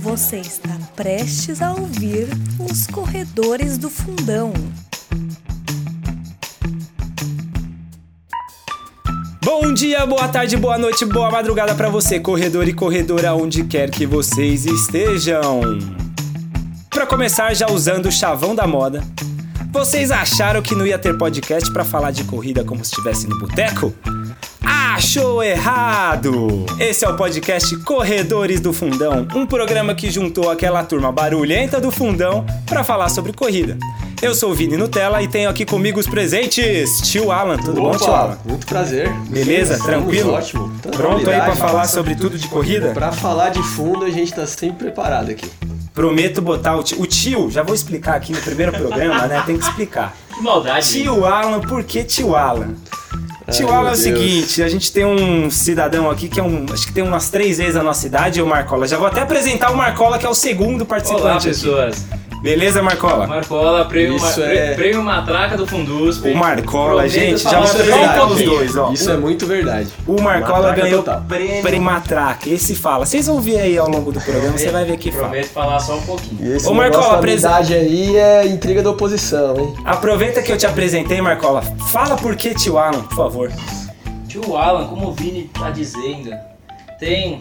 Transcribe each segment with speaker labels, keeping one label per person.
Speaker 1: Você está prestes a ouvir os corredores do fundão.
Speaker 2: Bom dia, boa tarde, boa noite, boa madrugada para você, corredor e corredora, onde quer que vocês estejam. Para começar já usando o chavão da moda, vocês acharam que não ia ter podcast para falar de corrida como se estivesse no boteco? Achou errado! Esse é o podcast Corredores do Fundão, um programa que juntou aquela turma barulhenta do fundão para falar sobre corrida. Eu sou o Vini Nutella e tenho aqui comigo os presentes. Tio Alan, tudo bom, tio Alan?
Speaker 3: Opa, muito prazer.
Speaker 2: Beleza?
Speaker 3: Estamos
Speaker 2: Tranquilo?
Speaker 3: Ótimo.
Speaker 2: Pronto aí para falar sobre tudo de corrida?
Speaker 3: Para falar de fundo, a gente tá sempre preparado aqui.
Speaker 2: Prometo botar o tio. O tio, já vou explicar aqui no primeiro programa, né? Tem que explicar.
Speaker 4: Que maldade. hein?
Speaker 2: Tio Alan, por que tio Alan? Tio
Speaker 3: meu
Speaker 2: Alan é o
Speaker 3: Deus.
Speaker 2: seguinte, a gente tem um cidadão aqui que é um. Acho que tem umas três vezes a nossa idade, o Marcola. Já vou até apresentar o Marcola, que é o segundo
Speaker 4: Olá,
Speaker 2: participante. aqui.
Speaker 4: pessoas.
Speaker 2: Beleza, Marcola?
Speaker 4: Marcola, prêmio,
Speaker 3: Isso
Speaker 4: ma-
Speaker 3: é-
Speaker 4: pre- prêmio Matraca do Fundusp.
Speaker 2: O Marcola,
Speaker 4: Prometo
Speaker 2: gente, já um vou
Speaker 4: falar um
Speaker 3: Isso é
Speaker 4: sobre
Speaker 2: apresentar
Speaker 3: verdade.
Speaker 2: os
Speaker 4: isso.
Speaker 2: dois, ó.
Speaker 3: Isso é muito verdade.
Speaker 2: O Marcola
Speaker 3: Matraca
Speaker 2: ganhou
Speaker 3: total.
Speaker 2: prêmio prêmio Matraca. Esse fala. Vocês vão ver aí ao longo do programa, você vai ver que fala.
Speaker 4: Prometo falar só um pouquinho.
Speaker 3: E esse
Speaker 2: Ô,
Speaker 3: Ô,
Speaker 2: Marcola,
Speaker 3: Marcola,
Speaker 2: apres-
Speaker 3: amizade aí é intriga da oposição, hein?
Speaker 2: Aproveita que eu te apresentei, Marcola. Fala por que tio Alan, por favor.
Speaker 4: Tio Alan, como o Vini tá dizendo, tem.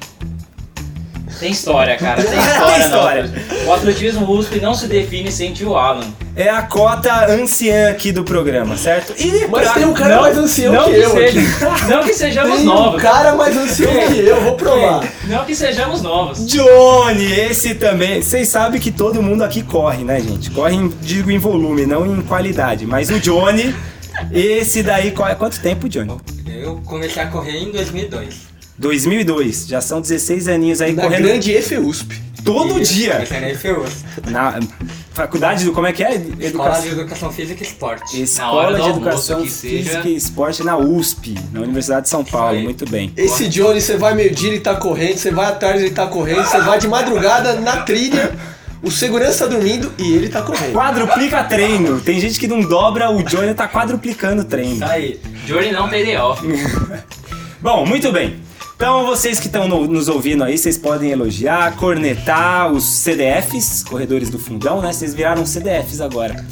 Speaker 4: Tem história, cara. Tem
Speaker 2: Tem
Speaker 4: história. não.
Speaker 2: história.
Speaker 4: O atletismo USP não se define sem tio Alan.
Speaker 2: É a cota anciã aqui do programa, certo? E
Speaker 3: Mas
Speaker 2: pra-
Speaker 3: tem um cara
Speaker 2: Não,
Speaker 3: mais ancião
Speaker 4: Não
Speaker 3: que
Speaker 4: que,
Speaker 3: eu
Speaker 4: seja-
Speaker 3: aqui.
Speaker 4: não que sejamos
Speaker 3: Tem um
Speaker 4: novos.
Speaker 3: cara mais ancião que eu, vou provar.
Speaker 4: Não que sejamos novos.
Speaker 2: Johnny, esse também. Vocês sabem que todo mundo aqui corre, né, gente? Corre, em, digo, em volume, não em qualidade. Mas o Johnny, esse daí corre. Quanto tempo, Johnny?
Speaker 5: Eu comecei a correr em 2002.
Speaker 2: 2002. Já são 16 aninhos aí
Speaker 3: Na
Speaker 2: correndo
Speaker 3: grande EFEUSP.
Speaker 2: todo
Speaker 5: E
Speaker 2: dia.
Speaker 5: Comecei é na IFEUS.
Speaker 2: Na faculdade do. Como é que é?
Speaker 5: Escola de
Speaker 2: Educação.
Speaker 5: Educação Física e Esporte.
Speaker 2: Escola
Speaker 4: hora
Speaker 2: de
Speaker 4: do almoço,
Speaker 2: Educação
Speaker 4: que seja.
Speaker 2: Física e Esporte na USP, na Universidade de São Paulo.
Speaker 5: aí.
Speaker 2: Muito bem.
Speaker 3: Esse Johnny, você vai meio-dia, ele tá correndo, você vai à tarde, ele tá correndo, você vai de madrugada na trilha, o segurança tá dormindo e ele tá correndo.
Speaker 2: Quadruplica treino. Tem gente que não dobra, o Johnny tá quadruplicando treino.
Speaker 4: Tá aí. Johnny não tem day off.
Speaker 2: Bom, muito bem. Então, vocês que estão no- nos ouvindo aí, vocês podem elogiar, cornetar os CDFs, corredores do fundão, né? Vocês viraram CDFs agora.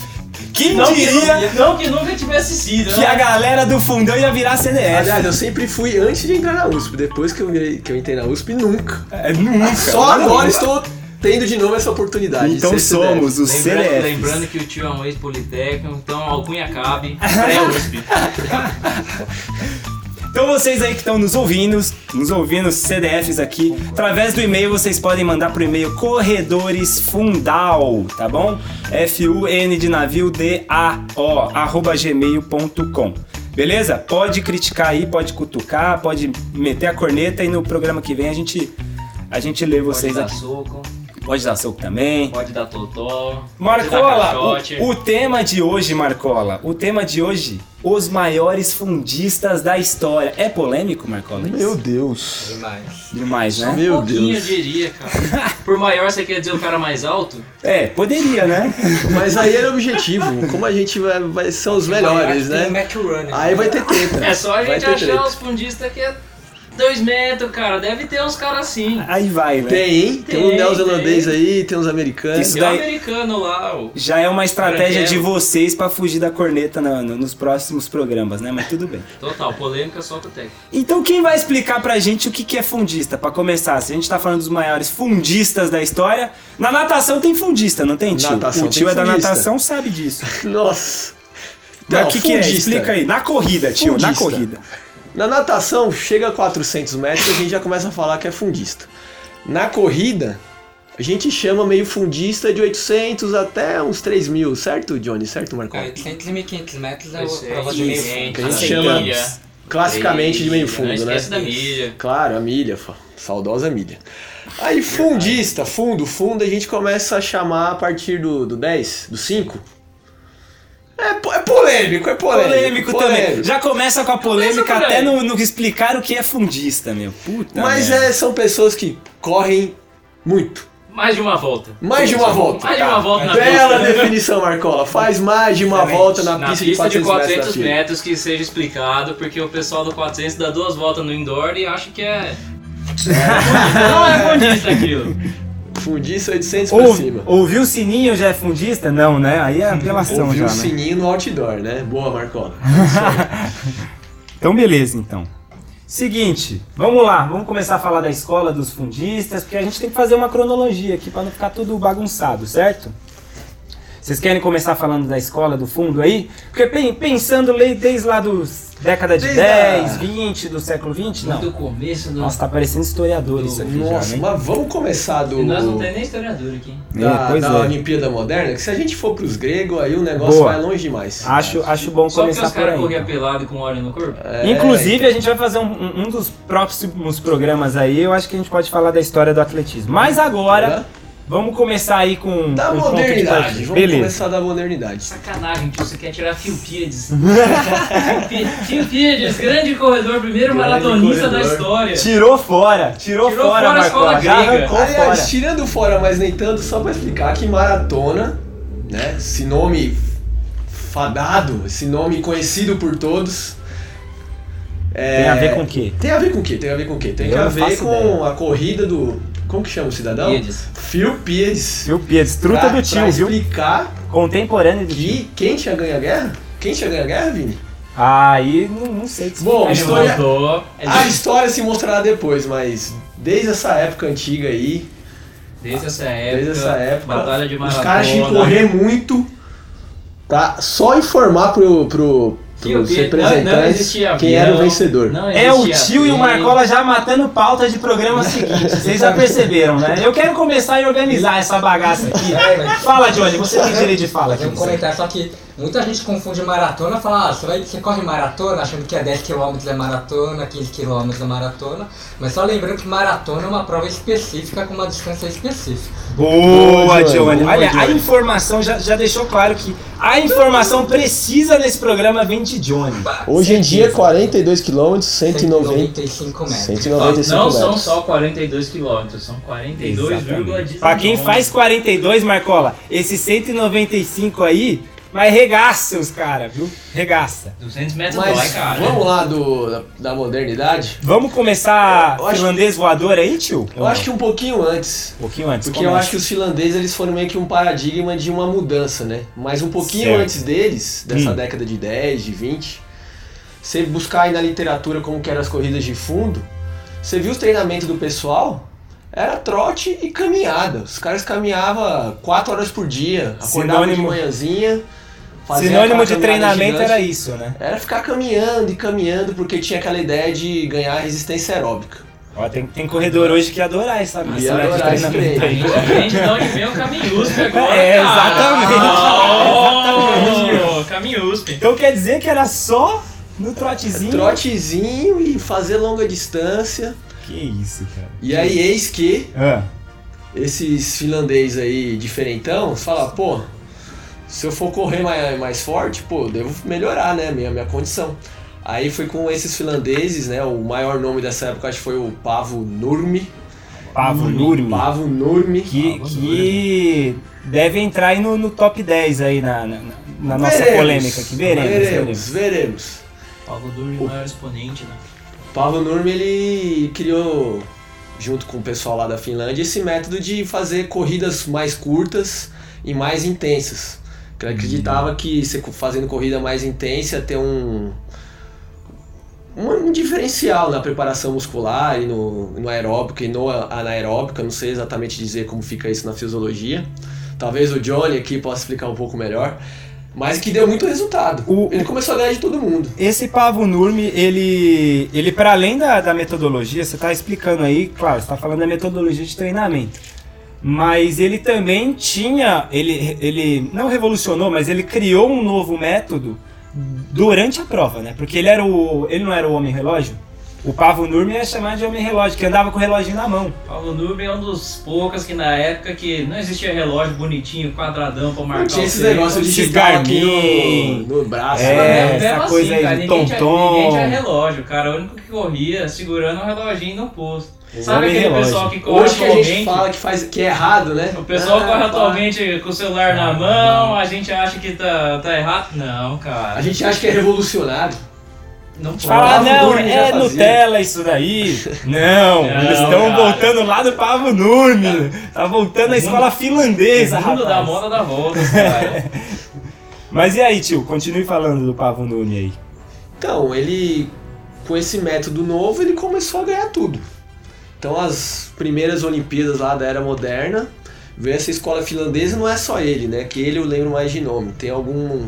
Speaker 2: Quem
Speaker 4: Não que,
Speaker 2: diria
Speaker 4: nu- não que nunca tivesse sido.
Speaker 2: que
Speaker 4: né?
Speaker 2: a galera do fundão ia virar CDF?
Speaker 3: Aliás, eu sempre fui antes de entrar na USP, depois que eu, virei- que eu entrei na USP, nunca.
Speaker 2: É, nunca.
Speaker 3: Só
Speaker 2: nunca.
Speaker 3: agora estou tendo de novo essa oportunidade. de
Speaker 2: Então
Speaker 3: ser
Speaker 2: somos os
Speaker 4: Lembra-
Speaker 2: CDFs.
Speaker 4: lembrando que o tio é um ex-politécnico, então a alcunha cabe. Pré-USP.
Speaker 2: Então vocês aí que estão nos ouvindo, nos ouvindo os CDFs aqui, através do e-mail vocês podem mandar pro e-mail corredoresfundal, tá bom? F U N de navio D A O arroba gmail.com. Beleza? Pode criticar aí, pode cutucar, pode meter a corneta e no programa que vem a gente a gente lê
Speaker 4: Pode
Speaker 2: vocês
Speaker 4: dar
Speaker 2: aqui.
Speaker 4: soco,
Speaker 2: Pode dar soco também.
Speaker 4: pode dar totó. pode dar
Speaker 2: Marcola,
Speaker 4: caixote.
Speaker 2: o, o tema de hoje, Marcola, o tema de hoje, os maiores fundistas da história. É polêmico, Marcola? isso?
Speaker 3: Meu Deus.
Speaker 5: Demais.
Speaker 2: Demais, né?
Speaker 3: Meu
Speaker 4: um pouquinho,
Speaker 3: Deus.
Speaker 4: eu diria, cara. Por maior, você quer dizer o cara mais alto?
Speaker 2: É, poderia, né?
Speaker 3: Mas aí era o objetivo. Como a gente vai, vai são os melhores,
Speaker 5: Tem
Speaker 3: né?
Speaker 5: Mac Runner.
Speaker 3: Aí vai ter treta.
Speaker 4: É só a
Speaker 3: Vai
Speaker 4: gente
Speaker 3: ter
Speaker 4: achar
Speaker 3: treta.
Speaker 4: os fundistas que é 2 metros, cara. Deve ter uns caras assim.
Speaker 2: Aí vai, né?
Speaker 3: Tem, hein? Tem, um
Speaker 4: Tem,
Speaker 3: neozelandês
Speaker 4: tem.
Speaker 3: aí, tem uns americanos.
Speaker 2: Isso
Speaker 4: Tem um
Speaker 2: daí-
Speaker 4: americano lá, o...
Speaker 2: Já é uma estratégia
Speaker 4: Branquelo.
Speaker 2: de vocês pra fugir da corneta na- no- nos próximos programas, né? Mas tudo bem.
Speaker 4: Total, polêmica só com o técnico.
Speaker 2: Então quem vai explicar pra gente o que, que é fundista? Pra começar, se a gente tá falando dos maiores fundistas da história, na natação tem fundista, não tem tio?
Speaker 3: Natação
Speaker 2: o tio
Speaker 3: tem
Speaker 2: é da
Speaker 3: fundista.
Speaker 2: natação, sabe disso.
Speaker 3: Nossa.
Speaker 2: Mas
Speaker 3: Não,
Speaker 2: o que, que é?
Speaker 3: fundista.
Speaker 2: Explica aí. Na corrida, tio, na
Speaker 3: Fundista.
Speaker 2: corrida.
Speaker 3: Na natação, chega a 400 metros, a gente já começa a falar que é fundista. Na corrida, a gente chama meio fundista de 800 até uns 3 mil, certo, Johnny? Certo, Marcão?
Speaker 4: É.
Speaker 5: 800 e 1500 metros é o
Speaker 4: Isso,
Speaker 5: prova de meio fundo.
Speaker 4: gente,
Speaker 3: que a gente
Speaker 4: essa
Speaker 3: chama-
Speaker 4: milha.
Speaker 3: Classicamente de meio
Speaker 4: Milha,
Speaker 3: fundo, né?
Speaker 4: não Esquece da milha.
Speaker 3: Claro, a milha, fa- saudosa milha. Aí fundista, fundo, fundo, a gente começa a chamar a partir do, do 10, do 5. É, po- é polêmico, é polêmico.
Speaker 2: Polêmico, também. Já começa com a polêmica
Speaker 4: por aí.
Speaker 2: até no, no explicar o que é fundista, meu. Puta
Speaker 3: Mas
Speaker 2: merda.
Speaker 3: é, são pessoas que correm muito.
Speaker 4: Mais de uma volta.
Speaker 3: Mais de uma volta.
Speaker 4: Mais de uma volta na
Speaker 3: Bela
Speaker 4: pista. né?
Speaker 3: definição, Marcola. Faz mais de uma
Speaker 5: Excelente.
Speaker 3: volta na,
Speaker 4: Na
Speaker 3: pista de 400, metros. da
Speaker 4: 400
Speaker 3: fila.
Speaker 4: metros que seja explicado, porque o pessoal do 400 dá duas voltas no indoor e acha que é. Não é bonito aquilo.
Speaker 3: Fundiça 800 pra
Speaker 2: Ouvi-
Speaker 3: cima.
Speaker 2: ouviu o sininho já é fundista? Não, né? Aí é apelação
Speaker 3: Ouviu
Speaker 2: já,
Speaker 3: o
Speaker 2: né?
Speaker 3: sininho no outdoor, né? Boa, Marcola.
Speaker 2: Então, beleza, então. Seguinte, vamos lá, vamos começar a falar da escola dos fundistas, porque a gente tem que fazer uma cronologia aqui para não ficar tudo bagunçado, certo? Vocês querem começar falando da escola do fundo aí? Porque pen- pensando lei desde lá dos década de
Speaker 3: Desde
Speaker 2: 10,
Speaker 3: a-
Speaker 2: 20, do século 20,
Speaker 4: Do
Speaker 2: não.
Speaker 4: começo do.
Speaker 2: Nossa, tá parecendo historiador isso aqui
Speaker 3: Nossa,
Speaker 2: já, né?
Speaker 3: mas vamos começar do.
Speaker 4: E nós não tem nem historiador aqui.
Speaker 3: Da,
Speaker 2: É, pois
Speaker 3: da
Speaker 2: é.
Speaker 3: Olimpíada Moderna, que se a gente for pros gregos, aí o negócio
Speaker 2: Boa.
Speaker 3: vai longe demais.
Speaker 2: Acho, acho bom
Speaker 4: Só porque
Speaker 2: começar
Speaker 4: os
Speaker 2: por aí.
Speaker 4: caras corriam
Speaker 2: então.
Speaker 4: pelado com óleo no corpo.
Speaker 3: É,
Speaker 2: Inclusive, a gente vai fazer um- um, um dos próximos programas aí, eu acho que a gente pode falar da história do atletismo. Mas agora,
Speaker 3: né?
Speaker 2: vamos começar aí com
Speaker 3: Da
Speaker 2: um ponto de
Speaker 3: modernidade.
Speaker 2: partida.
Speaker 3: Vamos
Speaker 2: Beleza.
Speaker 3: começar da modernidade.
Speaker 4: Sacanagem, tio, você quer tirar Filpides. Filpides, grande corredor, primeiro
Speaker 3: Grande
Speaker 4: maratonista da
Speaker 3: corredor.
Speaker 4: história.
Speaker 2: Tirou fora, tirou,
Speaker 4: Tirou
Speaker 2: fora,
Speaker 4: fora a
Speaker 2: Marcola.
Speaker 4: escola
Speaker 2: já
Speaker 4: grega.
Speaker 2: arrancou fora.
Speaker 3: Aliás, tirando fora, mas nem tanto, só pra explicar que maratona, né? Esse nome fadado, esse nome conhecido por todos. é,
Speaker 2: Tem a ver com o quê?
Speaker 3: Tem a ver com o quê? Tem a ver com o quê? Tem
Speaker 2: Eu
Speaker 3: a
Speaker 2: não
Speaker 3: ver
Speaker 2: faço
Speaker 3: com
Speaker 2: ideia.
Speaker 3: a corrida do. Como que chama o cidadão?
Speaker 4: Piedes.
Speaker 3: Phil Piedes.
Speaker 2: Viu, Pedro? Truta
Speaker 3: Pra-
Speaker 2: do
Speaker 3: pra
Speaker 2: tio, viu?
Speaker 3: explicar
Speaker 2: Contemporâneo do tio.
Speaker 3: que quem tinha ganho a guerra? Quem tinha ganho a guerra, Vini?
Speaker 2: Aí, não, não sei te explicar,
Speaker 3: Bom,
Speaker 4: Ele
Speaker 3: história-
Speaker 4: voltou.
Speaker 2: É
Speaker 4: Ele-
Speaker 3: A história se mostrará depois, mas desde essa época antiga aí,
Speaker 4: Desde essa época,
Speaker 3: desde essa época,
Speaker 4: batalha de
Speaker 3: os caras tinham que
Speaker 4: maratona.
Speaker 3: correr muito pra só informar pro, pro,
Speaker 4: Que o
Speaker 3: pros
Speaker 4: quê?
Speaker 3: representantes
Speaker 4: Não- não existia
Speaker 3: quem era o
Speaker 4: avião,
Speaker 3: vencedor.
Speaker 4: não
Speaker 2: É o
Speaker 4: existia
Speaker 2: tio e o
Speaker 4: trem.
Speaker 2: Marcola já matando pauta de programa seguinte. Vocês já perceberam, né? Eu quero começar a organizar essa bagaça aqui.
Speaker 5: É,
Speaker 2: Fala, Johnny, você tem direito de fala aqui.
Speaker 5: Fazer um comentário, só que muita gente confunde maratona, fala, ah, você, vai, você corre maratona achando que é 10km é maratona, 15km é maratona, mas só lembrando que maratona é uma prova específica com uma distância específica.
Speaker 2: Boa,
Speaker 3: Boa,
Speaker 2: Johnny.
Speaker 3: Johnny.
Speaker 2: Olha,
Speaker 3: Boa,
Speaker 2: a
Speaker 3: Johnny.
Speaker 2: informação já, já deixou claro que a informação precisa nesse programa vem de Johnny.
Speaker 3: Hoje em dia, 42 km, 190
Speaker 5: 195 metros.
Speaker 3: 195
Speaker 4: Não são
Speaker 3: metros.
Speaker 4: só 42 quilômetros, são 42,19.
Speaker 2: Pra quem faz 42, Marcola, esse 195 aí, mas regaça os caras, viu? Regaça.
Speaker 4: 200 metros
Speaker 3: Mas
Speaker 4: dói, cara.
Speaker 3: vamos lá do, da, da modernidade.
Speaker 2: Vamos começar
Speaker 3: Eu acho-
Speaker 2: finlandês voador aí, tio?
Speaker 3: Eu acho que um pouquinho antes.
Speaker 2: Um pouquinho antes.
Speaker 3: Porque eu
Speaker 2: começa.
Speaker 3: acho que os finlandeses eles foram meio que um paradigma de uma mudança, né? Mas um pouquinho
Speaker 2: Certo.
Speaker 3: antes deles, dessa
Speaker 2: Hum.
Speaker 3: década de 10, de 20, você buscar aí na literatura como que eram as corridas de fundo, você viu os treinamentos do pessoal? Era trote e caminhada. Os caras caminhavam 4 horas por dia, acordavam
Speaker 2: Sinônimo-
Speaker 3: de manhãzinha. fazia
Speaker 2: Sinônimo
Speaker 3: aquela
Speaker 2: de
Speaker 3: caminhada
Speaker 2: treinamento
Speaker 3: gigante.
Speaker 2: era isso, né?
Speaker 3: Era ficar caminhando e caminhando, porque tinha aquela ideia de ganhar resistência aeróbica.
Speaker 2: Ó, tem, tem corredor hoje que ia adorar essa
Speaker 3: Ia
Speaker 2: essa área de
Speaker 3: adorar esse
Speaker 2: treinamento
Speaker 4: A
Speaker 2: aí.
Speaker 4: gente aprende de onde vem o caminho USP agora.
Speaker 2: É,
Speaker 4: cara.
Speaker 2: exatamente.
Speaker 4: Ah, oh, Caminho USP.
Speaker 2: Então quer dizer que era só no trotezinho?
Speaker 3: Trotezinho e fazer longa distância.
Speaker 2: Que isso, cara.
Speaker 3: E aí, eis que
Speaker 2: Ah.
Speaker 3: esses finlandês aí, diferentão, fala, pô, se eu for correr mais, mais forte, pô, eu devo melhorar, né, minha, minha condição. Aí foi com esses finlandeses, né, o maior nome dessa época acho que foi o Pavo Nurmi.
Speaker 2: Pavo Nurmi.
Speaker 3: Hum. Pavo Nurmi.
Speaker 2: Que, que deve entrar aí no, no top 10 aí na, na, na nossa
Speaker 3: Veremos,
Speaker 2: polêmica aqui. Veremos, veremos.
Speaker 3: Veremos, veremos.
Speaker 4: Paulo Duri, o maior exponente, né?
Speaker 3: Pavo Nurmi, ele criou, junto com o pessoal lá da Finlândia, esse método de fazer corridas mais curtas e mais intensas. Que ele acreditava que você co- fazendo corrida mais intensa ia ter um, um diferencial na preparação muscular e no, no aeróbico e no a- anaeróbico. Eu não sei exatamente dizer como fica isso na fisiologia. Talvez o Johnny aqui possa explicar um pouco melhor. Mas que deu muito resultado.
Speaker 2: O-
Speaker 3: ele começou a ganhar de todo mundo.
Speaker 2: Esse Pavo Nurmi, ele, ele para além da, da metodologia, você está explicando aí, claro, você está falando da metodologia de treinamento. Mas ele também tinha, ele, ele não revolucionou, mas ele criou um novo método durante a prova, né? Porque ele era o, ele não era o homem relógio? O Pavo Nurmi é chamado de homem relógio, que andava com o reloginho na mão.
Speaker 4: Paulo Nubem é um dos poucas que na época que não existia relógio bonitinho, quadradão pra marcar
Speaker 3: Não tinha
Speaker 4: o
Speaker 3: esse
Speaker 4: tempo.
Speaker 3: negócio de
Speaker 2: Esses
Speaker 3: digital aqui
Speaker 2: Garmin.
Speaker 3: no, no braço.
Speaker 2: É,
Speaker 3: né?
Speaker 4: Mesmo assim,
Speaker 2: essa coisa aí de
Speaker 4: ninguém tinha-
Speaker 2: tom-tom.
Speaker 4: Ninguém tinha relógio, cara. O único que corria segurando um reloginho no posto. Sabe
Speaker 2: homem
Speaker 4: aquele
Speaker 2: relógio.
Speaker 4: pessoal que corre
Speaker 3: Hoje que a gente
Speaker 4: atualmente?
Speaker 3: fala que, faz, que é errado, né?
Speaker 4: O pessoal
Speaker 3: Ah,
Speaker 4: corre
Speaker 3: pá.
Speaker 4: atualmente com o celular
Speaker 2: Ah,
Speaker 4: na mão, a gente acha que tá, tá errado. Não,
Speaker 3: A
Speaker 4: cara.
Speaker 3: gente acha que é revolucionário.
Speaker 4: Não pode.
Speaker 2: Fala,
Speaker 3: Pavo
Speaker 2: não,
Speaker 3: Nurmi já
Speaker 2: é
Speaker 3: fazia."
Speaker 2: Nutella isso daí. Não,
Speaker 4: Não,
Speaker 2: eles estão
Speaker 4: cara.
Speaker 2: voltando lá do Pavo Nurmi. Tá voltando à escola finlandesa,
Speaker 4: O mundo
Speaker 2: rapaz.
Speaker 4: da moda dá volta, cara.
Speaker 2: Mas e aí, tio? Continue falando do Pavo Nurmi aí.
Speaker 3: Então, ele com esse método novo, ele começou a ganhar tudo. Então, as primeiras Olimpíadas lá da era moderna, veio essa escola finlandesa, não é só ele, né? Que ele eu lembro mais de nome, tem algum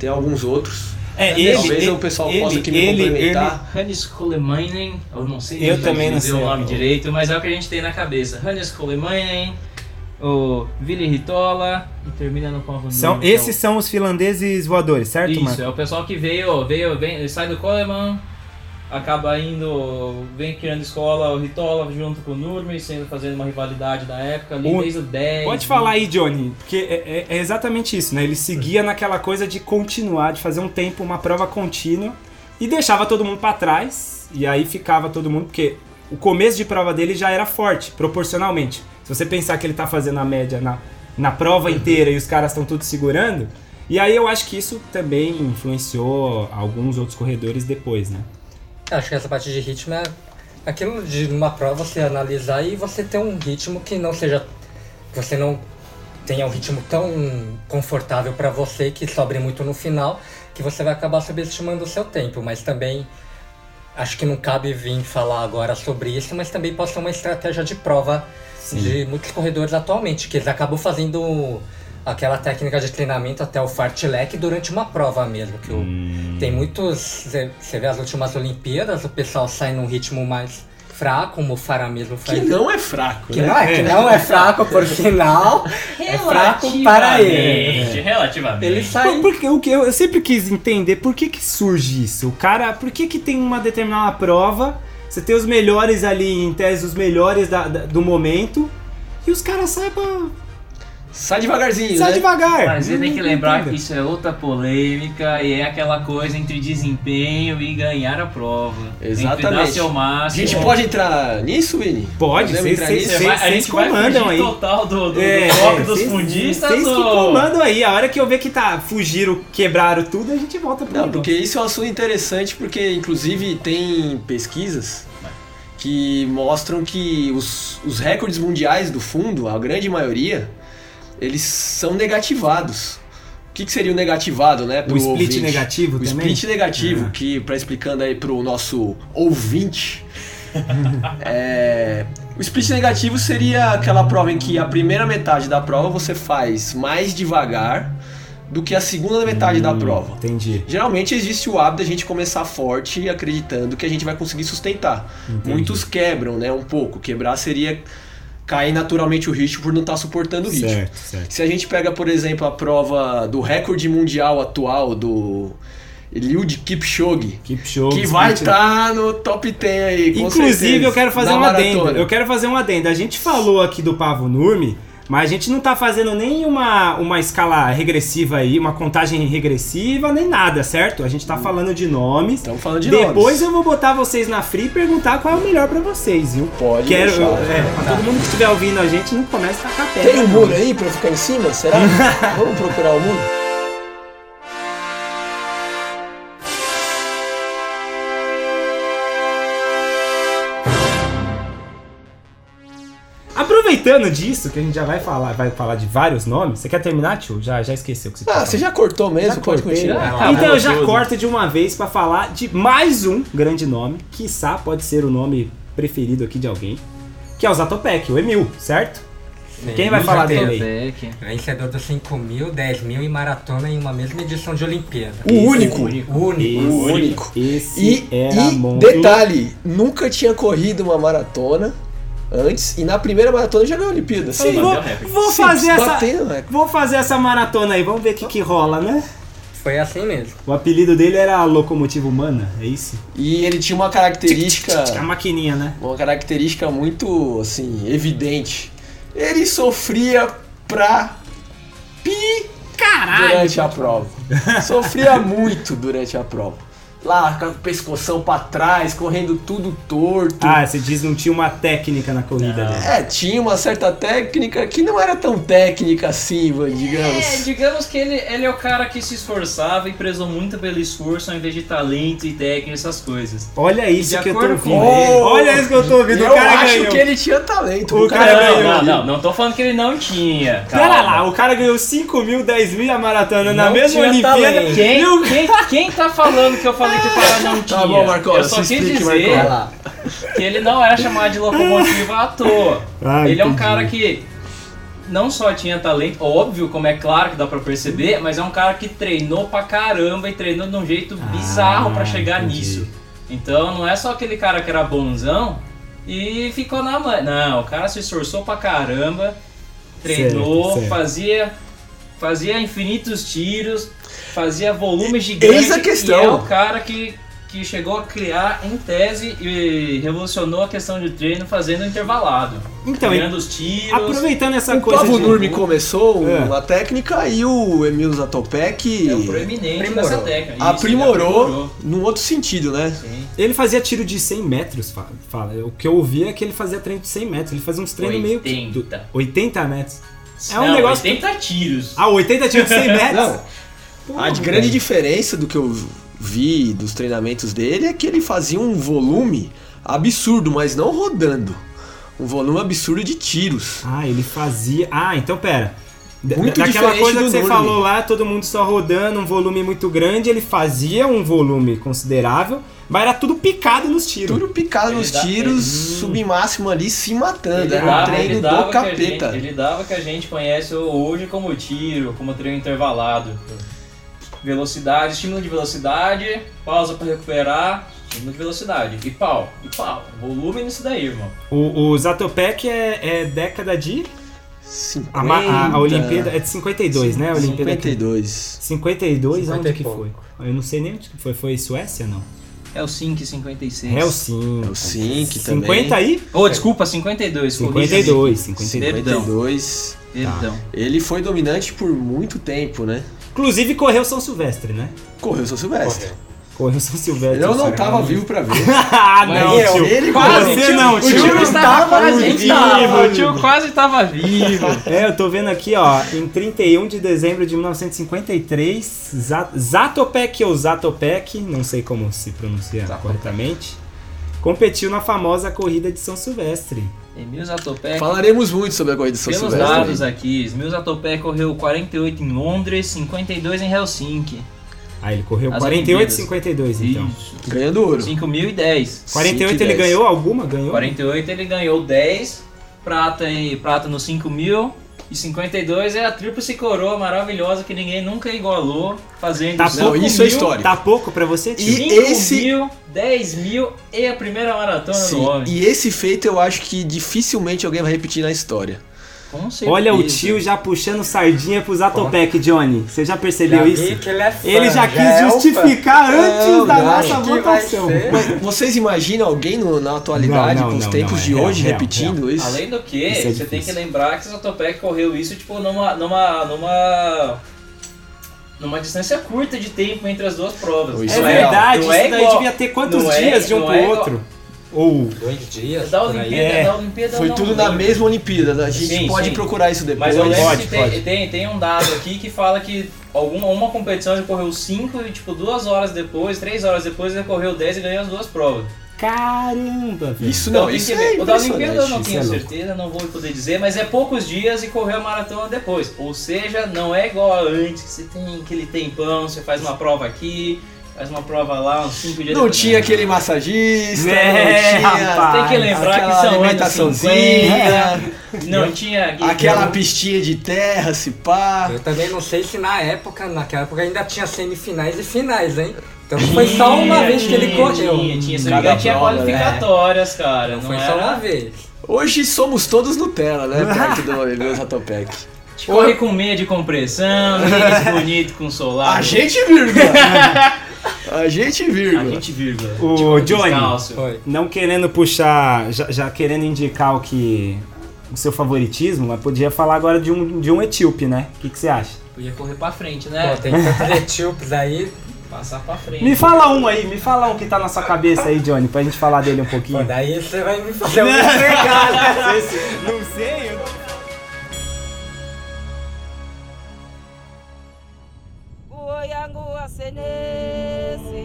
Speaker 3: tem alguns outros.
Speaker 2: É,
Speaker 3: Talvez o pessoal possa aqui me complementar.
Speaker 4: Hannes Kolemainen, eu não sei
Speaker 2: Eu
Speaker 4: se
Speaker 2: também não
Speaker 4: dizer
Speaker 2: sei.
Speaker 4: o nome direito, mas é o que a gente tem na cabeça. Hannes Kolemainen, o Vili Ritola e termina no Pavo
Speaker 2: São,
Speaker 4: Nurmi, que é o-
Speaker 2: esses são os finlandeses voadores, certo,
Speaker 4: Isso,
Speaker 2: Marco?
Speaker 4: é o pessoal que veio, veio, vem, sai do Coleman, acaba indo, vem criando escola, o Ritola junto com o Nurmi, sendo fazendo uma rivalidade da época ali
Speaker 2: O-
Speaker 4: desde o 10.
Speaker 2: Pode falar aí, Johnny, porque é, é- é exatamente isso, né? Ele seguia naquela coisa de continuar, de fazer um tempo, uma prova contínua, e deixava todo mundo pra trás, e aí ficava todo mundo, porque o começo de prova dele já era forte, proporcionalmente. Se você pensar que ele tá fazendo a média na, na prova inteira e os caras estão tudo segurando, e aí eu acho que isso também influenciou alguns outros corredores depois, né?
Speaker 5: Acho que essa parte de ritmo é aquilo de numa prova você analisar e você ter um ritmo que não seja. Você não tenha um ritmo tão confortável pra você que sobre muito no final, que você vai acabar subestimando o seu tempo. Mas também acho que não cabe vir falar agora sobre isso, mas também pode ser uma estratégia de prova de muitos corredores atualmente, que eles acabam fazendo aquela técnica de treinamento até o fartlek durante uma prova mesmo, que o tem muitos. Você vê as últimas Olimpíadas, o pessoal sai num ritmo mais fraco, como o Farah mesmo
Speaker 3: Que
Speaker 5: faz.
Speaker 3: não é fraco,
Speaker 5: Que
Speaker 3: né?
Speaker 5: não é, que não é fraco, por sinal. É fraco para ele.
Speaker 4: Relativamente, Relativamente.
Speaker 5: Ele
Speaker 2: Por,
Speaker 5: sai.
Speaker 2: por que- o que eu, eu sempre quis entender por que, que surge isso. O cara, por que, que tem uma determinada prova? Você tem os melhores ali, em tese, os melhores da- da- do momento. E os caras saem pra.
Speaker 3: Sai devagarzinho,
Speaker 2: Sai
Speaker 3: né?
Speaker 2: devagar.
Speaker 4: Mas você tem que lembrar que
Speaker 2: Entenda.
Speaker 4: isso é outra polêmica e é aquela coisa entre desempenho e ganhar a prova. Entre dar
Speaker 3: Exatamente.
Speaker 4: seu
Speaker 3: A
Speaker 4: máximo.
Speaker 3: gente pode entrar nisso, Vini?
Speaker 2: Pode, vocês
Speaker 3: Podemos entrar nisso? É,
Speaker 4: Você vai- a
Speaker 2: Vocês
Speaker 4: gente vai
Speaker 2: comandam
Speaker 4: fugir
Speaker 2: aí.
Speaker 4: total é do, do, do bloco dos
Speaker 2: É, vocês-
Speaker 4: fundistas
Speaker 2: Vocês que
Speaker 4: ou-
Speaker 2: comandam aí. A hora que eu ver que tá fugiram, quebraram tudo, a gente volta pro
Speaker 3: Não,
Speaker 2: negócio.
Speaker 3: porque isso é um assunto interessante, porque inclusive tem pesquisas que mostram que os, os recordes mundiais do fundo, a grande maioria, eles são negativados. O que, que seria o negativado, né? pro
Speaker 2: O split
Speaker 3: ouvinte?
Speaker 2: negativo
Speaker 3: O
Speaker 2: também?
Speaker 3: split negativo,
Speaker 2: Ah.
Speaker 3: que para explicando aí pro nosso ouvinte, é, o split negativo seria aquela prova em que a primeira metade da prova você faz mais devagar do que a segunda metade
Speaker 2: Hum.
Speaker 3: da prova.
Speaker 2: Entendi.
Speaker 3: Geralmente existe o hábito da gente começar forte acreditando que a gente vai conseguir sustentar. Muitos quebram, né? Um pouco. Quebrar seria cair naturalmente o ritmo por não estar suportando o ritmo.
Speaker 2: Certo, certo.
Speaker 3: Se a gente pega, por exemplo, a prova do recorde mundial atual do Eliud Kipchoge,
Speaker 2: Keep show.
Speaker 3: que vai
Speaker 4: tá
Speaker 3: estar no top 10 aí, com
Speaker 2: né? Inclusive,
Speaker 3: certeza,
Speaker 2: eu quero fazer
Speaker 3: da
Speaker 2: um adendo.
Speaker 3: maratona.
Speaker 2: Eu quero fazer um adendo. A gente falou aqui do Pavo Nurmi, mas a gente não tá fazendo nem uma, uma escala regressiva aí, uma contagem regressiva, nem nada, certo? A gente tá falando de nomes.
Speaker 3: Estamos Tá falando de
Speaker 2: Depois
Speaker 3: nomes.
Speaker 2: eu vou botar vocês na free e perguntar qual é o melhor pra vocês, viu?
Speaker 3: Pode
Speaker 2: Quero.
Speaker 3: deixar.
Speaker 2: é, pra todo mundo que estiver ouvindo a gente, não começa a tacar pedra.
Speaker 3: Tem um
Speaker 2: não.
Speaker 3: muro aí pra eu ficar em cima? Será? Vamos procurar o muro?
Speaker 2: Aproveitando disso, que a gente já vai falar, vai falar de vários nomes. Você quer terminar, tio? Já, já esqueceu o que você
Speaker 3: Ah,
Speaker 2: tinha
Speaker 3: você já cortou mesmo? Pode
Speaker 2: cortei.
Speaker 3: continuar.
Speaker 4: É,
Speaker 2: Ah, então eu já
Speaker 4: né?
Speaker 2: corto de uma vez pra falar de mais um grande nome, quiçá pode ser o nome preferido aqui de alguém, que é o Zatopek, o Emil, certo? Quem vai falar dele aí?
Speaker 5: Vencedor dos 5 mil, 10 mil e maratona em uma mesma edição de Olimpíada.
Speaker 3: O único.
Speaker 5: Único.
Speaker 3: O único.
Speaker 2: Esse
Speaker 3: E,
Speaker 2: era
Speaker 3: e
Speaker 2: monstro.
Speaker 3: detalhe, nunca tinha corrido uma maratona antes e na primeira maratona já ganhou a Olimpíada.
Speaker 2: Sim,
Speaker 3: Sim,
Speaker 2: vou, vou fazer essa,
Speaker 3: batendo, né?
Speaker 2: vou fazer essa maratona aí, vamos ver o que que rola, né?
Speaker 5: Foi assim mesmo.
Speaker 2: O apelido dele era Locomotiva Humana, é isso?
Speaker 3: E ele tinha uma característica,
Speaker 2: A maquininha, né?
Speaker 3: uma característica muito assim evidente. Ele sofria pra pi durante a prova. Sofria muito durante a prova. Lá com a pescoção pra trás, correndo tudo torto.
Speaker 2: Ah, você diz não tinha uma técnica na corrida dele.
Speaker 3: É, tinha uma certa técnica que não era tão técnica assim, vai,
Speaker 4: É,
Speaker 3: digamos.
Speaker 4: digamos que ele, ele é o cara que se esforçava e prezou muito pelo esforço ao invés de talento e técnica, essas coisas.
Speaker 2: Olha
Speaker 4: De
Speaker 2: isso que eu tô
Speaker 4: acordo com
Speaker 2: ouvindo.
Speaker 3: ele-
Speaker 2: Olha isso que eu tô ouvindo.
Speaker 3: Eu
Speaker 2: o cara
Speaker 3: acho
Speaker 2: ganhou.
Speaker 3: que é ele tinha talento.
Speaker 2: O
Speaker 3: O
Speaker 2: cara
Speaker 3: cara
Speaker 4: Não,
Speaker 2: ganhou.
Speaker 4: não, não, não tô falando que ele não tinha.
Speaker 2: Pera
Speaker 4: calma.
Speaker 2: lá, o cara ganhou 5 mil, 10 mil a maratona na
Speaker 5: Não
Speaker 2: mesma
Speaker 5: tinha
Speaker 2: Olimpíada.
Speaker 5: talento.
Speaker 4: Quem,
Speaker 2: Meu-
Speaker 4: quem, quem tá falando que eu falei que o cara não tinha?
Speaker 3: Tá bom, Marcola,
Speaker 4: eu só
Speaker 3: se
Speaker 4: quis
Speaker 3: explique,
Speaker 4: dizer
Speaker 5: Vai lá.
Speaker 4: que ele não era chamado de locomotiva à toa.
Speaker 2: Ah,
Speaker 4: ele é um
Speaker 2: entendi.
Speaker 4: cara que não só tinha talento, óbvio, como é claro que dá pra perceber, mas é um cara que treinou pra caramba e treinou de um jeito bizarro pra chegar
Speaker 2: Ah, entendi.
Speaker 4: nisso. Então não é só aquele cara que era bonzão e ficou na mãe. Não, o cara se esforçou pra caramba, treinou,
Speaker 2: Certo, certo.
Speaker 4: fazia. Fazia infinitos tiros, fazia volume gigante.
Speaker 3: Eis a questão.
Speaker 4: E é o cara que, que chegou a criar em tese e revolucionou a questão de treino fazendo intervalado.
Speaker 2: Então,
Speaker 4: criando os tiros.
Speaker 2: Aproveitando essa
Speaker 3: O
Speaker 2: coisa.
Speaker 3: Pavo
Speaker 2: de-
Speaker 3: Nurmi começou
Speaker 2: É.
Speaker 3: uma técnica e o Emil Zatopek
Speaker 4: É o proeminente
Speaker 5: Aprimorou.
Speaker 4: nessa técnica. Isso, ele
Speaker 3: aprimorou num outro sentido, né?
Speaker 4: Sim.
Speaker 2: Ele fazia tiro de 100 metros, fa- fala. O que eu ouvia é que ele fazia treino de 100 metros. Ele fazia uns treinos meio. que-
Speaker 4: 80.
Speaker 2: do- 80 metros. É um
Speaker 4: Não,
Speaker 2: negócio.
Speaker 4: 80 tiros.
Speaker 2: Ah, 80 tiro de 100 metros?
Speaker 3: Não,
Speaker 2: Pô,
Speaker 3: a de-
Speaker 2: velho.
Speaker 3: grande diferença do que eu vi dos treinamentos dele é que ele fazia um volume absurdo, mas não rodando. Um volume absurdo de tiros.
Speaker 2: Ah, ele fazia. Ah, então pera. Da-
Speaker 3: Muito
Speaker 2: Daquela
Speaker 3: diferente
Speaker 2: coisa que
Speaker 3: do
Speaker 2: você
Speaker 3: Nurmi.
Speaker 2: falou lá, todo mundo só rodando, um volume muito grande, ele fazia um volume considerável, mas era tudo picado nos tiros.
Speaker 3: Tudo picado
Speaker 4: Ele
Speaker 3: nos
Speaker 4: dá- é,
Speaker 3: tiros,
Speaker 2: Hum.
Speaker 3: submáximo ali, se matando.
Speaker 4: Ele
Speaker 3: Era um
Speaker 4: dava, ele
Speaker 3: treino
Speaker 4: dava
Speaker 3: do
Speaker 4: que a gente-
Speaker 3: capeta.
Speaker 4: ele dava que a gente conhece hoje como tiro, como treino intervalado. Velocidade, estímulo de velocidade, pausa pra recuperar, estímulo de velocidade. E pau, e pau. Volume nisso daí, irmão.
Speaker 2: O, o Zatopek é, é década de. A, ma- a- a Olimpíada é de 52, né? A Olimpíada que-
Speaker 3: 52.
Speaker 2: 52,
Speaker 5: 50
Speaker 2: onde
Speaker 5: e
Speaker 2: que foi?
Speaker 5: pouco.
Speaker 2: Eu não sei nem onde que foi. Foi Suécia, não?
Speaker 4: É o 5 56.
Speaker 2: É Helsinki.
Speaker 3: Helsinki também.
Speaker 2: 50 aí?
Speaker 4: Oh, desculpa, 52. corrija aí.
Speaker 2: 52, 52.
Speaker 3: 52.
Speaker 4: Perdão.
Speaker 3: Ele foi dominante por muito tempo, né?
Speaker 2: Inclusive correu São Silvestre, né?
Speaker 3: Correu São Silvestre.
Speaker 5: Correu.
Speaker 2: Correu São Silvestre.
Speaker 3: Eu não
Speaker 2: sacanagem.
Speaker 3: tava vivo pra ver.
Speaker 2: ah, não,
Speaker 3: Mas
Speaker 2: tio.
Speaker 3: ele
Speaker 2: Quase,
Speaker 3: correu.
Speaker 2: você não,
Speaker 4: O
Speaker 2: tio.
Speaker 4: tio estava quase
Speaker 2: vivo.
Speaker 4: vivo, o tio quase estava vivo.
Speaker 2: É, eu tô vendo aqui, ó, em 31 de dezembro de 1953, Za- Zatopek ou Zatopek, não sei como se pronuncia corretamente, competiu na famosa corrida de São Silvestre.
Speaker 4: Emil Zatopek.
Speaker 3: Falaremos muito sobre a corrida de São
Speaker 4: Pelos
Speaker 3: Silvestre.
Speaker 4: dados é. aqui, Emil Zatopek correu 48 em Londres, 52 em Helsinki.
Speaker 2: Ah, ele correu
Speaker 4: As
Speaker 2: 48
Speaker 4: medidas.
Speaker 2: 52, então.
Speaker 4: Isso.
Speaker 3: Ganhando ouro.
Speaker 2: 48
Speaker 4: 5.010.
Speaker 3: Cinco e
Speaker 2: ele
Speaker 3: dez.
Speaker 2: ganhou alguma? Ganhou?
Speaker 4: 48 ele ganhou 10, prata e prata no 5.000. E 52 é a tríplice coroa maravilhosa que ninguém nunca igualou, fazendo
Speaker 2: Tá
Speaker 4: cinco
Speaker 3: Não,
Speaker 2: pouco
Speaker 3: isso é
Speaker 2: mil?
Speaker 3: histórico. é
Speaker 2: Tá pouco pra você, tio?
Speaker 3: E- esse-
Speaker 4: mil, 10 mil e a primeira maratona
Speaker 3: Sim,
Speaker 4: do homem.
Speaker 3: E esse feito eu acho que dificilmente alguém vai repetir na história.
Speaker 4: Com certeza.
Speaker 2: Olha o tio já puxando sardinha pro Zatopek, Johnny. Você já percebeu
Speaker 5: Já vi
Speaker 2: isso?
Speaker 5: que ele é fã,
Speaker 2: Ele já quis justificar antes
Speaker 3: Não,
Speaker 2: da
Speaker 3: não,
Speaker 2: nossa
Speaker 5: que vai
Speaker 2: votação.
Speaker 5: ser.
Speaker 3: Mas vocês imaginam alguém no- na atualidade,
Speaker 2: Não, não,
Speaker 3: com os
Speaker 2: não,
Speaker 3: tempos
Speaker 2: não, é
Speaker 3: de
Speaker 2: real,
Speaker 3: hoje,
Speaker 2: real,
Speaker 3: repetindo isso?
Speaker 4: Além do que,
Speaker 2: Isso é
Speaker 4: você tem que
Speaker 2: difícil.
Speaker 4: lembrar que o Zatopek correu isso tipo numa numa numa numa distância curta de tempo entre as duas provas.
Speaker 3: Isso
Speaker 2: É
Speaker 4: Não
Speaker 2: verdade,
Speaker 4: não é
Speaker 2: isso daí
Speaker 4: igual-
Speaker 2: devia ter quantos
Speaker 4: não é-
Speaker 2: dias de um
Speaker 4: não
Speaker 2: pro
Speaker 4: é igual-
Speaker 2: outro? Ou.
Speaker 5: Dois dias.
Speaker 4: Da
Speaker 5: por aí.
Speaker 4: Olimpíada,
Speaker 2: é.
Speaker 4: da Olimpíada
Speaker 3: Foi
Speaker 4: não
Speaker 3: tudo na
Speaker 4: lembro.
Speaker 3: mesma Olimpíada. né? A gente
Speaker 4: Sim,
Speaker 3: pode
Speaker 4: sim.
Speaker 3: procurar isso depois.
Speaker 4: Mas eu lembro
Speaker 2: Pode,
Speaker 4: que tem,
Speaker 2: pode.
Speaker 4: tem, tem um dado aqui que fala que alguma uma competição ele correu 5 e tipo duas horas depois, três horas depois ele correu 10 e ganhou as duas provas. Então
Speaker 2: Caramba, velho.
Speaker 3: Isso não,
Speaker 4: tem
Speaker 3: isso
Speaker 4: que
Speaker 3: é
Speaker 4: ver. O da Olimpíada eu não
Speaker 3: impressionante.
Speaker 4: tenho
Speaker 2: isso é louco.
Speaker 4: certeza, não vou poder dizer, mas é poucos dias e correu a maratona depois. Ou seja, não é igual a antes, que você tem aquele tempão, você faz uma prova aqui, faz uma prova lá, uns 5 dias
Speaker 3: Não
Speaker 4: depois.
Speaker 3: tinha aquele massagista,
Speaker 2: É,
Speaker 3: não tinha
Speaker 2: rapaz.
Speaker 4: Tem que lembrar que
Speaker 3: aquela
Speaker 4: são anos
Speaker 3: alimentaçãozinha,
Speaker 4: 50, não tinha...
Speaker 3: aquela pistinha de terra, se pá.
Speaker 4: É.
Speaker 5: Eu também não sei se na época, naquela época ainda tinha semifinais e finais, hein? Então foi só uma vez que ele
Speaker 4: Tinha,
Speaker 5: correu.
Speaker 4: Tinha, tinha, se não me
Speaker 3: Cada
Speaker 4: engano, tinha
Speaker 3: prova, né?
Speaker 4: qualificatórias, cara.
Speaker 5: Não
Speaker 4: Não
Speaker 5: foi
Speaker 4: era...
Speaker 5: só uma vez.
Speaker 3: Hoje somos todos Nutella, né? Perto do Elias Atopek.
Speaker 4: Corre com meia de compressão, tênis bonito com solar.
Speaker 3: A gente vírgula. né? A gente
Speaker 4: A
Speaker 3: vírgula.
Speaker 4: gente vírgula.
Speaker 2: O
Speaker 4: Tipo,
Speaker 2: Johnny.
Speaker 4: descalço.
Speaker 5: Foi.
Speaker 2: Não querendo puxar, já, já querendo indicar o que. o seu favoritismo, mas podia falar agora de um, de um etíope, né? O que, que você acha?
Speaker 4: Podia correr pra frente,
Speaker 5: Pô,
Speaker 4: né?
Speaker 5: tem tantos etíopes aí.
Speaker 4: Passar pra frente.
Speaker 2: Me fala um aí, me fala um que tá na sua cabeça aí, Johnny, pra gente falar dele um
Speaker 5: Pô,
Speaker 2: pouquinho.
Speaker 5: daí você vai me fazer um entregar, né?
Speaker 2: Não sei, eu...
Speaker 6: Goiangua senese,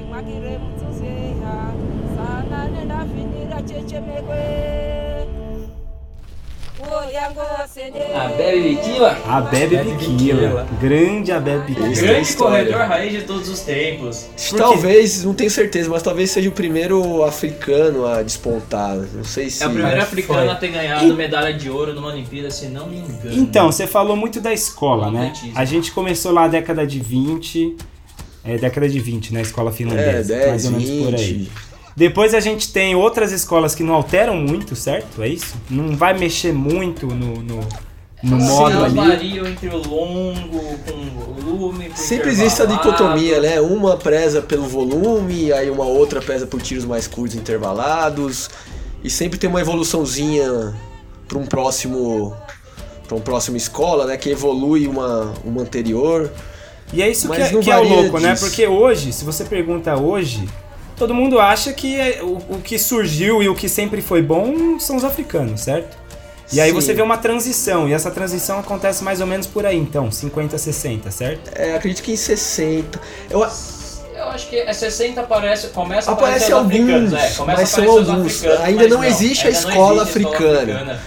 Speaker 6: magire mutsuzeya, sana nena finira chechemegwe. Goiangua senese.
Speaker 4: A Bebe Biquila,
Speaker 2: A Bebe
Speaker 5: Bebe
Speaker 2: Biquila.
Speaker 5: Biquila.
Speaker 2: Grande a Bebe Biquila.
Speaker 4: grande
Speaker 3: história.
Speaker 4: corredor raiz de todos os tempos.
Speaker 3: Talvez, não tenho certeza, mas talvez seja o primeiro africano a despontar. Não sei se.
Speaker 4: É o primeiro
Speaker 5: Mas
Speaker 4: africano
Speaker 5: foi.
Speaker 4: a ter ganhado medalha de ouro numa Olimpíada, se não me engano.
Speaker 2: Então, você falou muito da escola, né?
Speaker 4: Atletismo.
Speaker 2: A gente começou lá na década de 20. É, década de 20, né? Escola
Speaker 3: É,
Speaker 2: finlandesa. mais
Speaker 3: 10,
Speaker 2: ou menos por aí.
Speaker 3: 20.
Speaker 2: Depois a gente tem outras escolas que não alteram muito, certo? É isso? Não vai mexer muito no, no, no
Speaker 4: Assim,
Speaker 2: modo
Speaker 4: elas
Speaker 2: ali.
Speaker 4: variam entre o longo com o volume. com o
Speaker 3: Sempre existe a
Speaker 4: intervalado.
Speaker 3: dicotomia, né? Uma preza pelo volume, aí uma outra preza por tiros mais curtos intervalados. E sempre tem uma evoluçãozinha para um próximo para um próximo escola, né, que evolui uma, uma anterior.
Speaker 2: E é isso que,
Speaker 3: Mas
Speaker 2: é-
Speaker 3: não
Speaker 2: que é o
Speaker 3: varia
Speaker 2: louco, né?
Speaker 3: disso.
Speaker 2: Porque hoje, se você pergunta hoje, todo mundo acha que é- o, o que surgiu e o que sempre foi bom são os africanos, certo? E aí
Speaker 3: Sim.
Speaker 2: você vê uma transição, e essa transição acontece mais ou menos por aí, então, 50, 60, certo?
Speaker 3: É, acredito que em 60. Eu,
Speaker 4: Eu acho que é 60 parece, começa a
Speaker 3: Aparece
Speaker 4: aparecer os africanos,
Speaker 3: alguns,
Speaker 4: é, começa
Speaker 3: mas
Speaker 4: a aparecer
Speaker 3: são
Speaker 4: os
Speaker 3: alguns.
Speaker 4: africanos,
Speaker 3: Ainda
Speaker 4: mas
Speaker 3: não existe a
Speaker 4: ainda não
Speaker 3: escola
Speaker 4: existe a
Speaker 3: africana.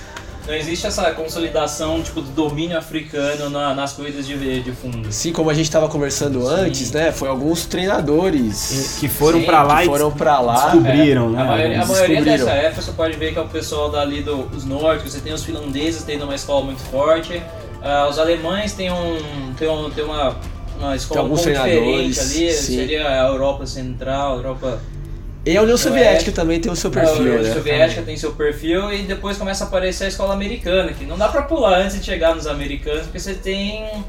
Speaker 4: Não existe essa consolidação tipo do domínio africano na- nas corridas de, de fundo.
Speaker 3: assim como a gente estava conversando
Speaker 4: Sim.
Speaker 3: antes, né, foi alguns treinadores
Speaker 2: É, Que foram
Speaker 4: Sim,
Speaker 2: pra lá
Speaker 3: que
Speaker 2: e
Speaker 3: foram para lá.
Speaker 2: descobriram. Descobriram, né?
Speaker 4: É, A maioria, a
Speaker 3: Eles
Speaker 4: maioria
Speaker 3: descobriram.
Speaker 4: dessa época você pode ver que é o pessoal dali dos os nórdicos, você tem os finlandeses tendo uma escola muito forte, ah, os alemães têm, um, têm, um, têm uma, uma escola um
Speaker 3: alguns
Speaker 4: pouco diferente
Speaker 3: treinadores,
Speaker 4: ali,
Speaker 3: sim.
Speaker 4: seria a Europa Central, a Europa
Speaker 3: E a União Soviética
Speaker 4: é.
Speaker 3: também tem o seu
Speaker 4: a
Speaker 3: perfil,
Speaker 4: União
Speaker 3: né?
Speaker 4: Soviética tem seu perfil e depois começa a aparecer a escola americana, que não dá pra pular antes de chegar nos americanos, porque você tem um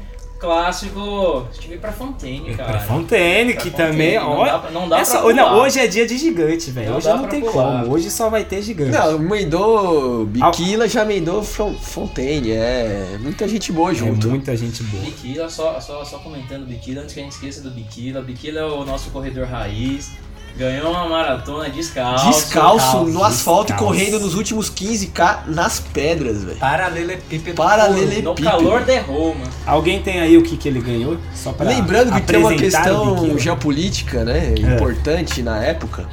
Speaker 4: clássico. Tive pra Fontaine, cara.
Speaker 2: Pra Fontaine,
Speaker 4: Pra
Speaker 2: que
Speaker 4: Fontaine,
Speaker 2: também,
Speaker 4: não
Speaker 2: ó.
Speaker 4: dá pra- não dá
Speaker 2: essa-
Speaker 4: pra
Speaker 2: não,
Speaker 4: pular.
Speaker 2: hoje é dia de gigante, velho.
Speaker 4: Não
Speaker 2: Hoje
Speaker 4: dá
Speaker 2: não
Speaker 4: pra
Speaker 2: tem
Speaker 4: pular.
Speaker 2: como. Hoje só vai ter gigante.
Speaker 3: Não, emendou Biquila, já emendou Fron- Fontaine, é. Muita gente boa
Speaker 2: é
Speaker 3: junto.
Speaker 2: muita gente boa.
Speaker 4: Biquila, só, só, só comentando Biquila, antes que a gente esqueça do Biquila. Biquila é o nosso corredor raiz. Ganhou uma maratona descalço.
Speaker 3: Descalço
Speaker 5: calço,
Speaker 3: no asfalto,
Speaker 2: descalço.
Speaker 3: correndo nos últimos 15k nas pedras,
Speaker 2: Tá.
Speaker 3: velho.
Speaker 5: Paralelepípedo.
Speaker 3: Paralele-
Speaker 4: No
Speaker 3: Pipe.
Speaker 4: calor de Roma.
Speaker 2: Alguém tem aí o que, que ele ganhou? Só pra
Speaker 3: Lembrando que tem uma
Speaker 2: apresentar o
Speaker 3: questão
Speaker 2: Biquila? É.
Speaker 3: geopolítica, né? Importante na época.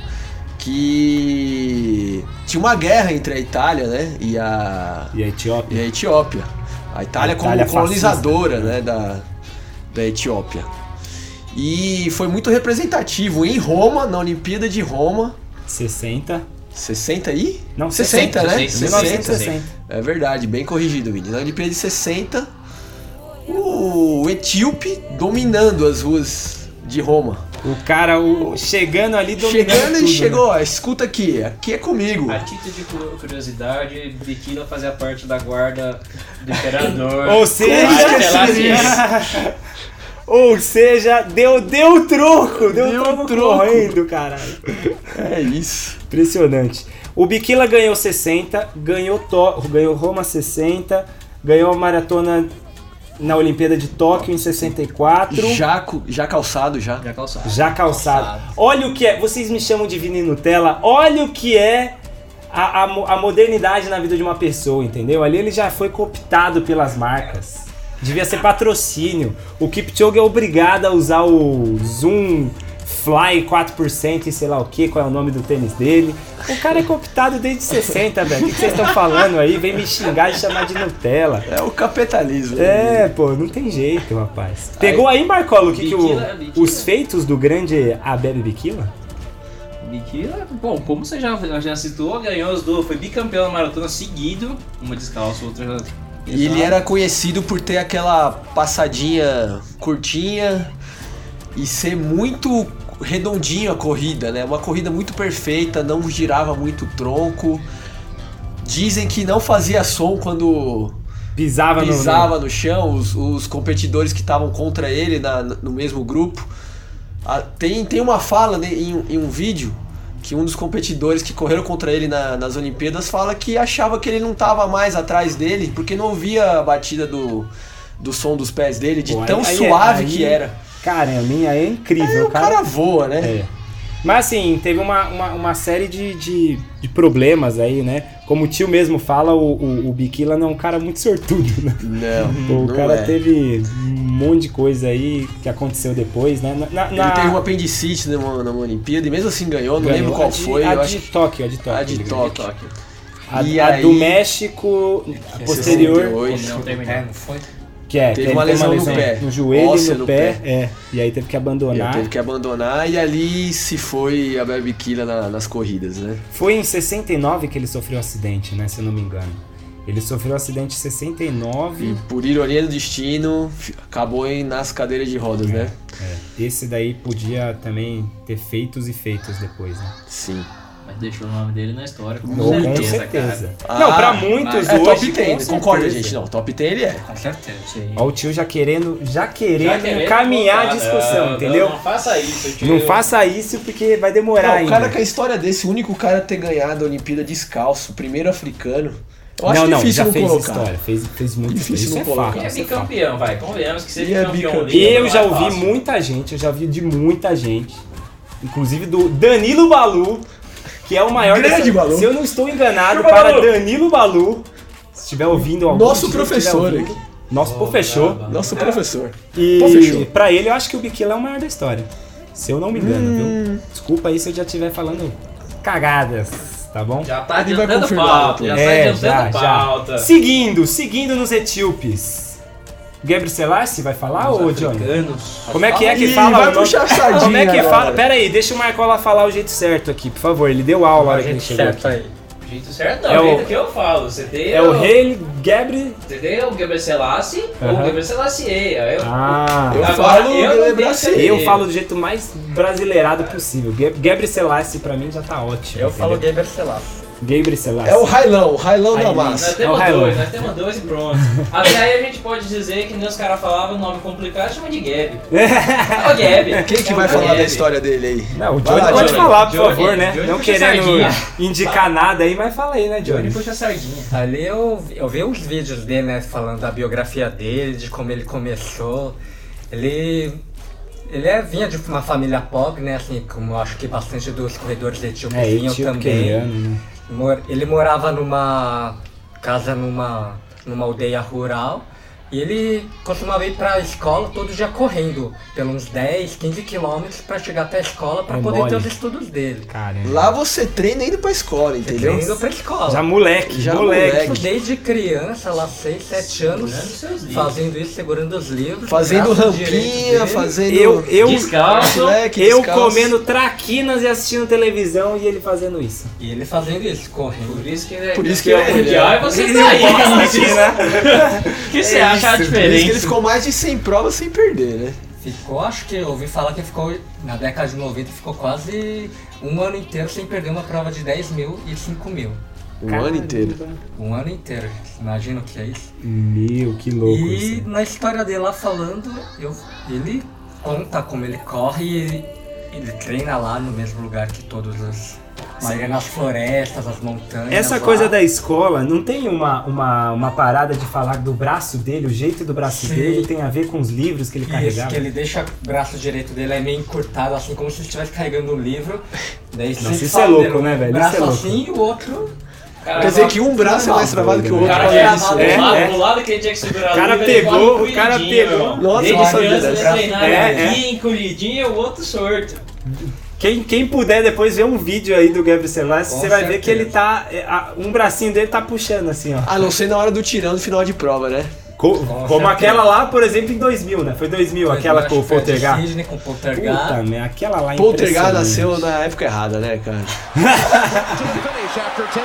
Speaker 3: Que tinha uma guerra entre a Itália, né? E a,
Speaker 2: E a Etiópia?
Speaker 3: e a Etiópia. A Itália,
Speaker 2: A Itália é
Speaker 3: como colonizadora
Speaker 2: fascista.
Speaker 3: né, da, da Etiópia. E foi muito representativo em Roma, na Olimpíada de Roma,
Speaker 2: 60?
Speaker 3: 60 aí?
Speaker 2: Não,
Speaker 3: 60,
Speaker 2: 60,
Speaker 3: né?
Speaker 4: 60.
Speaker 3: 60.
Speaker 2: 1960.
Speaker 3: É verdade, bem corrigido, menino. Na Olimpíada de 60, o etíope dominando as ruas de Roma.
Speaker 2: O cara o, chegando ali dominando
Speaker 3: Chegando, ele
Speaker 2: tudo, né?
Speaker 3: chegou, ó, escuta aqui, aqui é comigo.
Speaker 4: A título de cu- curiosidade, Biquila fazia parte da guarda do imperador.
Speaker 2: né? Ou seja,
Speaker 4: Lá, assim, Selassie.
Speaker 3: é
Speaker 2: ou seja, deu, deu troco, deu,
Speaker 3: Deu
Speaker 2: troco,
Speaker 3: troco.
Speaker 2: correndo, caralho.
Speaker 3: É isso.
Speaker 2: Impressionante. O Biquila ganhou 60, ganhou, to ganhou Roma 60, ganhou a maratona na Olimpíada de Tóquio em 64.
Speaker 3: Já, cu- já calçado, já.
Speaker 2: É.
Speaker 4: Já calçado.
Speaker 2: Já calçado.
Speaker 5: Calçado.
Speaker 2: Olha o que é. Vocês me chamam de Vini Nutella. Olha o que é a, a mo- a modernidade na vida de uma pessoa, entendeu? Ali ele já foi cooptado pelas marcas. Devia ser patrocínio. O Kipchoge é obrigado a usar o Zoom Fly 4% e sei lá o que, qual é o nome do tênis dele. O cara é cooptado desde 60, velho. O que que vocês estão falando aí? Vem me xingar e chamar de Nutella.
Speaker 3: É o capitalismo. né,
Speaker 2: É, pô, não tem jeito, rapaz. Pegou aí, Marcola, o que, que o-
Speaker 4: Biquila, Biquila.
Speaker 2: os feitos do grande Abebe Biquila?
Speaker 4: Biquila, bom, como você já, já citou, ganhou as duas. Foi bicampeão na maratona seguido. Uma descalço, outra.
Speaker 3: E ele era conhecido por ter aquela passadinha curtinha e ser muito redondinho a corrida, né? Uma corrida muito perfeita, não girava muito o tronco. Dizem que não fazia som quando
Speaker 2: Pisava, no-
Speaker 3: pisava no chão, os, os competidores que estavam contra ele na- no mesmo grupo. Ah, tem, tem uma fala né, em, um- em um vídeo que um dos competidores que correram contra ele na- nas Olimpíadas fala que achava que ele não estava mais atrás dele porque não ouvia a batida do, do som dos pés dele, de
Speaker 2: Pô, aí-
Speaker 3: tão
Speaker 2: aí- é,
Speaker 3: suave
Speaker 2: aí-
Speaker 3: que era.
Speaker 2: Cara, a minha é
Speaker 3: Aí
Speaker 2: incrível,
Speaker 3: o cara voa, né?
Speaker 2: É. Mas assim, teve uma, uma, uma série de, de, de problemas aí, né? Como o tio mesmo fala, o, o, o Bikila não é um cara muito sortudo, né?
Speaker 3: Não,
Speaker 2: O
Speaker 3: não
Speaker 2: cara
Speaker 3: é.
Speaker 2: teve um monte de coisa aí que aconteceu depois, né? Na, na-
Speaker 3: Ele
Speaker 2: na-
Speaker 3: teve uma apendicite numa, numa Olimpíada e mesmo assim ganhou, não
Speaker 2: ganhou
Speaker 3: lembro qual
Speaker 2: a de-
Speaker 3: foi.
Speaker 2: A
Speaker 3: eu
Speaker 2: de
Speaker 3: acho que
Speaker 2: Tóquio, a de Tóquio. né?
Speaker 3: a de
Speaker 4: Toque.
Speaker 3: Tóquio.
Speaker 2: A-
Speaker 3: E
Speaker 2: a do
Speaker 3: aí-
Speaker 2: México, a posterior,
Speaker 3: 68.
Speaker 4: Não terminou, É, não foi?
Speaker 2: que é,
Speaker 3: Teve
Speaker 2: que ele
Speaker 3: uma
Speaker 2: tem
Speaker 3: lesão no pé.
Speaker 2: no joelho,
Speaker 3: Óssea
Speaker 2: no,
Speaker 3: no
Speaker 2: pé, é. E aí teve que abandonar.
Speaker 3: Ele teve que abandonar e ali se foi a Barbiquila na- nas corridas, né?
Speaker 2: Foi em 69 que ele sofreu um acidente, né? Se eu não me engano. Ele sofreu um acidente em 69.
Speaker 3: E por ironia do destino, fi- acabou em, nas cadeiras de rodas, né?
Speaker 2: É, esse daí podia também ter feitos e feitos depois, né?
Speaker 3: Sim.
Speaker 4: Mas deixou o nome dele na história. Com
Speaker 2: com
Speaker 4: certeza, cara.
Speaker 2: certeza.
Speaker 3: Ah,
Speaker 2: não, pra muitos
Speaker 4: mas-
Speaker 3: É
Speaker 2: hoje.
Speaker 3: top
Speaker 2: com
Speaker 3: 10,
Speaker 2: certeza.
Speaker 3: concorda, gente? Não, top 10 ele é.
Speaker 4: Com certeza. Sim.
Speaker 2: Ó, o tio já querendo, já querendo,
Speaker 4: Já querendo
Speaker 2: caminhar
Speaker 4: voltar,
Speaker 2: a discussão,
Speaker 4: não,
Speaker 2: entendeu?
Speaker 4: Não, não faça isso, tio.
Speaker 2: Não faça isso porque vai demorar
Speaker 3: Não, o
Speaker 2: ainda.
Speaker 3: cara com a história desse, o único cara a ter ganhado a Olimpíada descalço, primeiro africano. Eu acho
Speaker 2: não, não,
Speaker 3: difícil
Speaker 2: já
Speaker 3: não
Speaker 2: fez
Speaker 3: colocar.
Speaker 2: história, fez, fez muito
Speaker 3: Difícil
Speaker 2: isso
Speaker 3: não
Speaker 2: é
Speaker 3: colocar.
Speaker 2: fato,
Speaker 4: Ele é
Speaker 2: isso é fato.
Speaker 4: bicampeão, vai. Convenhamos que se ele
Speaker 3: Ele é
Speaker 4: é campeão
Speaker 3: bicampeão.
Speaker 2: E
Speaker 4: olímpico,
Speaker 2: eu
Speaker 4: não
Speaker 2: já
Speaker 4: é
Speaker 2: ouvi
Speaker 4: fácil.
Speaker 2: muita gente, eu já vi de muita gente, inclusive do Danilo Balu, que é o maior.
Speaker 3: Grande
Speaker 2: dessa-
Speaker 3: Balu.
Speaker 2: Se eu não estou enganado,
Speaker 4: Chupa,
Speaker 2: para
Speaker 4: Balu.
Speaker 2: Danilo Balu, se estiver ouvindo algum
Speaker 3: Nosso
Speaker 2: dia, se estiver
Speaker 3: professor
Speaker 2: ouvindo,
Speaker 3: aqui.
Speaker 2: Nosso professor.
Speaker 4: brava.
Speaker 3: Nosso professor. Pô,
Speaker 2: E
Speaker 3: fechou.
Speaker 2: pra ele eu acho que o Biquila é o maior da história. Se eu não me engano,
Speaker 3: Hum.
Speaker 2: viu? Desculpa aí se eu já estiver falando cagadas, tá bom?
Speaker 4: Já tá
Speaker 3: Ele vai
Speaker 4: adiantando
Speaker 3: confirmar
Speaker 4: pauta. Já
Speaker 3: depois.
Speaker 4: tá adiantando pauta.
Speaker 2: É, Seguindo, seguindo nos etíopes. Gabriel Selassie vai falar ou Johnny?
Speaker 4: Africanos.
Speaker 2: Como é que é que
Speaker 3: Ih,
Speaker 2: fala
Speaker 3: vai
Speaker 2: o nome?
Speaker 3: puxar a sardinha
Speaker 2: Como é que
Speaker 3: agora.
Speaker 2: fala? Pera aí, deixa o Marcola falar o jeito certo aqui, por favor. Ele deu aula na hora que ele chegou aqui.
Speaker 4: O jeito certo não,
Speaker 2: É
Speaker 4: o
Speaker 2: o-
Speaker 4: jeito que eu falo. Você tem
Speaker 2: É o rei Gabriel.
Speaker 4: Você tem o Um Gabriel Selassie ou o
Speaker 2: Aham.
Speaker 4: Gabriel Selassie. Eu,
Speaker 2: Ah,
Speaker 3: Eu
Speaker 4: Agora,
Speaker 3: falo
Speaker 4: eu não
Speaker 3: Gabriel
Speaker 4: tenho
Speaker 3: Brassi.
Speaker 4: certeza.
Speaker 2: eu falo do jeito mais brasileirado possível. Gab- Gabriel Selassie pra mim já tá ótimo.
Speaker 7: Eu falo
Speaker 2: entendeu?
Speaker 7: Gabriel Selassie.
Speaker 2: Gabriel Selassie.
Speaker 3: É o Railão, o Railão da
Speaker 2: Railão.
Speaker 4: Nós
Speaker 3: massa.
Speaker 4: temos
Speaker 2: É o
Speaker 4: dois,
Speaker 2: Highland.
Speaker 4: nós temos dois e pronto. Até aí a gente pode dizer que nem os caras falavam nome complicado, chama de Gabi. É o Gabi.
Speaker 3: Quem que
Speaker 4: É o
Speaker 3: vai falar
Speaker 4: Gabi.
Speaker 3: da história dele aí?
Speaker 2: Não, o
Speaker 3: Vai
Speaker 2: Johnny
Speaker 3: lá,
Speaker 2: pode
Speaker 3: Johnny.
Speaker 2: falar, por
Speaker 4: Johnny,
Speaker 2: favor, né?
Speaker 4: Johnny
Speaker 2: não
Speaker 4: puxa
Speaker 2: querendo
Speaker 4: sardinha.
Speaker 2: indicar nada aí, mas fala aí, né, Johnny?
Speaker 4: Ele puxa a sardinha.
Speaker 7: Ali eu, vi- eu vi uns vídeos dele, né, falando da biografia dele, de como ele começou. Ele ele é, vinha de uma família pobre, né, assim, como eu acho que bastante dos corredores etíopes
Speaker 2: É,
Speaker 7: vinham
Speaker 2: etíope
Speaker 7: também.
Speaker 2: queniano, né?
Speaker 7: Mor- ele morava numa casa numa numa aldeia rural e ele costumava ir para a escola todo dia correndo, pelos 10, 15 quilômetros para chegar até a escola para
Speaker 2: É
Speaker 7: poder ter
Speaker 2: mole.
Speaker 7: os estudos dele.
Speaker 2: Caramba.
Speaker 3: Lá você treina indo pra escola, entendeu?
Speaker 7: Indo pra escola.
Speaker 2: Já moleque,
Speaker 3: Já
Speaker 2: moleque.
Speaker 3: moleque.
Speaker 7: Desde criança, lá 6, 7 anos, fazendo isso, segurando os livros.
Speaker 3: Fazendo
Speaker 7: braço direito
Speaker 3: rampinha,
Speaker 7: dele.
Speaker 3: fazendo.
Speaker 2: Eu, eu,
Speaker 4: Descalço.
Speaker 3: Moleque,
Speaker 2: eu
Speaker 3: descalço.
Speaker 2: comendo traquinas e assistindo televisão e ele fazendo isso.
Speaker 7: E ele fazendo isso, correndo.
Speaker 4: Por isso que ele é
Speaker 3: Por isso que
Speaker 2: um
Speaker 4: campeão
Speaker 3: ele é
Speaker 4: mundial e você tá aí. O que você acha
Speaker 3: Por É isso que ele
Speaker 4: diferente?
Speaker 3: ficou mais de 100 provas sem perder, né?
Speaker 7: Ficou, acho que eu ouvi falar que ficou, na década de 90, ficou quase um ano inteiro sem perder uma prova de 10 mil e 5 mil.
Speaker 3: Um ano inteiro.
Speaker 7: Um ano inteiro, gente. imagina o que é isso.
Speaker 2: Meu, que louco
Speaker 7: E
Speaker 2: isso. né?
Speaker 7: na história dele lá falando, eu, ele conta como ele corre e ele, ele treina lá no mesmo lugar que todos os. Mas é nas florestas, as montanhas.
Speaker 2: Essa
Speaker 7: lá.
Speaker 2: coisa da escola, não tem uma, uma, uma parada de falar do braço dele, o jeito do braço
Speaker 7: Sim.
Speaker 2: dele tem a ver com os livros que ele
Speaker 7: Isso,
Speaker 2: carregava?
Speaker 7: que ele deixa o braço direito dele aí meio encurtado, assim como se estivesse carregando um livro. Daí
Speaker 2: Nossa,
Speaker 7: você
Speaker 2: isso é
Speaker 7: fala,
Speaker 2: louco,
Speaker 7: deu um
Speaker 2: né, velho?
Speaker 7: braço
Speaker 2: Isso é louco.
Speaker 7: assim e o outro.
Speaker 4: Cara,
Speaker 3: Quer dizer que um braço é mais travado que o
Speaker 4: O
Speaker 3: outro.
Speaker 4: cara
Speaker 3: Olha
Speaker 4: que
Speaker 3: isso. né?
Speaker 4: do
Speaker 2: É,
Speaker 4: lado,
Speaker 2: é.
Speaker 4: do lado que ele tinha que segurar
Speaker 2: O cara
Speaker 4: a ele corre
Speaker 2: pegou, o cara
Speaker 4: encolhidinho,
Speaker 2: pegou.
Speaker 4: um irmão.
Speaker 3: Nossa,
Speaker 4: Desde
Speaker 3: eu não sabia
Speaker 4: criança eles
Speaker 7: dessa.
Speaker 4: treinaram
Speaker 2: É,
Speaker 4: aqui, encolhidinho e o outro sorto.
Speaker 2: Quem, quem puder depois ver um vídeo aí do Gabriel Selassie,
Speaker 7: Com
Speaker 2: você vai ver
Speaker 7: certeza.
Speaker 2: que ele tá. é, a- Um bracinho dele tá puxando assim, ó.
Speaker 3: A não ser na hora do tirão no final de prova, né?
Speaker 2: Co- como
Speaker 7: certeza.
Speaker 2: aquela lá, por exemplo, em 2000, né? Foi 2000, aquela com o Poltergar.
Speaker 7: Sidney, com o
Speaker 2: Puta,
Speaker 7: Poltergar.
Speaker 2: né? Aquela lá
Speaker 3: Poltergar
Speaker 2: impressionante.
Speaker 3: nasceu na época errada, né, cara?
Speaker 8: to the finish after 10,000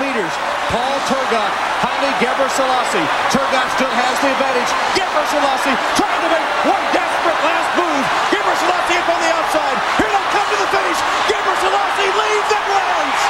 Speaker 8: meters. Paul Turgot, Haile Gebrselassie. Turgot still has the advantage. Gebrselassie trying to make one desperate last move. Gebrselassie up on the outside. Here they come to the finish. Gebrselassie leads and runs.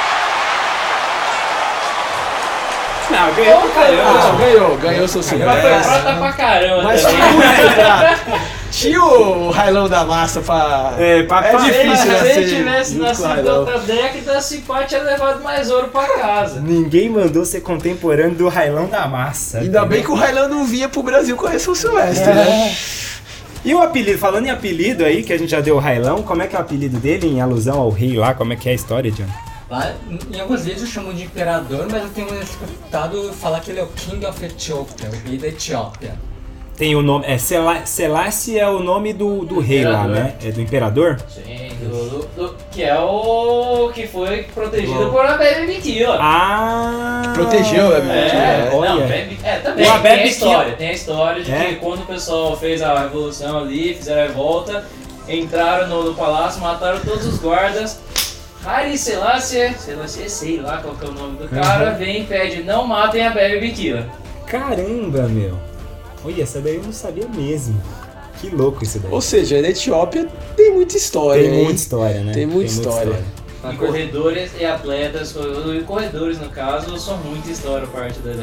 Speaker 2: Não,
Speaker 4: Ah, ganhou pra
Speaker 3: Não,
Speaker 4: caramba.
Speaker 3: ganhou, ganhou seu
Speaker 4: Mas foi
Speaker 3: silvestre.
Speaker 4: prata pra caramba
Speaker 3: Mas tinha
Speaker 4: também.
Speaker 3: muito prato. Tinha o railão da massa pra.
Speaker 2: É, pra-
Speaker 3: É
Speaker 2: pra-
Speaker 4: Se
Speaker 3: difícil, né?
Speaker 4: ele
Speaker 3: ser
Speaker 4: tivesse
Speaker 3: muito
Speaker 4: nascido
Speaker 3: railão.
Speaker 4: outra década, esse pai tinha levado mais ouro pra casa.
Speaker 2: Ninguém mandou ser contemporâneo do Railão da Massa.
Speaker 3: Ainda bem
Speaker 2: entendeu?
Speaker 3: que o Railão não vinha pro Brasil conhecer o
Speaker 2: É.
Speaker 3: Silvestre, né?
Speaker 2: E o apelido, falando em apelido aí, que a gente já deu o Railão, como é que é o apelido dele em alusão ao rei lá? Como é que é a história, John?
Speaker 7: Lá, em- em alguns vídeos chamam de imperador, mas eu tenho escutado falar que ele é o King of Ethiopia, o rei da Etiópia.
Speaker 2: Tem o nome. É Sela- Selassie é o nome do, do rei lá,
Speaker 4: Imperador.
Speaker 2: né? É do imperador?
Speaker 4: Sim, do, do- do- que é o que foi protegido por Abebe Miquila.
Speaker 2: Ah!
Speaker 3: Protegeu, é,
Speaker 4: É,
Speaker 2: olha.
Speaker 4: não, Abebe- é, também
Speaker 2: O
Speaker 4: tem a
Speaker 2: Abebe
Speaker 4: história,
Speaker 2: Miquila.
Speaker 4: tem a história de
Speaker 2: É?
Speaker 4: que quando o pessoal fez a revolução ali, fizeram a revolta, entraram no, no palácio, mataram todos os guardas. Harry Selassie, Selassie, sei lá qual que é o nome do cara, vem e pede, não matem a Bebe Miquila.
Speaker 2: Caramba, meu! Olha, essa daí eu não sabia mesmo. Que louco isso daí.
Speaker 3: Ou seja, na Etiópia tem muita história.
Speaker 2: Tem
Speaker 3: hein?
Speaker 2: muita história, né?
Speaker 3: Tem muita história.
Speaker 4: E corredores e atletas, e corredores no caso, são muita história parte da
Speaker 7: Uma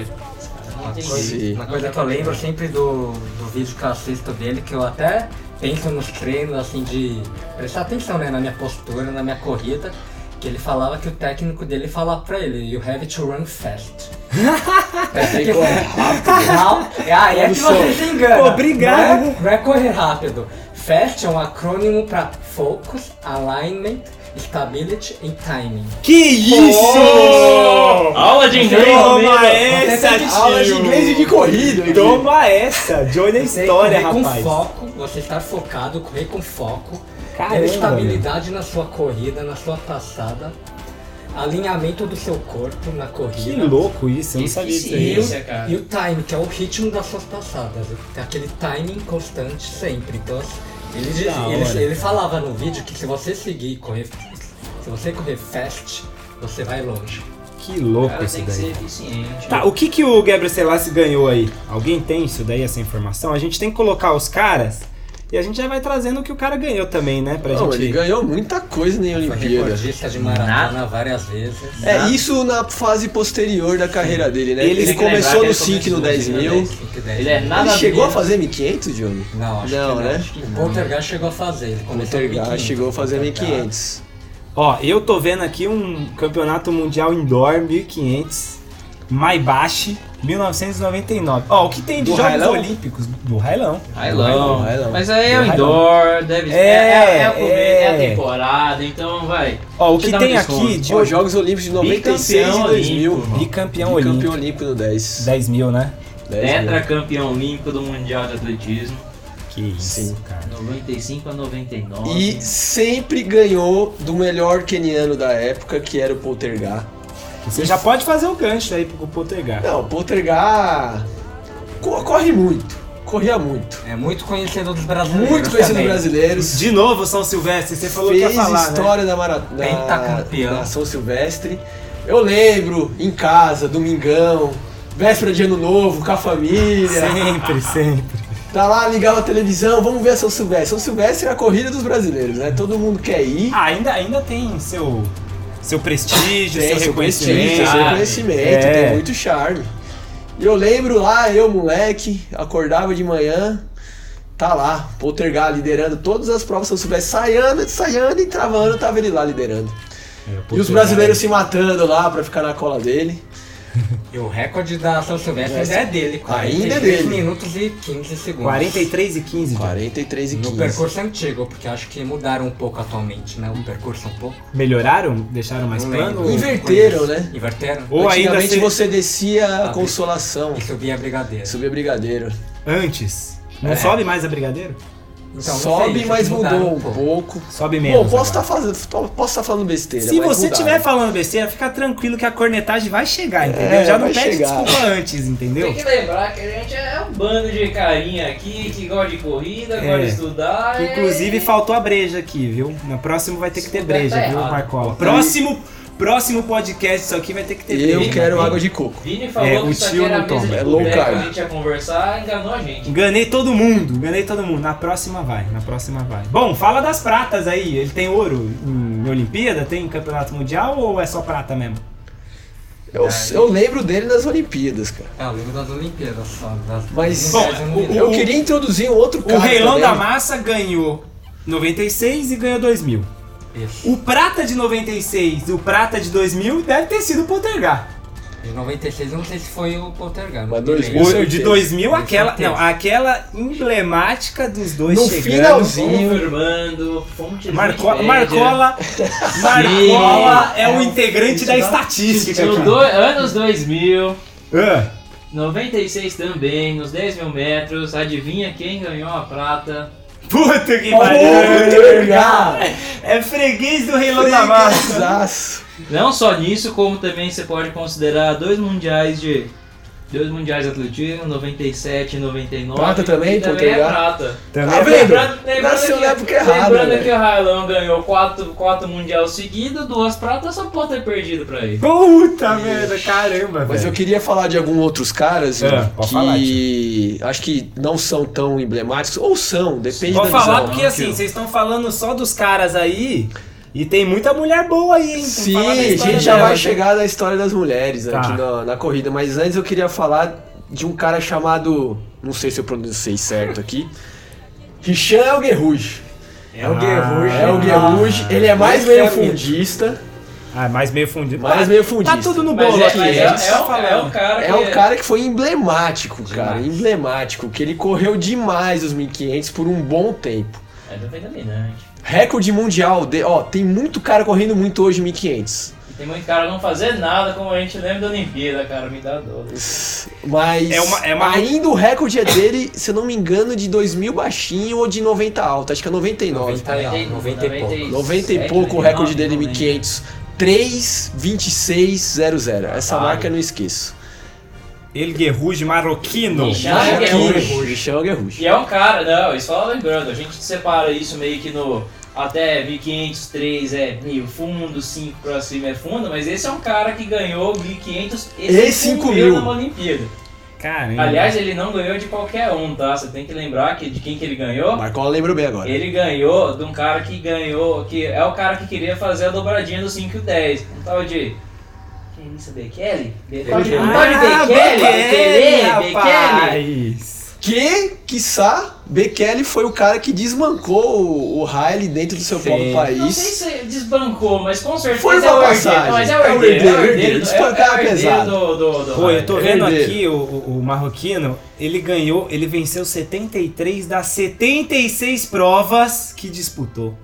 Speaker 4: Não tem jeito.
Speaker 7: coisa,
Speaker 3: Sim.
Speaker 7: uma coisa que eu lembro sempre do, do vídeo que eu assisto dele, que eu até penso nos treinos, assim, de prestar atenção, né, na minha postura, na minha corrida, que ele falava que o técnico dele falava pra ele, you have to run fast. é, tem que correr rápido. Não, é aí é que você se engana.
Speaker 2: Obrigado.
Speaker 7: Não é, não é correr rápido. FAST é um acrônimo pra Focus, Alignment, Stability e Timing.
Speaker 2: Que isso!
Speaker 4: Aula de inglês!
Speaker 2: Toma
Speaker 4: Palmeiras.
Speaker 2: Oh! essa, tio!
Speaker 3: Aula de inglês e de corrida. hein?
Speaker 2: Toma essa! Johnny é
Speaker 7: Você
Speaker 2: história,
Speaker 7: correr
Speaker 2: rapaz.
Speaker 7: com foco, você estar focado, correr com foco, ter
Speaker 2: Caramba,
Speaker 7: estabilidade na sua corrida, na sua passada, alinhamento do seu corpo na corrida.
Speaker 2: Que louco isso, eu não sabia disso
Speaker 7: E
Speaker 2: aí.
Speaker 4: Isso, cara.
Speaker 7: o, e o time, que é o ritmo das suas passadas, É aquele timing constante sempre. Então, ele, diz-
Speaker 2: Da
Speaker 7: ele-
Speaker 2: hora.
Speaker 7: ele falava no vídeo que se você seguir e correr, se você correr fast, você vai longe.
Speaker 2: Que
Speaker 4: O
Speaker 2: louco
Speaker 4: cara
Speaker 2: isso
Speaker 4: tem que ser
Speaker 2: daí.
Speaker 4: eficiente.
Speaker 2: Tá, o que que o Gabriel Selassie ganhou aí? Alguém tem isso daí, essa informação? A gente tem que colocar os caras e a gente já vai trazendo o que o cara ganhou também, né? Pra
Speaker 3: Não,
Speaker 2: gente...
Speaker 3: ele ganhou muita coisa na
Speaker 7: Foi
Speaker 3: Olimpíada.
Speaker 7: recordista de maratona várias vezes.
Speaker 3: É isso na fase posterior da carreira dele, né?
Speaker 2: Ele
Speaker 3: Ele,
Speaker 2: tem que
Speaker 3: começou
Speaker 4: lembrar
Speaker 3: no
Speaker 4: que
Speaker 3: 5 e no
Speaker 4: ele
Speaker 3: 10 mil.
Speaker 4: Ele é nada
Speaker 3: Ele chegou a
Speaker 4: menos-
Speaker 3: fazer 1.500, Johnny?
Speaker 7: Não, acho
Speaker 3: Não,
Speaker 7: que
Speaker 3: né?
Speaker 7: não. Acho que o Poltergeist chegou a fazer. Ele tá
Speaker 3: O
Speaker 7: começou
Speaker 3: Tergar chegou a fazer 1.500.
Speaker 2: Ó, eu tô vendo aqui um campeonato mundial indoor 1500, Maibashi, 1999. Ó, o que tem de
Speaker 3: Do
Speaker 2: Jogos
Speaker 3: Railão?
Speaker 2: Olímpicos? Do Railão.
Speaker 4: Railão.
Speaker 3: Railão.
Speaker 4: Mas aí é o
Speaker 2: Railão.
Speaker 4: indoor, deve
Speaker 2: É,
Speaker 4: é, é, a começo, é a
Speaker 2: é.
Speaker 4: temporada, então vai.
Speaker 2: Ó, o
Speaker 4: Te
Speaker 2: que
Speaker 4: dá um
Speaker 2: tem
Speaker 4: desconto.
Speaker 2: aqui de
Speaker 3: Os Jogos Olímpicos de 96 e
Speaker 4: Bicampeão
Speaker 3: 2000.
Speaker 4: olímpico.
Speaker 2: bicampeão
Speaker 3: Campeão
Speaker 2: olímpico,
Speaker 3: olímpico no 10.
Speaker 2: 10 mil, né?
Speaker 3: 10 mil.
Speaker 4: Tetracampeão olímpico do Mundial de Atletismo,
Speaker 2: Que isso, cara.
Speaker 4: 95 a 99.
Speaker 3: E sempre ganhou do melhor keniano da época, que era o Poltergar.
Speaker 2: Você já pode fazer o gancho aí pro Potegar.
Speaker 3: Não, o Poltergar co- corre muito, corria muito.
Speaker 7: É muito conhecido dos
Speaker 2: É,
Speaker 7: brasileiros.
Speaker 3: Muito conhecido
Speaker 7: também.
Speaker 3: brasileiros.
Speaker 2: De novo, São Silvestre, você falou que ia
Speaker 3: fez
Speaker 2: falar, né?
Speaker 3: história da maratona
Speaker 7: Pentacampeão.
Speaker 3: na São Silvestre. Eu lembro, em casa, domingão, véspera de ano novo, com a família.
Speaker 2: Sempre, sempre.
Speaker 3: Tá lá, ligava a televisão, vamos ver a São Silvestre. São Silvestre é a corrida dos brasileiros, né? Todo mundo quer ir.
Speaker 2: Ah, ainda, ainda tem seu, seu prestígio,
Speaker 3: Tem
Speaker 2: seu
Speaker 3: seu
Speaker 2: reconhecimento.
Speaker 3: prestígio, seu
Speaker 4: ah,
Speaker 3: reconhecimento,
Speaker 2: é.
Speaker 3: tem muito charme. E eu lembro lá, eu moleque, acordava de manhã, tá lá, Poltergar liderando todas as provas, se eu soubesse, saiando, saiando e travando, tava ele lá liderando.
Speaker 2: É, o
Speaker 3: E os
Speaker 2: Potegar.
Speaker 3: brasileiros se matando lá pra ficar na cola dele.
Speaker 7: E o recorde da São Silvestre
Speaker 3: Mas
Speaker 7: ainda é dele.
Speaker 3: ainda é
Speaker 7: 43
Speaker 3: dele.
Speaker 7: minutos e 15 segundos.
Speaker 2: 43 e 15, já.
Speaker 3: 43 e
Speaker 7: No
Speaker 3: 15.
Speaker 7: percurso antigo, porque acho que mudaram um pouco atualmente, né? O percurso um pouco.
Speaker 2: Melhoraram? Deixaram mais
Speaker 7: Não
Speaker 2: plano?
Speaker 7: lembro.
Speaker 3: Inverteram, né?
Speaker 7: Inverteram?
Speaker 2: Ou ainda
Speaker 3: Antigamente
Speaker 2: se-
Speaker 3: você descia a
Speaker 7: Ah,
Speaker 3: consolação,
Speaker 7: E subia brigadeiro.
Speaker 3: subia brigadeiro.
Speaker 2: Antes. Não
Speaker 3: É.
Speaker 2: sobe mais a Brigadeiro?
Speaker 7: Então, não sei,
Speaker 3: Sobe, mas
Speaker 7: mudaram
Speaker 3: mudou um pouco.
Speaker 2: Sobe
Speaker 3: Bom,
Speaker 2: menos.
Speaker 3: posso tá estar
Speaker 2: agora.
Speaker 3: falando besteira.
Speaker 2: tá- Se
Speaker 3: mas
Speaker 2: você
Speaker 3: mudaram.
Speaker 2: estiver falando besteira, fica tranquilo que a cornetagem vai chegar, entendeu?
Speaker 3: né? É,
Speaker 2: Já não
Speaker 3: vai
Speaker 2: pede
Speaker 3: chegar.
Speaker 2: desculpa antes, entendeu?
Speaker 4: Tem que lembrar que a gente é um bando de carinha aqui que gosta de corrida, gosta de estudar.
Speaker 2: É. Inclusive,
Speaker 4: e-
Speaker 2: faltou a breja aqui, viu? No próximo vai ter que ter
Speaker 4: puder,
Speaker 2: breja,
Speaker 4: tá
Speaker 2: viu,
Speaker 4: errado.
Speaker 2: Marcola? Próximo, próximo podcast, isso aqui vai ter que ter
Speaker 3: Eu
Speaker 2: breja.
Speaker 3: quero água de coco.
Speaker 4: Vini
Speaker 2: É,
Speaker 4: falou
Speaker 2: o
Speaker 4: que isso aqui
Speaker 2: tio
Speaker 4: era a
Speaker 2: não
Speaker 4: mesa
Speaker 2: toma,
Speaker 4: de
Speaker 3: é low
Speaker 4: boteco que
Speaker 3: carb.
Speaker 4: a gente ia conversar, enganou a gente.
Speaker 2: Enganei todo mundo, enganei todo mundo. Na próxima vai, na próxima vai. Bom, fala das pratas aí. Ele tem ouro em Olimpíada? Tem em Campeonato Mundial ou é só prata mesmo?
Speaker 3: Eu, eu lembro dele nas Olimpíadas, cara.
Speaker 5: É, eu lembro das Olimpíadas só. Das
Speaker 3: Mas
Speaker 2: Bom,
Speaker 5: eu não
Speaker 2: o-
Speaker 5: lembro.
Speaker 3: Eu queria introduzir um outro cara.
Speaker 2: O Reilão
Speaker 3: também.
Speaker 2: da Massa ganhou 96 e ganhou 2000.
Speaker 5: Isso.
Speaker 2: O Prata de 96 e o Prata de 2000 deve ter sido o Poltergar.
Speaker 5: Em 96 eu não sei se foi o Poltergar.
Speaker 3: Mas
Speaker 5: não me
Speaker 3: dois
Speaker 5: lembro.
Speaker 3: Com gols.
Speaker 2: O,
Speaker 3: certeza.
Speaker 2: de 2000,
Speaker 5: Com
Speaker 2: aquela,
Speaker 5: certeza.
Speaker 2: não, aquela emblemática dos dois
Speaker 3: No
Speaker 2: chegando.
Speaker 3: finalzinho.
Speaker 4: Confirmando, fonte de
Speaker 2: Marco,
Speaker 4: Wikipédia.
Speaker 2: Marcola, Marcola é o integrante da estatística.
Speaker 4: No
Speaker 2: cara.
Speaker 4: do- anos 2000,
Speaker 2: Ah,
Speaker 4: 96 também, nos 10 mil metros, adivinha quem ganhou a prata?
Speaker 2: Puta que pariu!
Speaker 3: Poltergar!
Speaker 2: É freguês do Reilão da Massa.
Speaker 3: Fregaçaço.
Speaker 4: Não só nisso, como também você pode considerar dois mundiais de. Dois mundiais de atletismo, 97 e 99.
Speaker 3: Prata também,
Speaker 4: e também é
Speaker 3: Poltergar.
Speaker 4: prata.
Speaker 3: Tá
Speaker 4: Lembrando,
Speaker 3: vendo?
Speaker 4: lembrando
Speaker 3: Nasceu
Speaker 4: que-
Speaker 3: na época errada. né?
Speaker 4: lembrando
Speaker 3: velho.
Speaker 4: que o Railão ganhou 4 quatro mundial seguidos, duas pratas, só pode ter perdido pra ele.
Speaker 2: Puta merda, caramba,
Speaker 3: Mas eu
Speaker 2: velho.
Speaker 3: queria falar de alguns outros caras
Speaker 2: É,
Speaker 3: né,
Speaker 2: pode
Speaker 3: que
Speaker 2: falar,
Speaker 3: acho que não são tão emblemáticos, ou são, depende
Speaker 2: Vou
Speaker 3: da
Speaker 2: falar
Speaker 3: visão.
Speaker 2: porque assim, vocês estão falando só dos caras aí e tem muita mulher boa aí, hein? Tem que
Speaker 3: Sim,
Speaker 2: falar Então, da
Speaker 3: a
Speaker 2: história
Speaker 3: gente já
Speaker 2: dela,
Speaker 3: vai
Speaker 2: né?
Speaker 3: chegar na história das mulheres
Speaker 2: Tá.
Speaker 3: aqui na, na corrida, mas antes eu queria falar de um cara chamado, não sei se eu pronunciei certo aqui, Richan Elguerruge.
Speaker 7: É o Guerrujo.
Speaker 3: É
Speaker 2: né?
Speaker 3: o Guerruge, ele é mais
Speaker 2: Esse é
Speaker 3: meio
Speaker 2: o mito.
Speaker 3: fundista,
Speaker 2: Ah, mais meio fundido.
Speaker 3: mais
Speaker 2: Tá-
Speaker 3: meio fundista.
Speaker 2: Tá tudo no
Speaker 4: Mas
Speaker 2: bolo
Speaker 4: é,
Speaker 2: aqui.
Speaker 4: mas é,
Speaker 2: é isso que
Speaker 4: é,
Speaker 2: tá
Speaker 4: um, é um
Speaker 2: falando.
Speaker 4: cara que
Speaker 3: É um cara que foi emblemático, cara, emblemático, que ele correu demais os 1500 por um bom tempo.
Speaker 4: É determinante.
Speaker 3: Recorde mundial, de, ó, tem muito cara correndo muito hoje 1500.
Speaker 4: E Tem muito cara não fazer nada, como a gente lembra da Olimpíada, cara, me dá dor.
Speaker 3: Mas
Speaker 2: É uma- é uma-
Speaker 3: ainda o recorde é dele, se eu não me engano, de 2000 baixinho ou de 90 alto, acho que é 99.
Speaker 7: 90 e algo, 90 e pouco.
Speaker 3: 90 e pouco o recorde dele em 1500. 3,26,00. Essa marca eu não esqueço.
Speaker 2: Ele Guerruge marroquino.
Speaker 4: Ixi. Já é Guerrucho.
Speaker 3: Michel Guerrucho.
Speaker 4: E é um cara, não, e só lembrando, a gente separa isso meio que no até 1500, 3 é meio fundo, 5 pra cima é fundo, mas esse é um cara que ganhou 1500
Speaker 3: E
Speaker 4: e
Speaker 3: 5
Speaker 4: 5000
Speaker 3: mil.
Speaker 4: na Olimpíada.
Speaker 2: Caramba.
Speaker 4: Aliás, ele não ganhou de qualquer um, tá? Você tem que lembrar que de quem que ele ganhou?
Speaker 3: Marcola lembrou bem agora.
Speaker 4: Ele ganhou de um cara que ganhou, que é o cara que queria fazer a dobradinha do 5 e o 10. Um tal de. Que isso, Bekele? Be- tal
Speaker 2: Ah,
Speaker 4: de- Um tal de
Speaker 3: é?
Speaker 4: Bekele? Bekele? Bekele?
Speaker 2: rapaz.
Speaker 3: Que, quiçá, Bekele foi o cara que desmancou o, o Riley dentro do seu
Speaker 2: Sim.
Speaker 3: próprio
Speaker 4: Eu
Speaker 3: país.
Speaker 4: Não sei se desbancou, mas com certeza
Speaker 3: Foi uma
Speaker 4: é o
Speaker 3: passagem.
Speaker 4: herdeiro. Mas é o
Speaker 3: É o
Speaker 4: herdeiro, é o
Speaker 3: herdeiro,
Speaker 4: herdeiro. do- É
Speaker 3: desbancar
Speaker 4: é o herdeiro
Speaker 3: pesado.
Speaker 4: do. do, do
Speaker 2: Pô, eu tô vendo
Speaker 3: Herdeiro.
Speaker 2: aqui o, o- o marroquino, ele ganhou, ele venceu 73 das 76 provas que disputou.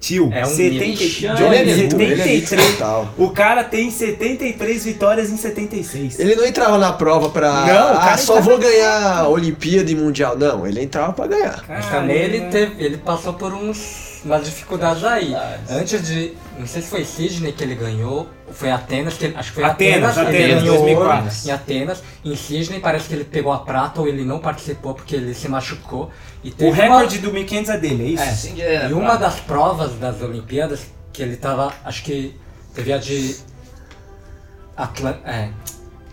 Speaker 2: Tio,
Speaker 7: É um
Speaker 2: 73.
Speaker 7: lixo.
Speaker 3: Ele é
Speaker 2: Johnny,
Speaker 3: mito, ele é mito
Speaker 2: 73.
Speaker 3: total.
Speaker 2: O cara tem 73 vitórias em 76.
Speaker 3: Ele não entrava na prova pra.
Speaker 2: Não, o cara
Speaker 3: ah, só
Speaker 2: entrava-
Speaker 3: vou ganhar Olimpíada e Mundial. Não, ele entrava pra ganhar.
Speaker 7: Mas
Speaker 2: Caramba.
Speaker 7: também Tá
Speaker 2: é né?
Speaker 7: ele, teve, ele passou por uns, umas dificuldades aí. Antes de. Não sei se foi Sydney que ele ganhou, ou foi Atenas, que ele, acho que foi
Speaker 2: Atenas,
Speaker 7: Atenas, ele
Speaker 2: Atenas,
Speaker 7: ganhou ouro
Speaker 2: 2004.
Speaker 7: Em Atenas, em Sydney parece que ele pegou a prata ou ele não participou porque ele se machucou. E teve
Speaker 2: O
Speaker 7: uma-
Speaker 2: recorde do 1500 é dele, é isso?
Speaker 4: Assim
Speaker 7: É.
Speaker 4: tá.
Speaker 7: E uma das provas das Olimpíadas que ele tava, acho que teve a de Atlanta, é,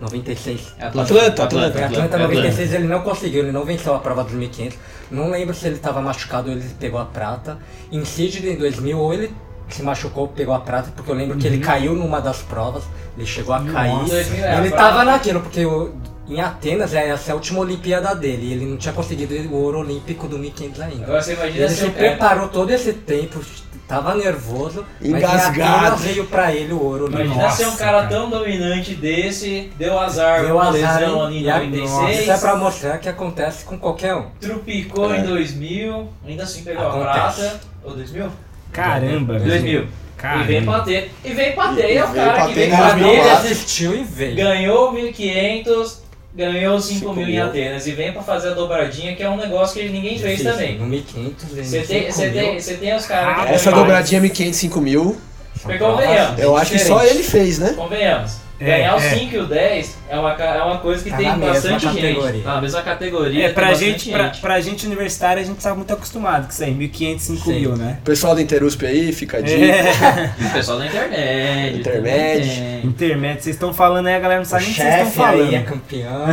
Speaker 7: 96.
Speaker 3: Atlanta,
Speaker 7: Foi
Speaker 3: Atlanta.
Speaker 7: Atlanta 96 ele não conseguiu, ele não venceu a prova dos 1500. Não lembro se ele estava machucado ou ele pegou a prata. Em Sydney em 2000 ou ele se machucou ou pegou a prata, porque eu lembro
Speaker 4: Uhum.
Speaker 7: que ele caiu numa das provas, ele chegou a cair.
Speaker 4: 2000 é a
Speaker 7: Ele
Speaker 4: prata.
Speaker 7: tava naquilo, porque o- em Atenas é essa é a última Olimpíada dele, e ele não tinha conseguido o ouro olímpico do 1500 ainda.
Speaker 4: Agora você imagina
Speaker 7: Ele
Speaker 4: se
Speaker 7: se
Speaker 4: o cara.
Speaker 7: preparou todo esse tempo, tava nervoso, mas em
Speaker 3: Engasgado.
Speaker 7: Atenas veio pra ele o ouro. né?
Speaker 4: Imagina
Speaker 2: Nossa,
Speaker 4: ser um cara
Speaker 2: cara.
Speaker 4: tão dominante desse, deu azar,
Speaker 7: Deu azar,
Speaker 4: lesão
Speaker 7: hein?
Speaker 4: ali em
Speaker 7: E a- nossa, Isso é
Speaker 4: 96,
Speaker 7: pra mostrar que acontece com qualquer um.
Speaker 4: trupicou em 2000, ainda assim pegou
Speaker 7: Acontece.
Speaker 4: a prata, ou 2000?
Speaker 2: Caramba, velho.
Speaker 4: 2000. E
Speaker 2: Caramba.
Speaker 4: vem bater, e vem bater,
Speaker 3: E
Speaker 4: é o
Speaker 3: veio
Speaker 4: cara
Speaker 3: pra
Speaker 4: que
Speaker 3: ter
Speaker 4: vem
Speaker 3: nas
Speaker 7: Ele
Speaker 3: mãos.
Speaker 4: bater,
Speaker 7: assistiu e veio.
Speaker 4: ganhou 1500, ganhou 5 mil em
Speaker 3: mil.
Speaker 4: Atenas, e vem pra fazer a dobradinha, que é um negócio que ninguém fez
Speaker 7: Difícil,
Speaker 4: também.
Speaker 7: No 1500,
Speaker 4: Você tem, você tem, você tem os caras que
Speaker 3: Essa
Speaker 4: ganham-
Speaker 3: dobradinha é 1500, 5000,
Speaker 4: Porque convenhamos.
Speaker 3: eu acho que só
Speaker 4: diferente.
Speaker 3: ele fez, né?
Speaker 4: Convenhamos.
Speaker 2: É,
Speaker 4: Ganhar o
Speaker 2: é.
Speaker 4: 5 e o 10 é uma, ca- é uma coisa que
Speaker 7: Tá
Speaker 4: tem
Speaker 7: na mesma
Speaker 4: bastante gente.
Speaker 7: categoria.
Speaker 4: Tá na mesma categoria.
Speaker 2: É,
Speaker 4: tem
Speaker 2: pra
Speaker 4: tá bastante
Speaker 2: gente, pra, pra gente universitária, a gente tá muito acostumado com isso aí, 1500, 5000, né?
Speaker 3: O pessoal da Interusp aí, fica a dica.
Speaker 2: É,
Speaker 4: O pessoal da internet.
Speaker 3: Internet.
Speaker 4: também tem.
Speaker 2: intermédio, vocês estão falando aí, a galera não
Speaker 7: O
Speaker 2: sabe nem o que vocês estão
Speaker 7: chefe aí é
Speaker 2: falando.
Speaker 7: campeão,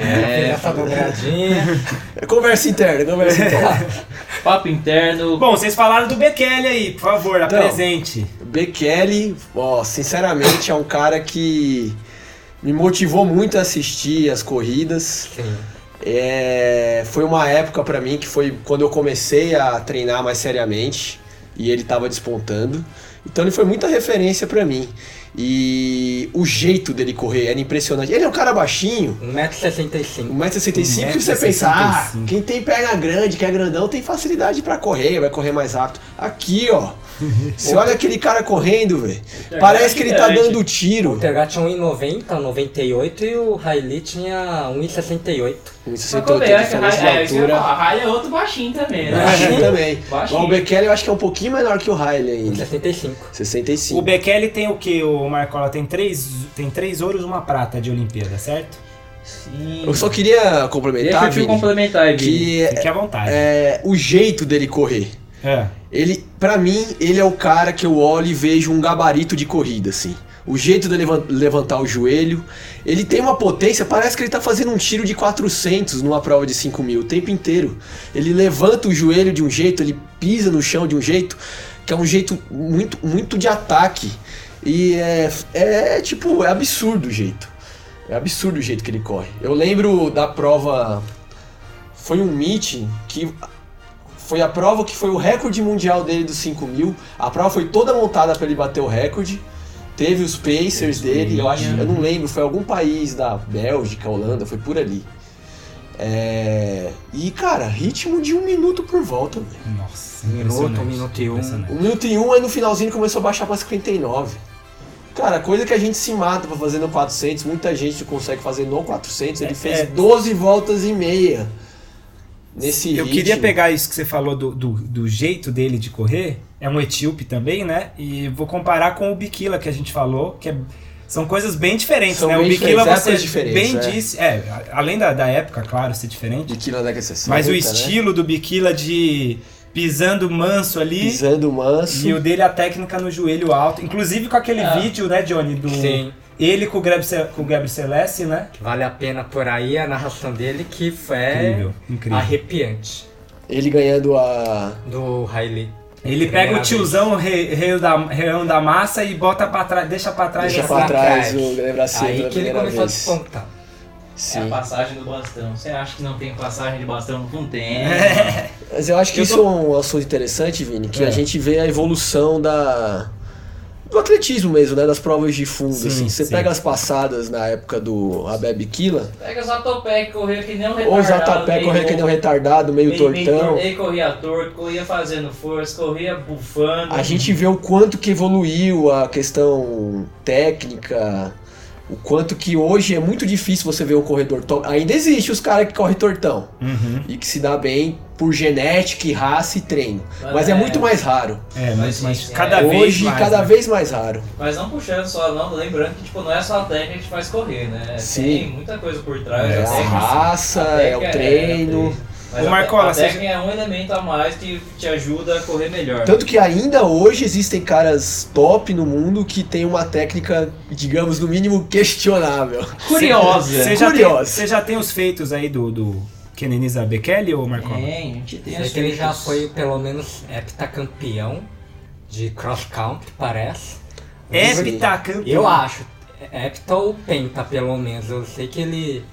Speaker 7: fez essa dobradinha.
Speaker 3: É Conversa interna, conversa interna.
Speaker 4: Papo interno.
Speaker 2: Bom, vocês falaram do Bekele aí, por favor,
Speaker 3: Então,
Speaker 2: apresente.
Speaker 3: Bekele, ó, sinceramente é um cara que me motivou muito a assistir as corridas. É, foi uma época pra mim que foi quando eu comecei a treinar mais seriamente e ele tava despontando. Então ele foi muita referência pra mim. E o jeito dele correr era impressionante. Ele é um cara baixinho,
Speaker 7: 1,65m.
Speaker 3: 1,65m, você pensa, ah, quem tem perna grande, que é grandão, tem facilidade pra correr, vai correr mais rápido. Aqui, ó, você olha aquele cara correndo, velho,
Speaker 4: É,
Speaker 3: parece que ele tá
Speaker 4: diferente.
Speaker 3: dando tiro.
Speaker 7: O Tergat tinha 1,90, 98 e o Haile tinha 1,68.
Speaker 3: Isso
Speaker 4: Mas
Speaker 3: então,
Speaker 4: como
Speaker 3: tem
Speaker 4: é que a
Speaker 3: diferença de
Speaker 4: Raia é, isso que eu ia
Speaker 3: altura.
Speaker 4: falar, a Raia é outro baixinho também, né?
Speaker 3: Baixinho também.
Speaker 4: Baixinho.
Speaker 3: Mas O Bekele eu acho que é um pouquinho menor que o Riley
Speaker 7: um
Speaker 3: ainda.
Speaker 7: 65.
Speaker 2: O
Speaker 3: 65.
Speaker 2: Bekele tem o quê, o Marcola? Tem três, tem três ouros e uma prata de Olimpíada, certo?
Speaker 4: Sim.
Speaker 3: Eu só queria
Speaker 4: Deixa
Speaker 3: complementar,
Speaker 4: eu te
Speaker 3: tá, Vini,
Speaker 4: complementar aí, Vini.
Speaker 3: que é,
Speaker 2: Fique à vontade.
Speaker 3: é, o jeito dele correr.
Speaker 2: É.
Speaker 3: Ele, para mim, ele é o cara que eu olho e vejo um gabarito de corrida, assim. O jeito de levan- levantar o joelho. Ele tem uma potência, parece que ele tá fazendo um tiro de 400 numa prova de 5 mil o tempo inteiro. Ele levanta o joelho de um jeito, ele pisa no chão de um jeito, que é um jeito muito, muito de ataque. E é, é tipo, é absurdo o jeito. É absurdo o jeito que ele corre. Eu lembro da prova. Foi um meeting que foi a prova que foi o recorde mundial dele dos 5 mil. A prova foi toda montada pra ele bater o recorde. Teve os Pacers dele, eu acho, eu não lembro, foi algum país da Bélgica, Holanda, foi por ali. É... E cara, ritmo de um minuto por volta. velho.
Speaker 2: Nossa,
Speaker 7: Minuto,
Speaker 2: impressionante,
Speaker 7: minuto e um.
Speaker 2: impressionante.
Speaker 3: Um minuto em um, aí no finalzinho começou a baixar pra 59. Cara, coisa que a gente se mata pra fazer no 400, muita gente consegue fazer no 400. Ele fez
Speaker 2: é.
Speaker 3: 12 voltas e meia nesse
Speaker 2: Eu
Speaker 3: ritmo.
Speaker 2: queria pegar isso que você falou do, do, do jeito dele de correr. É um etíope também, né? E vou comparar com o Bikila que a gente falou, que é- são coisas bem diferentes,
Speaker 3: São
Speaker 2: né?
Speaker 3: bem
Speaker 2: o Bikila
Speaker 3: diferentes,
Speaker 2: você
Speaker 3: épocas diferentes,
Speaker 2: bem
Speaker 3: é.
Speaker 2: disse, é, a- além da, da época, claro, ser diferente,
Speaker 3: De que na década de 60,
Speaker 2: mas o
Speaker 3: né?
Speaker 2: estilo do Bikila de pisando manso ali
Speaker 3: Pisando manso.
Speaker 2: e o dele a técnica no joelho alto, inclusive com aquele
Speaker 4: Ah.
Speaker 2: vídeo, né, Johnny, do
Speaker 7: Sim.
Speaker 2: ele com o Gabriel com o Gabriel Celeste, né?
Speaker 7: Vale a pena por aí a narração dele que
Speaker 3: É.
Speaker 7: foi
Speaker 2: Incrível, incrível.
Speaker 7: arrepiante
Speaker 3: Ele ganhando a.
Speaker 7: do Haile.
Speaker 2: Ele pega o
Speaker 7: Primeira
Speaker 2: tiozão rei, rei da, reião da massa e bota pra trás, deixa pra trás.
Speaker 3: Deixa
Speaker 2: assim.
Speaker 3: pra trás o Guilherme Bracero
Speaker 7: Aí
Speaker 3: pela
Speaker 7: que ele
Speaker 3: primeira
Speaker 7: começou
Speaker 3: vez.
Speaker 7: a despontar.
Speaker 4: É a
Speaker 3: Sim.
Speaker 4: passagem do bastão. Você acha que não tem passagem de bastão? Não tem.
Speaker 3: É. Mas eu acho que
Speaker 2: Eu
Speaker 3: isso
Speaker 2: tô-
Speaker 3: é um assunto interessante, Vini, que
Speaker 2: É.
Speaker 3: a gente vê a evolução da. Do atletismo mesmo, né? Das provas de fundo,
Speaker 2: Sim,
Speaker 3: assim. Você
Speaker 2: sim.
Speaker 3: pega as passadas na época do Abeb Kila,
Speaker 4: Pega só topé que corria que nem um retardado.
Speaker 3: ou o Zatapé
Speaker 4: meio-
Speaker 3: correr que nem um retardado, meio
Speaker 4: meio- meio
Speaker 3: tortão.
Speaker 4: tor- Ele corria torto, corria fazendo força, corria bufando.
Speaker 3: A gente vê o quanto que evoluiu a questão técnica, o quanto que hoje é muito difícil você ver um corredor tortão. Ainda existe os caras que correm tortão.
Speaker 2: Uhum.
Speaker 3: e que se dá bem por genética, e raça e treino. Mas é muito mais raro.
Speaker 2: É, mas, mas
Speaker 4: Mas,
Speaker 2: cada
Speaker 4: é,
Speaker 2: vez
Speaker 3: Hoje,
Speaker 2: mais,
Speaker 3: cada
Speaker 2: né?
Speaker 3: vez mais raro.
Speaker 4: Mas não puxando só, não. Lembrando que tipo, não é só a técnica que te faz correr, né?
Speaker 3: Sim.
Speaker 4: Tem muita coisa por trás.
Speaker 3: É
Speaker 4: a
Speaker 3: a
Speaker 4: técnica-
Speaker 3: raça,
Speaker 4: a
Speaker 3: é o
Speaker 4: técnica
Speaker 3: treino.
Speaker 4: Mas
Speaker 2: Ô,
Speaker 4: a-
Speaker 2: Marcola,
Speaker 4: a
Speaker 2: você-
Speaker 4: técnica é um elemento a mais que te ajuda a correr melhor.
Speaker 3: Tanto que ainda hoje existem caras top no mundo que tem uma técnica, digamos, no mínimo questionável.
Speaker 4: Curiosa.
Speaker 2: Você já, tem,
Speaker 3: Curioso.
Speaker 2: você já tem os feitos aí do, do Keneniza Bekele ou Marcola?
Speaker 4: Tem, a gente tem
Speaker 7: Sei
Speaker 4: as
Speaker 7: que ele já
Speaker 4: fitas.
Speaker 7: foi pelo menos é heptacampeão de cross country, parece.
Speaker 2: Heptacampeão.
Speaker 7: Eu acho. é Hepta ou penta, pelo menos. Eu sei que ele.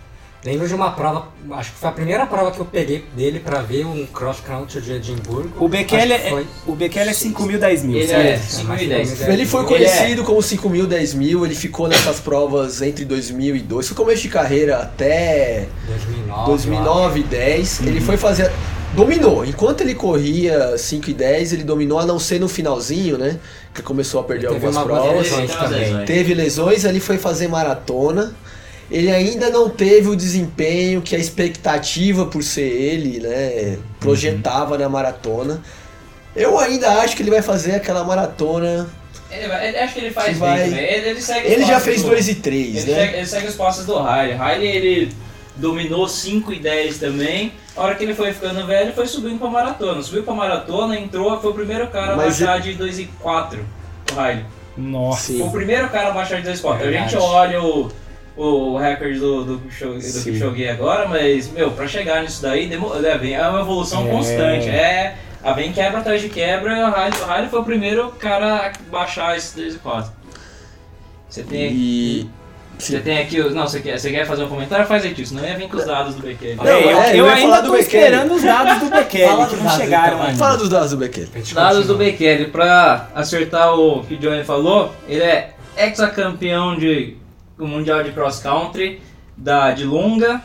Speaker 7: Lembro de uma prova, acho que foi a primeira prova que eu peguei dele pra ver um cross country de Edimburgo.
Speaker 2: O Bekele,
Speaker 7: Acho que
Speaker 2: é,
Speaker 7: foi.
Speaker 2: o Bekele é 5 mil, 10 mil.
Speaker 4: Ele
Speaker 2: certo?
Speaker 4: é 5 e 10.
Speaker 3: Ele foi
Speaker 7: Ele
Speaker 3: conhecido como 5 mil, 10 mil, ele ficou nessas provas entre 2002, foi começo de carreira até
Speaker 7: 2009.
Speaker 3: 2009, 10,
Speaker 4: Uhum.
Speaker 3: ele foi fazer. Dominou. Enquanto ele corria 5 e 10, ele dominou, a não ser no finalzinho, né? Que começou a perder
Speaker 7: Teve
Speaker 3: algumas
Speaker 7: uma
Speaker 3: provas.
Speaker 7: lesões
Speaker 4: Ele tem umas
Speaker 7: também.
Speaker 4: lesões.
Speaker 3: Teve lesões, ele foi fazer maratona. Ele ainda não teve o desempenho que a expectativa por ser ele, né,
Speaker 4: Uhum.
Speaker 3: projetava na maratona. Eu ainda acho que ele vai fazer aquela maratona.
Speaker 4: Ele vai- ele- acho que ele faz
Speaker 3: Que vai-
Speaker 4: bem também. Ele, ele segue os
Speaker 3: Ele já
Speaker 4: passos
Speaker 3: fez
Speaker 4: do-
Speaker 3: 2 e 3,
Speaker 4: ele,
Speaker 3: né?
Speaker 4: segue, ele segue os passos do Riley. Riley ele dominou 5 e 10 também. A hora que ele foi ficando velho, ele foi subindo pra maratona. Subiu pra maratona, entrou, foi o primeiro cara a
Speaker 3: Mas
Speaker 4: baixar de 2 e 4. O Riley.
Speaker 2: Nossa.
Speaker 3: Sim.
Speaker 4: Foi o primeiro cara a baixar de 2 e 4. A
Speaker 7: Verdade.
Speaker 4: gente olha o. o recorde do, do, Kipchoge- do
Speaker 2: Sim.
Speaker 4: Kipchoge agora, mas, meu, pra chegar nisso daí, demo- é, vem- é uma evolução
Speaker 2: É.
Speaker 4: constante. É, a vem quebra atrás de quebra, e o Riley- o Riley foi o primeiro cara a baixar esse 3 e 4. Você tem
Speaker 3: E.
Speaker 4: aqui. Você tem aqui. o- Não, você quer, você quer fazer um comentário? Faz aí, tio, senão ia vir com os dados do BQ.
Speaker 3: Não,
Speaker 2: Ei, eu,
Speaker 3: é, eu
Speaker 2: eu
Speaker 3: ia
Speaker 2: ainda
Speaker 3: falar do
Speaker 2: tô
Speaker 3: Bekele.
Speaker 2: esperando os dados do Bekele,
Speaker 5: Fala
Speaker 2: que
Speaker 5: dos
Speaker 2: não
Speaker 5: dados,
Speaker 2: chegaram
Speaker 5: então,
Speaker 2: ainda.
Speaker 3: Fala dos dados do Bekele.
Speaker 4: Dados do Bekele, pra acertar o que o Johnny falou, ele é hexacampeão de, do Mundial de Cross Country, da, de longa,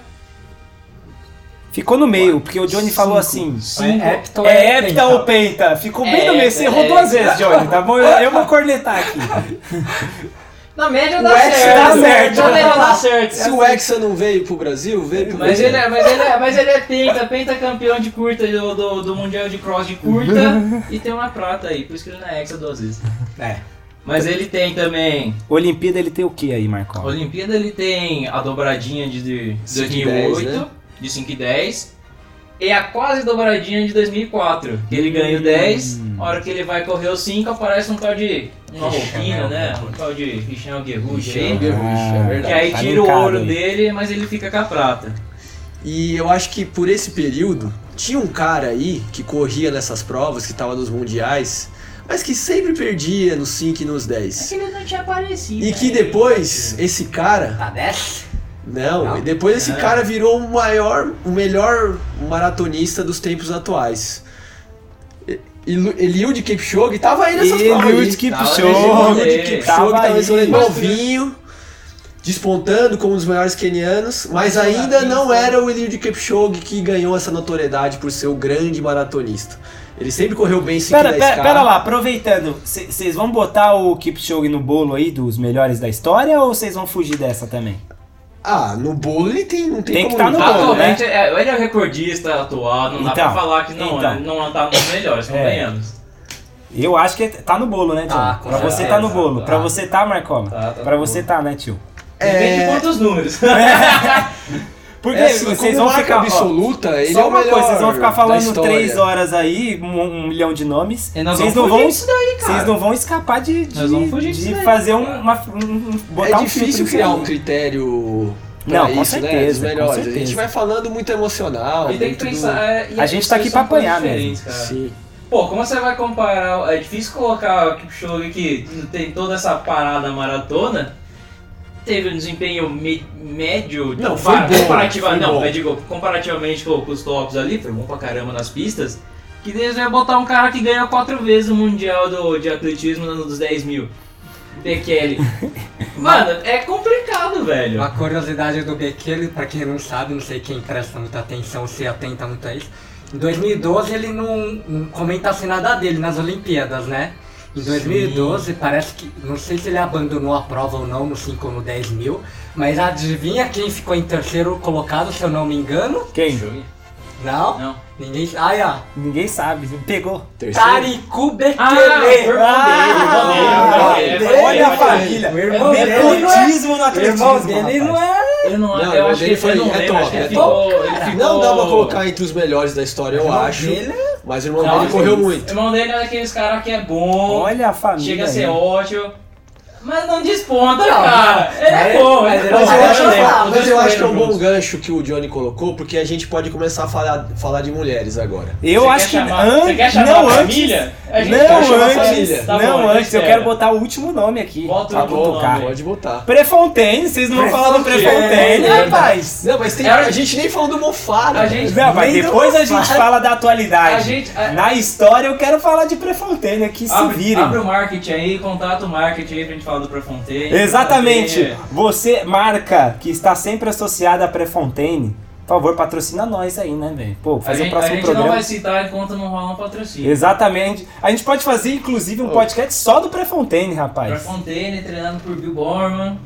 Speaker 2: Ficou no meio, porque o Johnny falou assim.
Speaker 7: É hepta ou
Speaker 2: É
Speaker 7: é
Speaker 2: hepta
Speaker 7: penta?
Speaker 2: ou penta? Ficou bem
Speaker 4: É,
Speaker 2: no meio, você
Speaker 4: é,
Speaker 2: errou
Speaker 4: é.
Speaker 2: duas vezes, Johnny, tá bom? Eu, eu vou cornetar aqui.
Speaker 4: Na média dá
Speaker 2: Hexa
Speaker 4: certo.
Speaker 2: dá certo.
Speaker 4: Na média dá certo.
Speaker 3: Se o Hexa não veio pro Brasil, veio pro
Speaker 4: é assim. Mas
Speaker 3: Bekele.
Speaker 4: ele, é, mas, ele é, mas ele é penta, penta campeão de curta do, do, do Mundial de Cross de curta e tem uma prata aí, por isso que ele não é hexa duas vezes.
Speaker 2: É.
Speaker 4: Mas ele tem também,
Speaker 2: Olimpíada ele tem o que aí, Marcão?
Speaker 4: a Olimpíada ele tem a dobradinha de, de
Speaker 3: Tá. Cinco e
Speaker 4: 2008,
Speaker 3: dez, né?
Speaker 4: de 5 e 10, e a quase dobradinha de 2004, que ele ganha o 10,
Speaker 3: Hum.
Speaker 4: a hora que ele vai correr o 5 aparece um tal de, uma roupinha, né, um tal de Richel Guerrucci aí.
Speaker 3: Guerrucci, é
Speaker 2: Ah,
Speaker 3: verdade.
Speaker 4: Que aí
Speaker 2: Tá
Speaker 4: tira o
Speaker 2: linkado
Speaker 4: ouro
Speaker 2: aí.
Speaker 4: dele, mas ele fica com a prata.
Speaker 3: E eu acho que por esse período, tinha um cara aí que corria nessas provas, que tava nos mundiais, mas que sempre perdia nos 5 e nos 10.
Speaker 4: É ele não tinha aparecido. né?
Speaker 3: E que depois, esse cara.
Speaker 7: Tá 10?
Speaker 3: Não,
Speaker 7: Não.
Speaker 3: e depois esse
Speaker 4: É.
Speaker 3: cara virou o maior, o melhor maratonista dos tempos atuais. E- Eliud Eliud Kipchoge tava aí nessas provas. aí.
Speaker 2: Eliud
Speaker 4: Tava
Speaker 2: Kipchoge,
Speaker 4: nesse
Speaker 3: Eliud
Speaker 2: que
Speaker 4: rolê.
Speaker 3: Kipchoge
Speaker 2: tava
Speaker 3: tava
Speaker 2: aí.
Speaker 3: nesse rolê novinho, despontando como um dos maiores quenianos, mas ainda não era o Eliud Kipchoge que ganhou essa notoriedade por ser o grande maratonista. Ele sempre correu bem 5
Speaker 2: Pera,
Speaker 3: 10
Speaker 2: pera, pera lá, aproveitando, vocês vão botar o Kipchoge no bolo aí dos melhores da história ou vocês vão fugir dessa também?
Speaker 3: Ah, no bolo ele tem, não tem,
Speaker 2: Tem que
Speaker 3: como
Speaker 2: tá no
Speaker 3: não.
Speaker 2: bolo.
Speaker 4: Atualmente, é, ele é o recordista atual, não dá
Speaker 2: Então,
Speaker 4: pra falar que não,
Speaker 2: então.
Speaker 4: é, não tá nos melhores, convenhamos.
Speaker 2: Eu acho que tá no bolo, né, tio?
Speaker 7: Tá, com
Speaker 2: pra você
Speaker 4: Ah, certeza,
Speaker 2: tá no bolo.
Speaker 4: tá.
Speaker 2: Pra você tá, Marcola.
Speaker 4: Tá, tá no
Speaker 2: pra você
Speaker 4: bolo.
Speaker 2: tá, né, tio?
Speaker 4: Depende de quantos números.
Speaker 2: Porque
Speaker 3: É assim,
Speaker 2: vocês
Speaker 3: como
Speaker 2: vão
Speaker 3: marca
Speaker 2: ficar. ó,
Speaker 3: absoluta, ele
Speaker 2: só
Speaker 3: é o
Speaker 2: uma
Speaker 3: melhor
Speaker 2: coisa, vocês vão ficar
Speaker 3: da
Speaker 2: falando
Speaker 3: história.
Speaker 2: três horas aí, um, um milhão de nomes.
Speaker 4: E nós
Speaker 2: Vocês não
Speaker 4: vamos
Speaker 2: vão.
Speaker 4: fugir disso daí, cara.
Speaker 2: Vocês não vão escapar de, de,
Speaker 4: Nós vamos fugir
Speaker 2: de
Speaker 4: disso daí,
Speaker 2: fazer um-
Speaker 4: cara.
Speaker 2: uma. um- um- botar
Speaker 3: É
Speaker 2: um
Speaker 3: difícil
Speaker 2: filtro
Speaker 3: criar
Speaker 2: nisso
Speaker 3: um
Speaker 2: aí.
Speaker 3: critério pra
Speaker 2: Não, com
Speaker 3: isso, né? Dos
Speaker 2: certeza, com
Speaker 3: melhores. A
Speaker 2: certeza.
Speaker 3: gente vai falando muito emocional.
Speaker 4: E tem que
Speaker 3: muito-
Speaker 4: pensar. é, e
Speaker 2: A
Speaker 4: as
Speaker 2: gente tá aqui
Speaker 4: pessoas
Speaker 2: pra
Speaker 4: são coisas
Speaker 2: apanhar mesmo.
Speaker 4: diferentes, cara.
Speaker 3: Sim.
Speaker 4: Pô, como você vai comparar? É difícil colocar o Kipchoge que tem toda essa parada maratona. Teve um desempenho me- médio
Speaker 3: Não, foi bom,
Speaker 4: comparativa,
Speaker 3: foi
Speaker 4: não,
Speaker 3: bom.
Speaker 4: eu digo, comparativamente com, com os tops ali, foi bom pra caramba nas pistas. Que eles iam botar um cara que ganhou quatro vezes o Mundial do, de Atletismo no- dos 10 mil. Bekele. Mano, é complicado, velho.
Speaker 7: Uma curiosidade do Bekele, pra quem não sabe, não sei quem presta muita atenção, se atenta muito a isso. Em 2012 ele não, não comentasse nada dele nas Olimpíadas, né? Em 2012 parece que, não sei se ele abandonou a prova ou não, no 5 ou no 10 mil, mas adivinha quem ficou em terceiro colocado, se eu não me engano?
Speaker 2: Quem?
Speaker 7: Não?
Speaker 4: Não.
Speaker 7: Ninguém... Ai, ó.
Speaker 2: Ninguém sabe, pegou.
Speaker 7: Tariku Bekele!
Speaker 4: Ah, irmão
Speaker 2: Ah,
Speaker 4: dele, irmão dele.
Speaker 2: Olha a
Speaker 4: Irmão dele.
Speaker 2: família.
Speaker 7: O é irmão dele não é-
Speaker 2: Nepotismo no
Speaker 7: O irmão
Speaker 2: atletismo.
Speaker 7: dele não
Speaker 2: rapaz.
Speaker 7: é...
Speaker 4: Eu não,
Speaker 3: Não,
Speaker 4: eu acho que
Speaker 3: dele
Speaker 4: ele foi
Speaker 3: foi-
Speaker 4: não
Speaker 3: é
Speaker 4: lembro,
Speaker 3: top,
Speaker 4: acho que ele
Speaker 3: é
Speaker 4: ficou,
Speaker 7: top,
Speaker 4: ele
Speaker 7: cara.
Speaker 4: ficou-
Speaker 3: Não dá pra colocar entre os melhores da história, eu acho.
Speaker 7: Ele é-
Speaker 3: Mas o irmão
Speaker 4: Não,
Speaker 3: dele correu muito.
Speaker 4: O irmão dele é daqueles caras que é bom,
Speaker 2: Olha a família.
Speaker 4: chega a ser
Speaker 2: aí.
Speaker 4: ótimo, mas não desponta,
Speaker 7: Não,
Speaker 4: cara. Ele é
Speaker 7: mas-
Speaker 4: bom,
Speaker 7: mas
Speaker 4: ele é
Speaker 7: ele-
Speaker 4: bom.
Speaker 3: Mas Ah, eu,
Speaker 7: Não,
Speaker 3: acho,
Speaker 7: não,
Speaker 4: lembro, os
Speaker 3: mas
Speaker 4: dois
Speaker 3: eu acho que é um
Speaker 4: lembram.
Speaker 3: bom gancho que o Johnny colocou, porque a gente pode começar a falar, falar de mulheres agora.
Speaker 2: Eu
Speaker 4: Você
Speaker 2: acho
Speaker 4: quer
Speaker 2: que
Speaker 4: chamar-
Speaker 2: an-
Speaker 4: você quer chamar
Speaker 2: não
Speaker 4: a
Speaker 2: antes,
Speaker 4: família? A gente
Speaker 2: não
Speaker 4: quer chamar a
Speaker 2: antes,
Speaker 4: família. Tá
Speaker 2: não
Speaker 4: bom,
Speaker 2: antes. Eu
Speaker 4: espera.
Speaker 2: quero botar o último nome aqui.
Speaker 4: Bota o
Speaker 2: pra
Speaker 4: último
Speaker 2: colocar.
Speaker 4: nome.
Speaker 3: Pode botar.
Speaker 2: Prefontaine, vocês não vão falar do Prefontaine,
Speaker 7: Prefontaine,
Speaker 2: rapaz.
Speaker 3: Não, mas tem,
Speaker 4: É,
Speaker 3: a gente nem falou do Mofara. né?
Speaker 4: A gente-
Speaker 2: Não, mas
Speaker 7: Nem
Speaker 2: depois
Speaker 7: do
Speaker 2: a gente
Speaker 7: Mofara.
Speaker 2: fala da atualidade.
Speaker 4: A gente- a-
Speaker 2: Na história eu quero falar de Prefontaine aqui, se
Speaker 4: Abre,
Speaker 2: virem.
Speaker 4: abre o marketing aí, contata o marketing aí pra gente falar do Prefontaine.
Speaker 2: Exatamente.
Speaker 4: Pra
Speaker 2: Você, marca que está sempre associada a Prefontaine, por favor, patrocina nós aí, né, velho? Pô,
Speaker 4: ter- A
Speaker 2: fazer o
Speaker 4: gente, a
Speaker 2: próximo
Speaker 4: gente não
Speaker 2: programa.
Speaker 4: vai citar enquanto não rolar um patrocínio.
Speaker 2: Exatamente. A gente pode fazer, inclusive, um podcast só do Prefontaine, rapaz.
Speaker 4: Prefontaine, treinado por Bill Borman.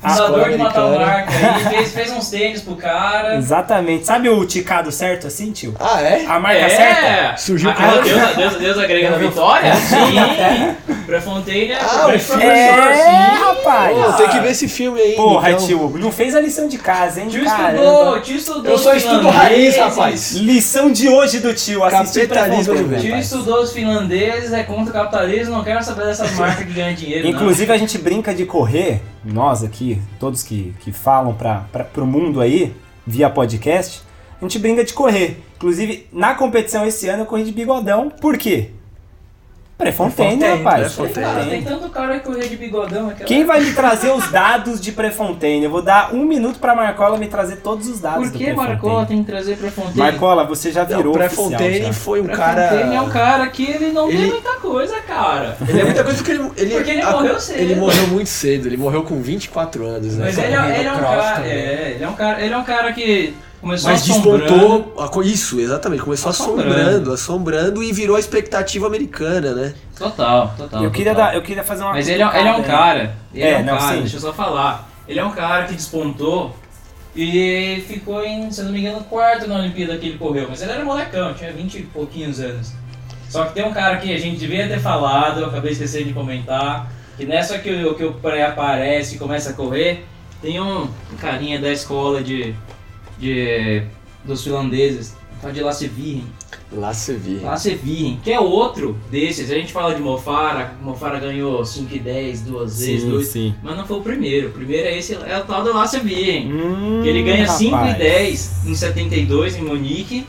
Speaker 2: Ah,
Speaker 4: Fundador de matar
Speaker 3: americano.
Speaker 4: marca aí, fez, fez uns tênis pro cara.
Speaker 2: Exatamente. Sabe o ticado certo assim, tio?
Speaker 3: Ah, é?
Speaker 2: A marca certa?
Speaker 3: Surgiu
Speaker 4: Ah,
Speaker 3: com-
Speaker 4: Deus, Deus, Deus agrega na vitória? Sim! Prefontaine é
Speaker 3: É. Ah,
Speaker 4: o grande
Speaker 3: o
Speaker 4: professor.
Speaker 3: filho.
Speaker 2: É,
Speaker 4: sim.
Speaker 2: rapaz.
Speaker 3: Pô, tem que ver esse filme aí.
Speaker 2: Porra,
Speaker 3: então.
Speaker 2: tio, não fez a lição de casa, hein,
Speaker 4: Tio
Speaker 2: cara?
Speaker 4: estudou, tio estudou.
Speaker 3: Eu só
Speaker 4: os
Speaker 3: estudo raiz,
Speaker 4: finlandeses,
Speaker 3: rapaz.
Speaker 2: Lição de hoje do tio, assistir
Speaker 3: Capitalismo,
Speaker 2: Prefontaine,
Speaker 4: Tio
Speaker 2: rapaz.
Speaker 4: estudou os finlandeses, é contra o capitalismo, não quero saber dessas marcas que ganham dinheiro. não.
Speaker 2: Inclusive a gente brinca de correr, nós aqui, todos que, que falam para o mundo aí, via podcast, a gente brinca de correr. Inclusive, na competição esse ano eu corri de bigodão, por quê? Prefontaine,
Speaker 7: Prefontaine,
Speaker 2: rapaz.
Speaker 3: Prefontaine.
Speaker 4: Cara, tem tanto cara que correr de bigodão aquela.
Speaker 2: Quem vai me trazer os dados de Prefontaine? Eu vou dar um minuto pra Marcola me trazer todos os dados
Speaker 4: Por
Speaker 2: do
Speaker 4: que
Speaker 2: Prefontaine.
Speaker 4: Marcola tem que trazer pra Fontaine?
Speaker 2: Marcola, você já
Speaker 3: Não,
Speaker 2: virou
Speaker 3: o
Speaker 2: oficial. já.
Speaker 3: Prefontaine foi um
Speaker 4: Prefontaine é um
Speaker 3: cara.
Speaker 4: cara que ele não tem
Speaker 3: Ele-
Speaker 4: muita coisa, cara.
Speaker 3: Ele é muita coisa porque ele. ele
Speaker 4: Porque ele morreu cedo.
Speaker 3: Ele morreu muito cedo, ele morreu com 24 anos, né?
Speaker 4: Mas ele, é- ele é um
Speaker 7: Cross
Speaker 4: cara,
Speaker 7: também.
Speaker 4: é, ele é um cara, ele é um cara que começou
Speaker 3: Mas
Speaker 4: assombrando.
Speaker 3: despontou. a co- Isso, exatamente. Começou assombrando.
Speaker 4: Assombrando.
Speaker 3: assombrando, e virou a expectativa americana, né?
Speaker 4: Total, total.
Speaker 2: Eu queria,
Speaker 4: total.
Speaker 2: dar, eu queria fazer uma.
Speaker 4: Mas ele é, ele é um cara. Ele é,
Speaker 2: É,
Speaker 4: um
Speaker 2: não,
Speaker 4: cara,
Speaker 2: sim.
Speaker 4: deixa eu só falar. Ele é um cara que despontou e ficou em, se eu não me engano, quarto na Olimpíada que ele correu. Mas ele era molecão, tinha 20 e pouquinhos anos. Só que tem um cara que a gente devia ter falado, eu acabei esquecendo de comentar, que nessa que o que o pré aparece e começa a correr, tem um carinha da escola de. de dos finlandeses, tal de Lasse
Speaker 3: Lá você via.
Speaker 4: Lá você virem, que é outro desses. A gente fala de Mofara, Mofara ganhou 5 e 10 duas vezes,
Speaker 2: Sim,
Speaker 4: dois,
Speaker 2: sim.
Speaker 4: mas não foi o primeiro. O primeiro é esse, é o tal do Lá você virem.
Speaker 2: Hum,
Speaker 4: que ele ganha 5 e
Speaker 2: rapaz.
Speaker 4: 10 em 72 em Munique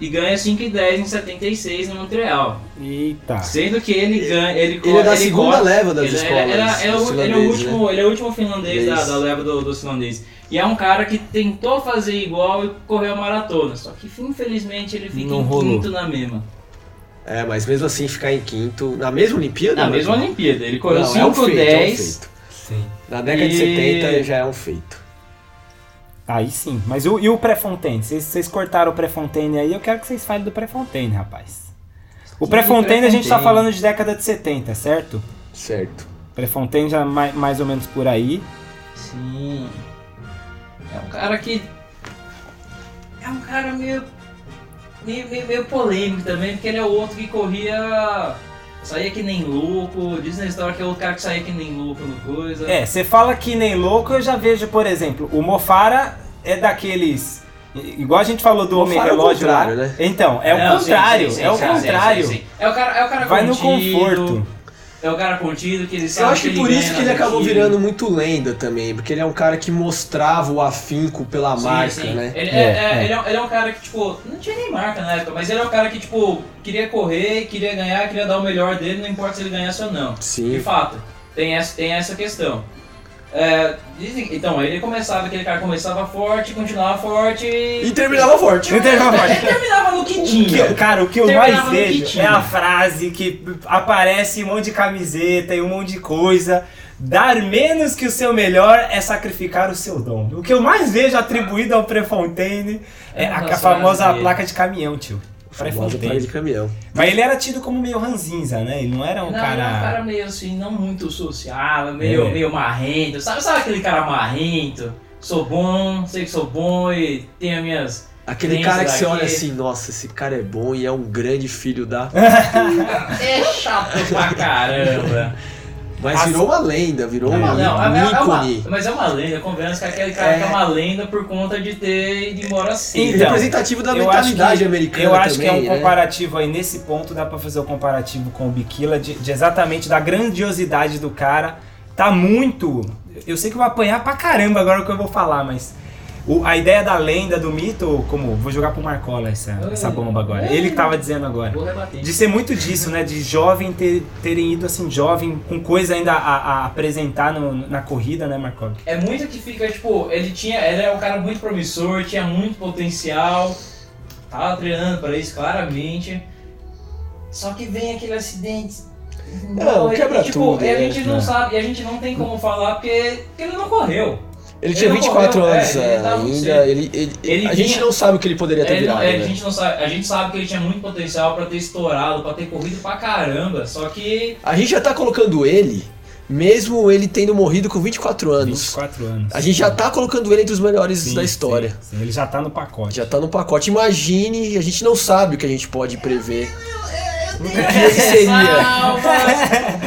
Speaker 4: e ganha 5 e 10 em 76 em Montreal.
Speaker 2: Eita.
Speaker 4: Sendo que ele ganha. Ele,
Speaker 3: Ele é da segunda
Speaker 4: corre-
Speaker 3: leva das
Speaker 4: ele, é,
Speaker 3: escolas
Speaker 4: Ele, era- era o- ele é o
Speaker 3: finlandeses, né?
Speaker 4: último, ele é o último finlandês da,
Speaker 3: Isso.
Speaker 4: da leva do- dos finlandeses. E é um cara que tentou fazer igual e correu a maratona. Só que infelizmente ele fica
Speaker 2: Não
Speaker 4: em
Speaker 2: rolou.
Speaker 4: quinto na mesma.
Speaker 3: É, mas mesmo assim ficar em quinto. Na mesma Olimpíada?
Speaker 4: Na
Speaker 3: né?
Speaker 4: mesma Olimpíada, ele correu
Speaker 3: Não, é um
Speaker 4: 5
Speaker 3: feito, é um
Speaker 4: 10.
Speaker 3: feito.
Speaker 7: Sim.
Speaker 3: Na década de
Speaker 4: E-
Speaker 3: 70 já é um feito.
Speaker 2: Aí sim. Mas o, e o Prefontaine? Vocês, vocês cortaram o Prefontaine aí, eu quero que vocês falem do Prefontaine, rapaz. O Prefontaine a gente tá
Speaker 7: Prefontaine?
Speaker 2: falando de década de 70, certo?
Speaker 3: Certo.
Speaker 2: Prefontaine já mais, mais ou menos por aí.
Speaker 4: Sim. É um cara que. É um cara meio. meio, meio, meio polêmico também, porque ele é o outro que corria. saía que nem louco. Diz na história que é outro cara que saía que nem louco no coisa.
Speaker 2: É, você fala que nem louco, eu já vejo, por exemplo, o Mofara é daqueles. i- Igual a gente falou do
Speaker 3: Mofara
Speaker 2: homem
Speaker 3: é o
Speaker 2: relógio lá.
Speaker 3: contrário, né?
Speaker 2: Então, é
Speaker 4: Não,
Speaker 2: o
Speaker 4: sim,
Speaker 2: contrário,
Speaker 4: sim, sim,
Speaker 2: é o
Speaker 4: sim,
Speaker 2: contrário.
Speaker 4: sim, sim, sim. É o cara, é o cara
Speaker 2: Vai no
Speaker 4: contido,
Speaker 2: conforto.
Speaker 4: É o cara contido que ele sabe
Speaker 3: Eu acho que
Speaker 4: ele
Speaker 3: por
Speaker 4: ganha
Speaker 3: isso que
Speaker 4: na
Speaker 3: ele acabou
Speaker 4: partida.
Speaker 3: virando muito lenda também, porque ele é um cara que mostrava o afinco pela
Speaker 4: Sim,
Speaker 3: marca,
Speaker 4: sim.
Speaker 3: né?
Speaker 4: Ele
Speaker 2: É,
Speaker 4: é, é,
Speaker 2: é.
Speaker 4: Ele, é, um- ele é um cara que, tipo, não tinha nem marca na época, mas ele é um cara que, tipo, queria correr, queria ganhar, queria dar o melhor dele, não importa se ele ganhasse ou não. De
Speaker 3: Sim.
Speaker 4: fato, tem essa, tem essa questão. É, dizem- então, ele começava, aquele cara começava forte, continuava forte
Speaker 3: E
Speaker 4: e
Speaker 3: terminava forte.
Speaker 2: Não tem nada mais.
Speaker 4: terminava no que
Speaker 2: O que é?
Speaker 4: tinha.
Speaker 2: eu- cara, o que eu
Speaker 4: Terminava
Speaker 2: mais
Speaker 4: no
Speaker 2: vejo
Speaker 4: Vitinho.
Speaker 2: é a frase que aparece em um monte de camiseta e um monte de coisa. Dar menos que o seu melhor é sacrificar o seu dom. O que eu mais vejo atribuído ao Prefontaine é
Speaker 4: Eu não
Speaker 2: a, a
Speaker 4: gosto
Speaker 2: famosa
Speaker 4: mais dele.
Speaker 2: placa de caminhão, tio.
Speaker 3: Famosa parada de
Speaker 2: Prefontaine.
Speaker 3: caminhão.
Speaker 2: Mas ele era tido como meio ranzinza, né? Ele não era um
Speaker 4: não,
Speaker 2: cara.
Speaker 4: ele era um cara meio assim, não muito social, meio,
Speaker 2: É.
Speaker 4: meio marrento. Sabe, sabe aquele cara marrento? Sou bom, sei que sou bom e tenho as minhas.
Speaker 3: Aquele
Speaker 4: Tem
Speaker 3: cara que
Speaker 4: esse
Speaker 3: você olha
Speaker 4: daqui.
Speaker 3: assim, nossa, esse cara é bom e é um grande filho da.
Speaker 4: É chato pra caramba.
Speaker 3: Mas virou uma lenda, virou
Speaker 4: Não,
Speaker 3: uma,
Speaker 4: não,
Speaker 3: um
Speaker 4: é, é uma,
Speaker 3: ícone.
Speaker 4: mas é uma lenda, convenhamos que aquele cara que é uma lenda por conta de ter ido embora cedo.
Speaker 2: Então,
Speaker 3: Representativo da
Speaker 2: eu acho
Speaker 3: mentalidade
Speaker 2: que-
Speaker 3: americana
Speaker 2: Eu acho
Speaker 3: também,
Speaker 2: que é um
Speaker 3: né?
Speaker 2: comparativo aí, nesse ponto dá pra fazer o comparativo com o Biquila, de, de exatamente da grandiosidade do cara. Tá muito... Eu sei que eu vou apanhar pra caramba agora o que eu vou falar, mas... o- a ideia da lenda, do mito, como... Vou jogar pro Marcola essa, essa bomba agora. Ele que tava dizendo agora.
Speaker 4: Vou rebater.
Speaker 2: De ser muito disso, né? De jovem ter- terem ido assim, jovem, com coisa ainda a, a apresentar no- na corrida, né, Marcola?
Speaker 4: É muito que fica, tipo, ele tinha. Ele é um cara muito promissor, tinha muito potencial. Tava treinando pra isso, claramente. Só que vem aquele acidente.
Speaker 3: Não,
Speaker 4: e,
Speaker 3: É, quebra
Speaker 4: tipo,
Speaker 3: tudo,
Speaker 4: E a
Speaker 3: né?
Speaker 4: gente não
Speaker 2: É.
Speaker 4: sabe, e a gente não tem como falar porque, porque ele não correu.
Speaker 3: Ele tinha
Speaker 4: Ele não
Speaker 3: 24
Speaker 4: morreu,
Speaker 3: anos
Speaker 4: é, ele tava muito
Speaker 3: ainda,
Speaker 4: cedo.
Speaker 3: ele, ele-
Speaker 4: Ele
Speaker 3: a
Speaker 4: vinha-
Speaker 3: gente não sabe o que ele poderia ter
Speaker 4: Ele não-
Speaker 3: virado,
Speaker 4: é, a,
Speaker 3: né?
Speaker 4: gente não sabe, a gente sabe que ele tinha muito potencial pra ter estourado, pra ter corrido pra caramba. Só que
Speaker 3: A gente já tá colocando ele, mesmo ele tendo morrido com 24 anos.
Speaker 2: 24 anos.
Speaker 3: A gente já tá colocando ele entre os melhores
Speaker 2: Sim,
Speaker 3: da história.
Speaker 2: sim, sim. Ele já tá no pacote.
Speaker 3: Já tá no pacote. Imagine, a gente não sabe o que a gente pode prever. O que
Speaker 4: É
Speaker 3: ele seria?
Speaker 4: Salva!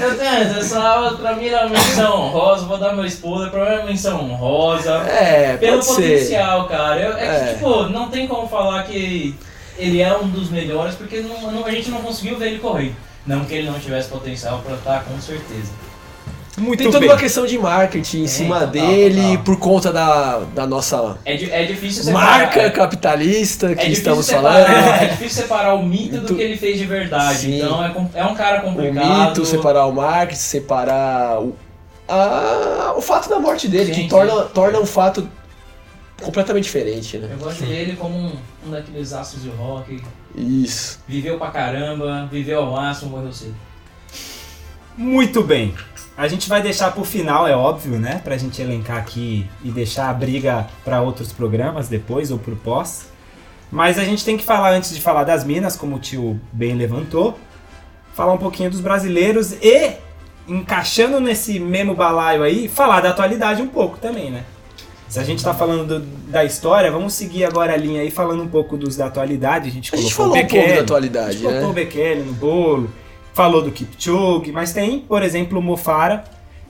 Speaker 4: Eu tenho é essa salva pra mim era menção honrosa, vou dar meu spoiler, pra mim é menção honrosa.
Speaker 3: É,
Speaker 4: Pelo
Speaker 3: pode ser.
Speaker 4: potencial, cara. Eu- é que,
Speaker 3: É.
Speaker 4: tipo, não tem como falar que ele é um dos melhores, porque não- não- a gente não conseguiu ver ele correr. Não que ele não tivesse potencial pra estar, com tá, certeza.
Speaker 2: Muito
Speaker 3: Tem toda
Speaker 2: bem.
Speaker 3: uma questão de marketing em cima
Speaker 7: total,
Speaker 3: dele,
Speaker 7: total.
Speaker 3: por conta da, da nossa
Speaker 4: É, di- é difícil separar.
Speaker 3: marca
Speaker 4: é,
Speaker 3: capitalista que
Speaker 4: difícil
Speaker 3: estamos
Speaker 4: separar-
Speaker 3: falando.
Speaker 4: É difícil separar o mito do
Speaker 3: Tu-
Speaker 4: que ele fez de verdade.
Speaker 3: Sim.
Speaker 4: Então é, com- é um cara
Speaker 3: O
Speaker 4: complicado.
Speaker 3: mito, separar o marketing, separar o, a- o fato da morte dele,
Speaker 4: Sim,
Speaker 3: que torna,
Speaker 4: sim.
Speaker 3: torna um fato completamente diferente, né?
Speaker 4: Eu gosto
Speaker 7: Sim.
Speaker 4: dele como um, um daqueles astros do rock.
Speaker 3: Isso.
Speaker 4: Viveu pra caramba, viveu ao máximo, morreu cedo.
Speaker 2: Muito bem. A gente vai deixar pro final, é óbvio, né? Pra gente elencar aqui e deixar a briga pra outros programas depois ou pro pós. Mas a gente tem que falar antes de falar das minas, como o tio bem levantou, falar um pouquinho dos brasileiros e encaixando nesse mesmo balaio aí, falar da atualidade um pouco também, né? Se a gente tá falando do- da história, vamos seguir agora a linha aí falando um pouco dos da atualidade. A gente,
Speaker 3: A
Speaker 2: colocou
Speaker 3: gente
Speaker 2: o
Speaker 3: falou um pouco
Speaker 2: Bekele.
Speaker 3: da
Speaker 2: A gente
Speaker 3: atualidade,
Speaker 2: botou o
Speaker 3: né?
Speaker 2: Bekele no bolo, falou do Kipchoge, mas tem, por exemplo, o Mofara,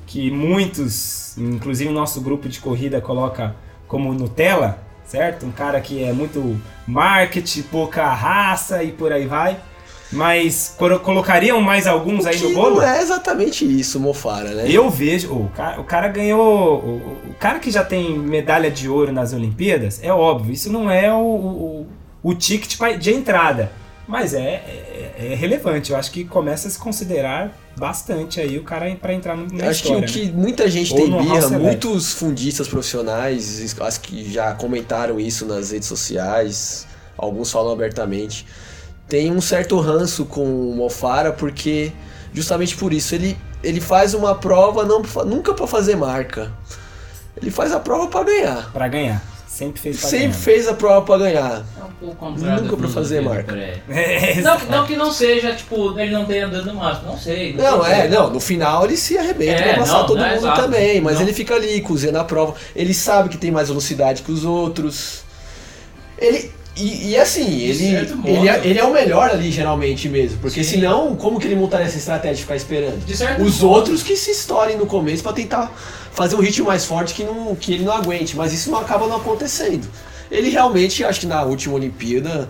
Speaker 2: que muitos, inclusive o nosso grupo de corrida, coloca como Nutella, certo? Um cara que é muito marketing, pouca raça e por aí vai. Mas coro- colocariam mais alguns aí
Speaker 3: Que
Speaker 2: no bolo?
Speaker 3: não é exatamente isso, Mofara, né?
Speaker 2: Eu vejo, o cara, o cara ganhou, o, o cara que já tem medalha de ouro nas Olimpíadas, é óbvio, isso não é o, o, o ticket pra- de entrada, mas é, é, é relevante, eu acho que começa a se considerar bastante aí o cara para entrar no, na
Speaker 3: Acho
Speaker 2: história. né?
Speaker 3: que o que muita gente
Speaker 2: Ou
Speaker 3: tem
Speaker 2: no
Speaker 3: birra,
Speaker 2: House é of
Speaker 3: muitos fundistas profissionais, as que já comentaram isso nas redes sociais, alguns falam abertamente, tem um certo ranço com o Mofara, porque justamente por isso ele, ele faz uma prova não, pra- nunca pra fazer marca. Ele faz a prova pra ganhar.
Speaker 2: Pra ganhar, sempre fez pra
Speaker 3: Sempre
Speaker 2: ganhar.
Speaker 3: fez a prova pra ganhar.
Speaker 4: É um pouco contrário.
Speaker 3: Nunca pra fazer marca.
Speaker 2: É,
Speaker 4: Não, não que não seja, tipo, ele não tenha dado no máximo, não sei.
Speaker 3: Não,
Speaker 4: sei.
Speaker 3: é, não, no final ele se arrebenta
Speaker 4: É,
Speaker 3: pra passar
Speaker 4: não,
Speaker 3: todo
Speaker 4: não é
Speaker 3: mundo
Speaker 4: exato,
Speaker 3: também, mas
Speaker 4: não.
Speaker 3: ele fica ali, cozinha na prova, ele sabe que tem mais velocidade que os outros. Ele. E, e assim, ele,
Speaker 4: certo modo.
Speaker 3: ele, é, ele é o melhor ali, geralmente mesmo. Porque
Speaker 4: Sim.
Speaker 3: senão, como que ele montaria essa estratégia de ficar esperando?
Speaker 4: De certo
Speaker 3: Os
Speaker 4: modo.
Speaker 3: outros que se estourem no começo pra tentar fazer um ritmo mais forte que, não, que ele não aguente, mas isso não acaba não acontecendo. Ele realmente, acho que na última Olimpíada,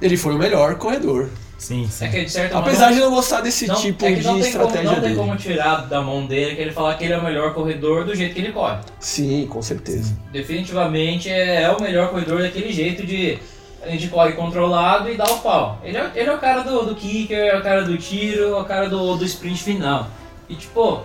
Speaker 3: ele foi o melhor corredor.
Speaker 2: Sim, sim.
Speaker 4: É que de certo modo-
Speaker 3: Apesar de não gostar desse
Speaker 4: não-
Speaker 3: tipo
Speaker 4: é que
Speaker 3: de
Speaker 4: não tem como-
Speaker 3: estratégia
Speaker 4: Não tem
Speaker 3: dele.
Speaker 4: como tirar da mão dele que ele falar que ele é o melhor corredor do jeito que ele corre.
Speaker 3: Sim, com certeza.
Speaker 4: Definitivamente é, é o melhor corredor daquele jeito de a gente corre controlado e dá o pau. Ele é, ele é o cara do, do kicker, é o cara do tiro, é o cara do, do sprint final. E tipo,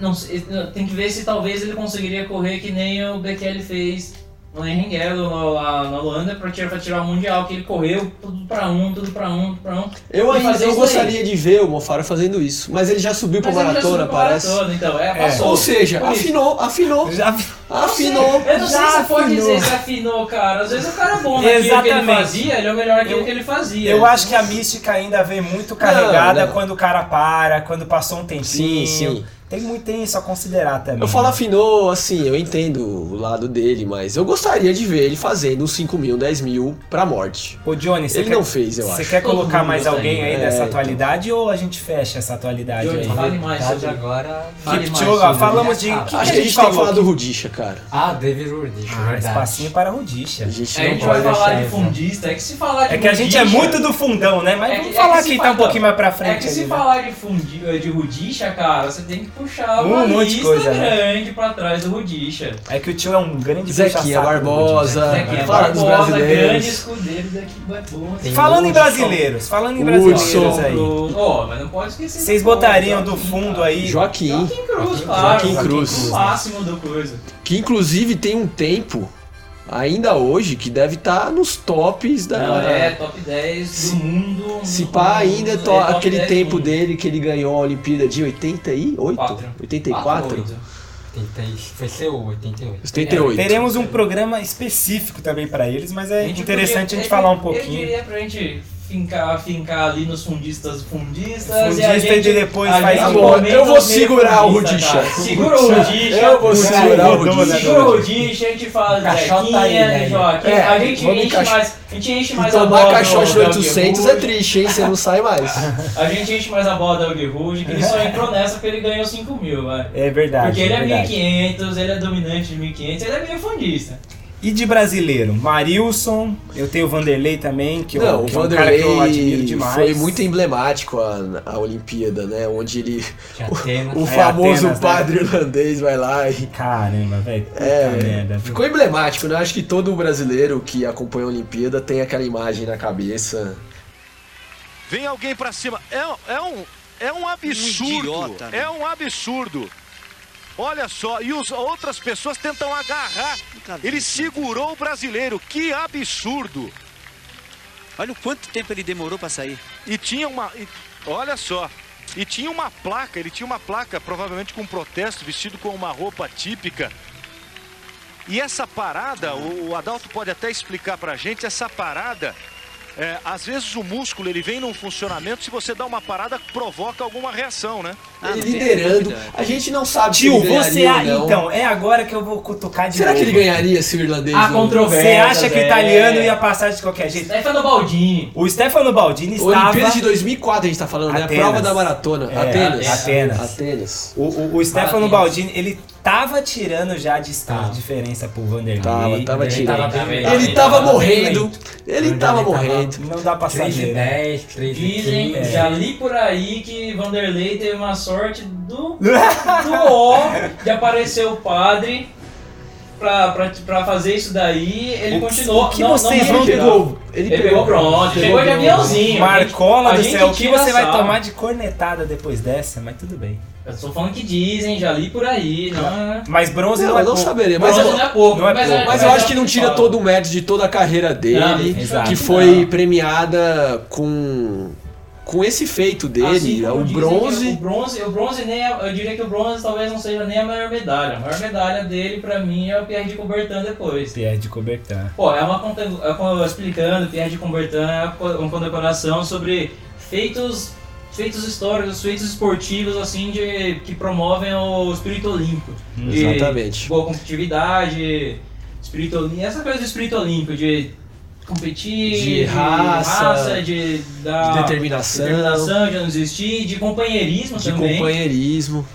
Speaker 4: não sei, tem que ver se talvez ele conseguiria correr que nem o Bekele fez no Henriquelo lá na Holanda pra tirar, pra tirar o Mundial, que ele correu tudo pra um, tudo pra um, tudo pra um.
Speaker 3: Eu
Speaker 4: E
Speaker 3: ainda
Speaker 4: fazer
Speaker 3: eu
Speaker 4: isso
Speaker 3: gostaria de ver o Mofara fazendo isso, mas ele já subiu pra
Speaker 4: Mas ele já
Speaker 3: maratona,
Speaker 4: subiu pra
Speaker 3: parece.
Speaker 4: maratona, então, é, passou.
Speaker 3: Ou seja,
Speaker 4: Por isso.
Speaker 3: afinou, afinou,
Speaker 2: Já vi-
Speaker 3: afinou.
Speaker 4: Eu não sei
Speaker 2: Já
Speaker 4: se pode
Speaker 2: afinou.
Speaker 4: dizer se afinou, cara. Às vezes o cara é bom naquilo que ele
Speaker 2: Exatamente.
Speaker 4: fazia, ele é o melhor naquilo
Speaker 2: Eu-
Speaker 4: que ele fazia.
Speaker 2: Eu acho que a mística ainda vem muito carregada
Speaker 3: É. Não, não.
Speaker 2: quando o cara para, quando passou um tempinho.
Speaker 3: Sim, sim.
Speaker 2: Tem muito tem isso a considerar também.
Speaker 3: Eu falo afinou, assim, eu entendo o lado dele, mas eu gostaria de ver ele fazendo os 5 mil, 10 mil pra morte.
Speaker 2: Ô, Johnny, você
Speaker 3: Ele
Speaker 2: quer-
Speaker 3: não fez, eu
Speaker 2: Você
Speaker 3: acho.
Speaker 2: quer
Speaker 4: Todo
Speaker 2: colocar
Speaker 4: mundo
Speaker 2: mais
Speaker 4: tem,
Speaker 2: alguém aí
Speaker 3: é,
Speaker 2: dessa
Speaker 3: então.
Speaker 2: atualidade ou a gente fecha essa atualidade
Speaker 4: Johnny,
Speaker 2: aí?
Speaker 4: fale mais
Speaker 7: Verdade,
Speaker 4: sobre
Speaker 7: agora.
Speaker 4: Fale mais
Speaker 2: Kipchoge,
Speaker 4: sobre
Speaker 2: falamos
Speaker 7: ele.
Speaker 2: de.
Speaker 7: Ah,
Speaker 2: o que
Speaker 3: Acho que a gente tem
Speaker 2: falou
Speaker 3: que falar
Speaker 2: aqui?
Speaker 3: do Rudisha, cara.
Speaker 7: Ah, David Rudisha,
Speaker 2: Ah,
Speaker 7: verdade.
Speaker 2: espacinho para Rudisha.
Speaker 3: A gente
Speaker 4: É, a
Speaker 3: não
Speaker 4: gente
Speaker 3: pode
Speaker 4: vai falar
Speaker 3: deixar.
Speaker 4: de
Speaker 7: isso.
Speaker 4: fundista, é que se falar de
Speaker 2: É que a gente é
Speaker 4: budista-
Speaker 2: muito do fundão, né? Mas
Speaker 4: É que-
Speaker 2: vamos
Speaker 4: é
Speaker 2: falar
Speaker 4: que se
Speaker 2: aqui, tá
Speaker 4: fala-
Speaker 2: um pouquinho mais pra
Speaker 4: É
Speaker 2: frente.
Speaker 4: que se
Speaker 2: ali, né?
Speaker 4: falar de fundi, de Rudisha, cara, você tem que puxar uma
Speaker 2: Um monte de
Speaker 4: lista
Speaker 2: coisa, né?
Speaker 4: grande pra trás do Rudisha.
Speaker 2: É que o tio é um grande
Speaker 3: Zequinha
Speaker 2: puxa-saco do
Speaker 3: Barbosa,
Speaker 4: É que é
Speaker 3: Tá, fala dos
Speaker 4: Barbosa, grande
Speaker 3: brasileiros.
Speaker 4: escudeiro daqui vai bom. assim.
Speaker 2: Rudisha. Falando em
Speaker 7: Hudson.
Speaker 2: brasileiros, falando em brasileiros
Speaker 3: Hudson.
Speaker 2: aí.
Speaker 4: Ó, mas não pode esquecer.
Speaker 2: Vocês
Speaker 4: do Paul,
Speaker 2: botariam do
Speaker 4: Joaquim,
Speaker 2: fundo
Speaker 4: cara.
Speaker 2: aí.
Speaker 3: Joaquim,
Speaker 4: Joaquim Cruz,
Speaker 7: Joaquim
Speaker 4: claro.
Speaker 3: Cruz. Joaquim Cruz.
Speaker 4: O máximo do coisa.
Speaker 3: que inclusive tem um tempo, ainda hoje, que deve estar nos tops da.
Speaker 4: Não, é top 10
Speaker 3: Se-
Speaker 4: do mundo.
Speaker 3: Se pá, ainda to,
Speaker 4: é top
Speaker 3: aquele
Speaker 4: 10
Speaker 3: tempo
Speaker 4: do mundo.
Speaker 3: dele que ele ganhou a Olimpíada de 88?
Speaker 4: Quatro.
Speaker 3: 84?
Speaker 4: Quatro, oito.
Speaker 7: 80 e- Tá Foi seu 88.
Speaker 3: 88.
Speaker 2: Teremos um programa específico também pra eles, mas é interessante
Speaker 4: podia- é
Speaker 2: a gente
Speaker 4: eu-
Speaker 2: falar um
Speaker 4: Eu
Speaker 2: pouquinho.
Speaker 4: diria pra gente fincar, fincar ali nos fundistas fundistas. e a
Speaker 2: Fundista
Speaker 4: gente,
Speaker 2: de depois
Speaker 4: a
Speaker 2: faz
Speaker 4: gente
Speaker 3: Tá bom,
Speaker 4: comenta
Speaker 3: eu vou
Speaker 4: os meio
Speaker 3: segurar o
Speaker 4: fundista,
Speaker 3: Rudisha.
Speaker 4: cara. Segura o Rudisha.
Speaker 3: Eu vou
Speaker 4: segura
Speaker 3: segurar o
Speaker 2: Rodolfo,
Speaker 3: Rudisha.
Speaker 4: Segura o Rudisha, a gente fala do
Speaker 7: Caixota
Speaker 4: Zequinha,
Speaker 7: aí, né?
Speaker 4: Joaquim.
Speaker 3: É,
Speaker 4: a, gente
Speaker 3: vamos
Speaker 4: enche
Speaker 3: encaixar.
Speaker 4: mais, a gente enche
Speaker 3: Então,
Speaker 4: mais a bola
Speaker 3: Tomar
Speaker 4: do-
Speaker 3: caixote de
Speaker 4: do
Speaker 3: 800 é
Speaker 4: Algebuja.
Speaker 3: triste, hein? Você não sai mais.
Speaker 4: A gente enche mais a bola do Algue Rouge, que ele só entrou nessa porque ele ganhou 5 mil, vai.
Speaker 2: É verdade.
Speaker 4: Porque ele é
Speaker 2: verdade.
Speaker 4: 1500, ele é dominante de 1500, ele é meio fundista.
Speaker 2: E de brasileiro? Marilson, eu tenho o Vanderlei também, que,
Speaker 3: Não,
Speaker 2: eu,
Speaker 3: o
Speaker 2: que é um cara que eu admiro
Speaker 3: Vanderlei
Speaker 2: demais.
Speaker 3: foi muito emblemático a, a Olimpíada, né? Onde ele.
Speaker 5: Que
Speaker 3: o-
Speaker 5: Atenas-
Speaker 3: O
Speaker 5: é,
Speaker 3: famoso
Speaker 2: Atenas, né?
Speaker 3: padre irlandês vai lá e.
Speaker 2: Caramba, velho. puta
Speaker 3: É,
Speaker 2: merda. viu?
Speaker 3: ficou emblemático, né? Acho que todo brasileiro que acompanha a Olimpíada tem aquela imagem na cabeça.
Speaker 8: Vem alguém pra cima. É, é um, é um absurdo.
Speaker 9: né?
Speaker 8: É um absurdo. Olha só, e os, outras pessoas tentam agarrar. Ele
Speaker 9: né?
Speaker 8: segurou o brasileiro. Que absurdo.
Speaker 9: Olha o quanto tempo ele demorou para sair.
Speaker 8: E tinha uma. e- olha só. E tinha uma placa, ele tinha uma placa, provavelmente com um protesto, vestido com uma roupa típica. E essa parada, o, o Adalto pode até explicar pra gente, essa parada, é, às vezes o músculo ele vem num funcionamento, se você dá uma parada, provoca alguma reação, né?
Speaker 9: Ah,
Speaker 3: ele
Speaker 9: não tem
Speaker 3: liderando.
Speaker 9: dúvida.
Speaker 3: A gente não sabe se
Speaker 2: Tio,
Speaker 3: ele
Speaker 2: você.
Speaker 3: ganharia
Speaker 2: Ah,
Speaker 3: ou não.
Speaker 2: então, é agora que eu vou cutucar de
Speaker 3: Será que
Speaker 2: novo.
Speaker 3: ele ganharia se o irlandês
Speaker 4: Há
Speaker 3: não?
Speaker 2: Você
Speaker 4: controvérsias.
Speaker 2: acha que o
Speaker 4: é.
Speaker 2: italiano ia passar de qualquer jeito?
Speaker 4: Stefano tá Baldini.
Speaker 2: O Stefano Baldini estava.
Speaker 3: Olimpíada de 2004 a gente tá falando, né? A
Speaker 2: Atenas.
Speaker 3: prova da maratona.
Speaker 2: É,
Speaker 3: Atenas.
Speaker 2: Atenas.
Speaker 3: Atenas.
Speaker 2: O, o, o
Speaker 5: Parabéns.
Speaker 2: Stefano Baldini, ele tava tirando já de
Speaker 5: Tava.
Speaker 2: diferença pro Vanderlei.
Speaker 3: Tava, tava
Speaker 5: Ele
Speaker 3: tirando.
Speaker 5: tava bem,
Speaker 3: Ele
Speaker 5: bem,
Speaker 3: tava
Speaker 5: bem
Speaker 3: morrendo.
Speaker 5: lento.
Speaker 3: Ele
Speaker 5: Ele
Speaker 3: tava
Speaker 5: tava-
Speaker 3: morrendo.
Speaker 2: Não dá pra
Speaker 5: 3 de
Speaker 2: saber. né?
Speaker 5: 10, 3 de 15.
Speaker 4: Dizem,
Speaker 2: É.
Speaker 4: já li por aí que Vanderlei teve uma sorte do, do ó de aparecer o padre pra, pra, pra fazer isso daí. Ele
Speaker 2: O que-
Speaker 4: continuou.
Speaker 2: o que
Speaker 4: não, não,
Speaker 2: vocês
Speaker 4: não,
Speaker 2: vão-
Speaker 3: Ele pegou. Ele
Speaker 4: Ele pegou bronze,
Speaker 3: pegou
Speaker 4: chegou de
Speaker 3: bronze.
Speaker 4: aviãozinho.
Speaker 2: Marcola
Speaker 4: A
Speaker 2: do
Speaker 4: gente
Speaker 2: céu, o que
Speaker 4: tira
Speaker 2: você vai
Speaker 4: sarro.
Speaker 2: tomar de cornetada depois dessa? Mas tudo bem.
Speaker 4: Eu tô falando que dizem, já li por aí. Não é...
Speaker 2: Mas bronze
Speaker 3: Não,
Speaker 2: não, é
Speaker 3: eu não
Speaker 2: pouco.
Speaker 3: saberia, mas
Speaker 4: Mas
Speaker 3: eu,
Speaker 4: não é pouco.
Speaker 2: não é
Speaker 4: mas,
Speaker 2: pouco.
Speaker 3: mas eu
Speaker 4: mas
Speaker 3: acho
Speaker 4: é
Speaker 3: que não tira
Speaker 4: fala.
Speaker 3: todo o mérito de toda a carreira dele,
Speaker 4: Não,
Speaker 2: exato.
Speaker 3: que foi premiada com com esse feito dele, né? é
Speaker 4: Assim como
Speaker 3: o
Speaker 4: dizem que
Speaker 3: bronze.
Speaker 4: O bronze, o bronze nem é- eu diria que o bronze talvez não seja nem a maior medalha. A maior medalha dele pra mim é o Pierre de Coubertin depois.
Speaker 2: Pierre é de Coubertin.
Speaker 4: Pô, é uma conte- é uma- explicando, Pierre de Coubertin é uma co- uma condecoração sobre feitos feitos históricos, feitos esportivos assim de que promovem o espírito olímpico. E
Speaker 3: Exatamente.
Speaker 4: Boa competitividade, espírito olímpico, essa coisa do espírito olímpico de competir,
Speaker 3: De raça, De
Speaker 4: de, dar
Speaker 3: determinação,
Speaker 4: Ah, determinação de não desistir, de companheirismo
Speaker 3: de
Speaker 4: também.
Speaker 3: companheirismo.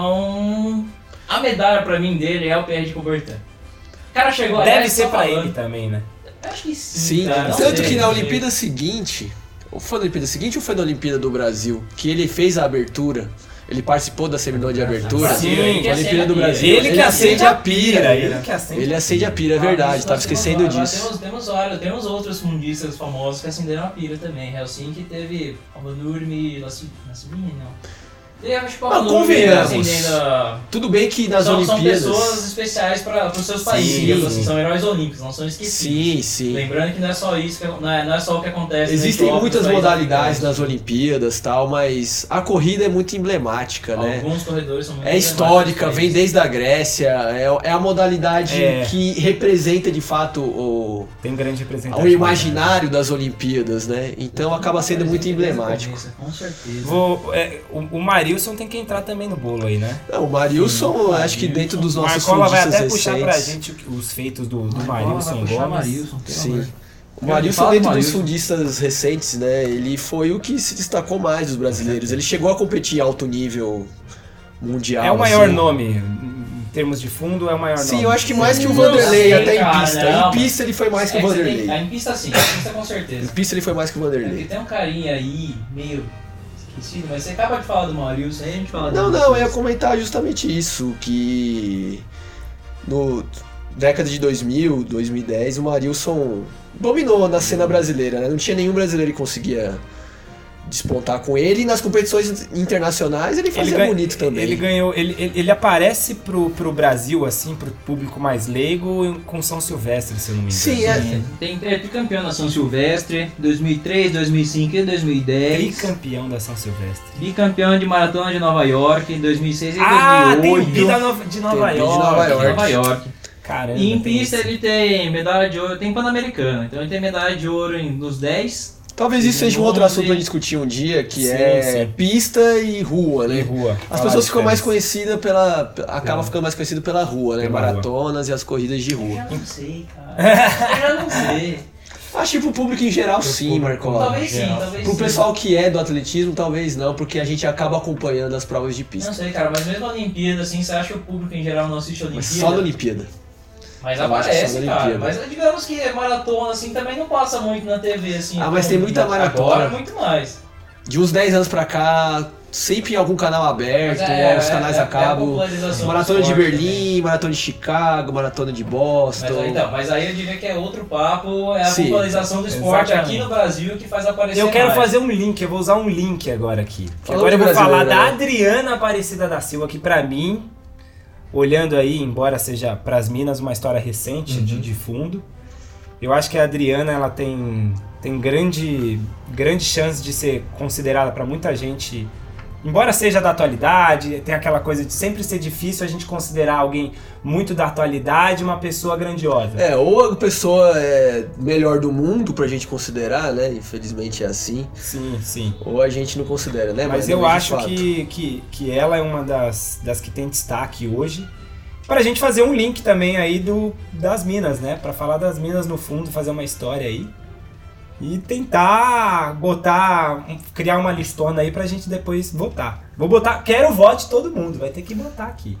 Speaker 4: Então, a medalha pra mim dele é o PR de Coubertin. O cara chegou
Speaker 2: Deve
Speaker 4: aliás,
Speaker 2: ser
Speaker 4: É só
Speaker 2: pra
Speaker 4: falando.
Speaker 2: ele também, né?
Speaker 4: Acho que sim.
Speaker 3: Sim,
Speaker 4: cara, não
Speaker 3: tanto
Speaker 4: sei,
Speaker 3: que na
Speaker 4: não sei.
Speaker 3: Olimpíada seguinte, ou foi na Olimpíada seguinte ou foi na Olimpíada do Brasil, que ele fez a abertura, ele participou da cerimônia de abertura.
Speaker 2: Sim,
Speaker 4: ele que
Speaker 3: na Olimpíada
Speaker 4: acende
Speaker 3: do
Speaker 4: a
Speaker 3: Brasil.
Speaker 4: pira.
Speaker 2: Ele que acende a pira. Ele que acende.
Speaker 3: Ele acende a pira, é
Speaker 4: Ah,
Speaker 3: verdade,
Speaker 4: isso
Speaker 3: tava
Speaker 4: nós
Speaker 3: esquecendo
Speaker 4: temos- nós
Speaker 3: disso.
Speaker 4: Temos, temos, olha, temos outros fundistas famosos que acenderam a pira também. Helsinki teve Albanurmi, Lassibini, não. Teve, acho que o
Speaker 3: Mas
Speaker 4: Albanurmi
Speaker 3: Ah, convenhamos.
Speaker 4: acendendo a...
Speaker 3: Tudo bem que nas
Speaker 4: São, são
Speaker 3: Olimpíadas.
Speaker 4: pessoas especiais para os seus países,
Speaker 3: Sim.
Speaker 4: digamos assim, são heróis olímpicos, não são esquecidos.
Speaker 3: Sim, sim.
Speaker 4: Lembrando que não é só isso, que, não, é, não é só o que acontece.
Speaker 3: Existem
Speaker 2: então,
Speaker 4: dentro do
Speaker 3: muitas
Speaker 4: país,
Speaker 3: modalidades
Speaker 4: né?
Speaker 3: nas Olimpíadas tal, mas a corrida é muito emblemática, né?
Speaker 4: Alguns corredores são muito
Speaker 3: É histórica, vem desde a Grécia, é, é a modalidade
Speaker 2: É.
Speaker 3: que representa de fato o,
Speaker 2: Tem um grande representante.
Speaker 3: o imaginário das Olimpíadas, né? Então acaba sendo
Speaker 2: é
Speaker 3: muito emblemático.
Speaker 4: Com certeza.
Speaker 2: Vou, é, o, o Marilson tem que entrar também no bolo aí, né?
Speaker 3: Não, o Marilson, acho que dentro dos
Speaker 2: O
Speaker 3: nossos
Speaker 2: Marcola vai
Speaker 3: fundistas
Speaker 2: até puxar pra
Speaker 3: recentes.
Speaker 2: gente então, o- os feitos do, do Marilson Gomes. né?
Speaker 3: Sim. O Marilson,
Speaker 5: Fala,
Speaker 3: dentro dos
Speaker 5: Marilson.
Speaker 3: fundistas recentes, né? Ele foi o que se destacou mais dos brasileiros. Ele chegou a competir em alto nível mundial.
Speaker 2: É o maior
Speaker 3: assim.
Speaker 2: nome. Em em termos de fundo, é o maior nome.
Speaker 3: Sim, eu acho que mais que o
Speaker 4: Não
Speaker 3: Vanderlei,
Speaker 4: sei,
Speaker 3: até em
Speaker 4: cara,
Speaker 3: pista.
Speaker 4: não,
Speaker 3: Em pista ele foi mais que o
Speaker 4: É você tem-
Speaker 3: Vanderlei.
Speaker 4: ah, Em pista sim, em pista com certeza.
Speaker 3: Em pista ele foi mais que o
Speaker 4: É que
Speaker 3: Vanderlei.
Speaker 4: tem um carinha aí, meio esquecido, mas você acaba de falar do Maurício, aí a gente fala
Speaker 3: Não, é
Speaker 4: do
Speaker 3: não, eu ia comentar justamente isso, que no década de 2000, 2010, o Marilson dominou na cena brasileira, né? Não tinha nenhum brasileiro que conseguia despontar com ele e nas competições internacionais ele fazia
Speaker 2: ganha-
Speaker 3: é bonito também.
Speaker 2: Ele ganhou, ele, ele, ele aparece pro, pro Brasil, assim, pro público mais leigo, em- com São Silvestre, se eu não me engano.
Speaker 3: Sim, é,
Speaker 4: Tem é bicampeão na São Silvestre, 2003, 2005 e
Speaker 3: é,
Speaker 4: 2010.
Speaker 2: Tricampeão da São Silvestre.
Speaker 4: Bicampeão de maratona de Nova York, 2006 e
Speaker 2: Ah,
Speaker 4: 2008.
Speaker 2: tem Bi da Nova- de Nova
Speaker 3: Tem Bi de
Speaker 2: York.
Speaker 3: Nova York.
Speaker 4: Nova York.
Speaker 3: É,
Speaker 2: Caramba.
Speaker 4: E em
Speaker 2: tem
Speaker 4: pista
Speaker 2: isso.
Speaker 4: ele tem medalha de ouro, tem Pan-Americano, então ele tem medalha de ouro em- nos 10.
Speaker 3: talvez isso seja um outro
Speaker 4: Vamos
Speaker 3: assunto
Speaker 4: ver.
Speaker 3: a discutir um dia, que
Speaker 2: Sim,
Speaker 3: é
Speaker 2: sim.
Speaker 3: pista e rua, né?
Speaker 2: E rua.
Speaker 3: As
Speaker 2: Falar
Speaker 3: pessoas
Speaker 2: de
Speaker 3: ficam mais
Speaker 2: tênis.
Speaker 3: conhecidas pela. acabam ficando mais conhecidas É. pela rua, né?
Speaker 2: Pela
Speaker 3: Maratonas e as corridas de rua.
Speaker 4: não sei, cara. Eu já não sei.
Speaker 3: Acho que pro público em geral sim, Marcola.
Speaker 4: Talvez sim, talvez
Speaker 3: Pro
Speaker 4: sim.
Speaker 3: pessoal que é do atletismo, talvez não, porque a gente acaba acompanhando as provas de
Speaker 4: Não
Speaker 3: pista.
Speaker 4: sei, cara, mas mesmo a Olimpíada, assim, você acha que o público em geral não assiste a
Speaker 3: Mas
Speaker 4: Olimpíada?
Speaker 3: só na Olimpíada.
Speaker 4: Mas
Speaker 3: Eu acho que
Speaker 4: aparece,
Speaker 3: são da
Speaker 4: cara.
Speaker 3: Olimpíada.
Speaker 4: Mas digamos que maratona, assim, também não passa muito na TV, assim.
Speaker 3: Ah, mas tem muita
Speaker 4: Agora, é
Speaker 3: maratona.
Speaker 4: muito mais.
Speaker 3: De uns 10 anos pra cá, sempre em algum canal
Speaker 4: é,
Speaker 3: aberto, né, os canais a cabo. Maratona de Berlim, maratona de Chicago, maratona de
Speaker 4: Mas,
Speaker 3: Boston.
Speaker 4: aí, então, mas aí eu diria que é outro papo, é a
Speaker 3: Sim.
Speaker 4: popularização do esporte
Speaker 2: Exatamente.
Speaker 4: aqui no Brasil que faz aparecer
Speaker 2: Eu quero
Speaker 4: mais.
Speaker 2: fazer um link, eu vou usar um link agora aqui. Que
Speaker 3: Falando
Speaker 2: agora é eu
Speaker 3: de
Speaker 2: vou falar
Speaker 3: brasileiro,
Speaker 2: da
Speaker 3: né?
Speaker 2: Adriana Aparecida da Silva, que pra mim, olhando aí, embora seja pras Minas uma história recente de, de fundo, eu acho que a Adriana ela tem, tem grande, grande chance de ser considerada pra muita gente. Embora seja da atualidade, tem aquela coisa de sempre ser difícil a gente considerar alguém muito da atualidade uma pessoa grandiosa.
Speaker 3: É, ou a pessoa é melhor do mundo pra gente considerar, né? Infelizmente é assim.
Speaker 2: Sim, sim.
Speaker 3: Ou a gente não considera, né?
Speaker 2: Mas
Speaker 3: é
Speaker 2: eu
Speaker 3: de
Speaker 2: acho
Speaker 3: fato.
Speaker 2: que, que, que ela é uma das, das que tem destaque hoje. Pra gente fazer um link também aí do, das minas, né? Pra falar das minas no fundo, fazer uma história aí. E tentar botar, um- criar uma listona aí pra gente depois votar. Vou botar, quero o voto de todo mundo, vai ter que botar aqui.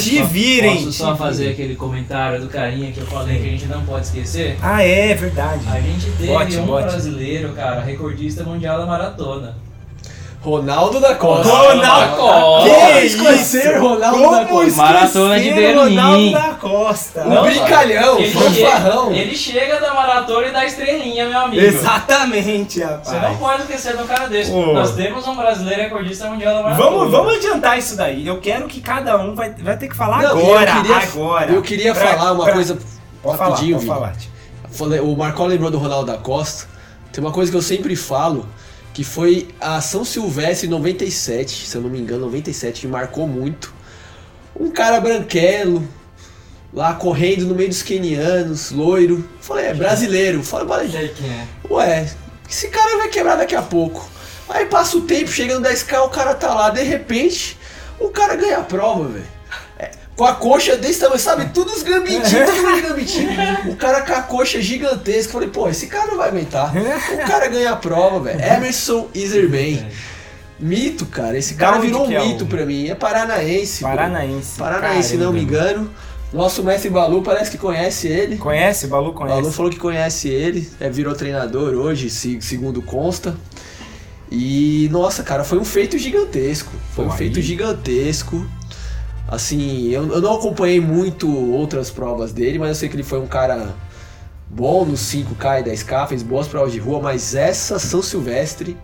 Speaker 2: Te virem!
Speaker 4: É, Posso
Speaker 2: te
Speaker 4: Tá só
Speaker 2: virem.
Speaker 4: fazer aquele comentário do carinha que eu falei que a gente não pode esquecer?
Speaker 2: Ah, é, verdade.
Speaker 4: A gente teve
Speaker 2: Bote,
Speaker 4: um
Speaker 2: bote.
Speaker 4: brasileiro, cara, recordista mundial da maratona.
Speaker 3: Ronaldo da Costa.
Speaker 2: Ronaldo-
Speaker 4: Costa!
Speaker 2: Que
Speaker 3: Vamos conhecer
Speaker 2: isso?
Speaker 3: Ronaldo da
Speaker 2: Como
Speaker 3: Costa.
Speaker 2: esquecer
Speaker 9: Maratona de Berlim.
Speaker 2: Ronaldo da Costa.
Speaker 3: Não, brincalhão,
Speaker 4: ele
Speaker 2: é- um
Speaker 3: fanfarrão.
Speaker 4: chega, ele chega da maratona e da estrelinha, meu amigo.
Speaker 2: Exatamente, rapaz.
Speaker 4: Você não pode esquecer do cara desse.
Speaker 2: Ô.
Speaker 4: Nós temos um brasileiro recordista mundial da maratona.
Speaker 2: Vamos, vamos adiantar isso daí. Eu quero que cada um vai, vai ter que falar
Speaker 3: Não,
Speaker 2: agora.
Speaker 3: eu queria,
Speaker 2: agora.
Speaker 3: Eu queria
Speaker 2: Pra-
Speaker 3: falar uma
Speaker 2: pra-
Speaker 3: coisa
Speaker 2: Pode falar,
Speaker 3: rapidinho,
Speaker 2: pode
Speaker 3: Vini.
Speaker 2: falar. tio.
Speaker 3: Falei- O Marcó lembrou do Ronaldo da Costa. Tem uma coisa que eu sempre falo, que foi a São Silvestre em 97, se eu não me engano, 97, que marcou muito. Um cara branquelo, lá correndo no meio dos quenianos, loiro. Eu Falei, é brasileiro. Eu Falei, mas,
Speaker 5: Sei quem é.
Speaker 3: ué, esse cara vai quebrar daqui a pouco. Aí passa o tempo, chega no 10k, o cara tá lá, de repente, o cara ganha a prova, velho. É, Com a coxa desse tamanho, sabe? Tudo os gambitinhos, tudo os gambitinhos. O cara com a coxa gigantesca. eu Falei, pô, esse cara não vai aguentar. O cara ganha a prova, velho. Emerson Iserman. Mito, cara. Esse cara
Speaker 2: É. onde
Speaker 3: virou um
Speaker 2: que é o-
Speaker 3: mito pra mim. É paranaense. pô.
Speaker 2: Paranaense.
Speaker 3: Paranaense, se não me
Speaker 2: Caramba.
Speaker 3: engano. Nosso mestre Balu parece que conhece ele.
Speaker 2: Conhece? O Balu
Speaker 3: O
Speaker 2: conhece.
Speaker 3: Balu falou que conhece ele, é, virou treinador hoje, se- segundo consta. E nossa, cara, foi um feito gigantesco. Foi
Speaker 2: Pô,
Speaker 3: um feito
Speaker 2: aí-
Speaker 3: gigantesco. Assim, eu, eu não acompanhei muito outras provas dele, mas eu sei que ele foi um cara bom nos 5K e 10K, fez boas provas de rua, mas essa São Silvestre,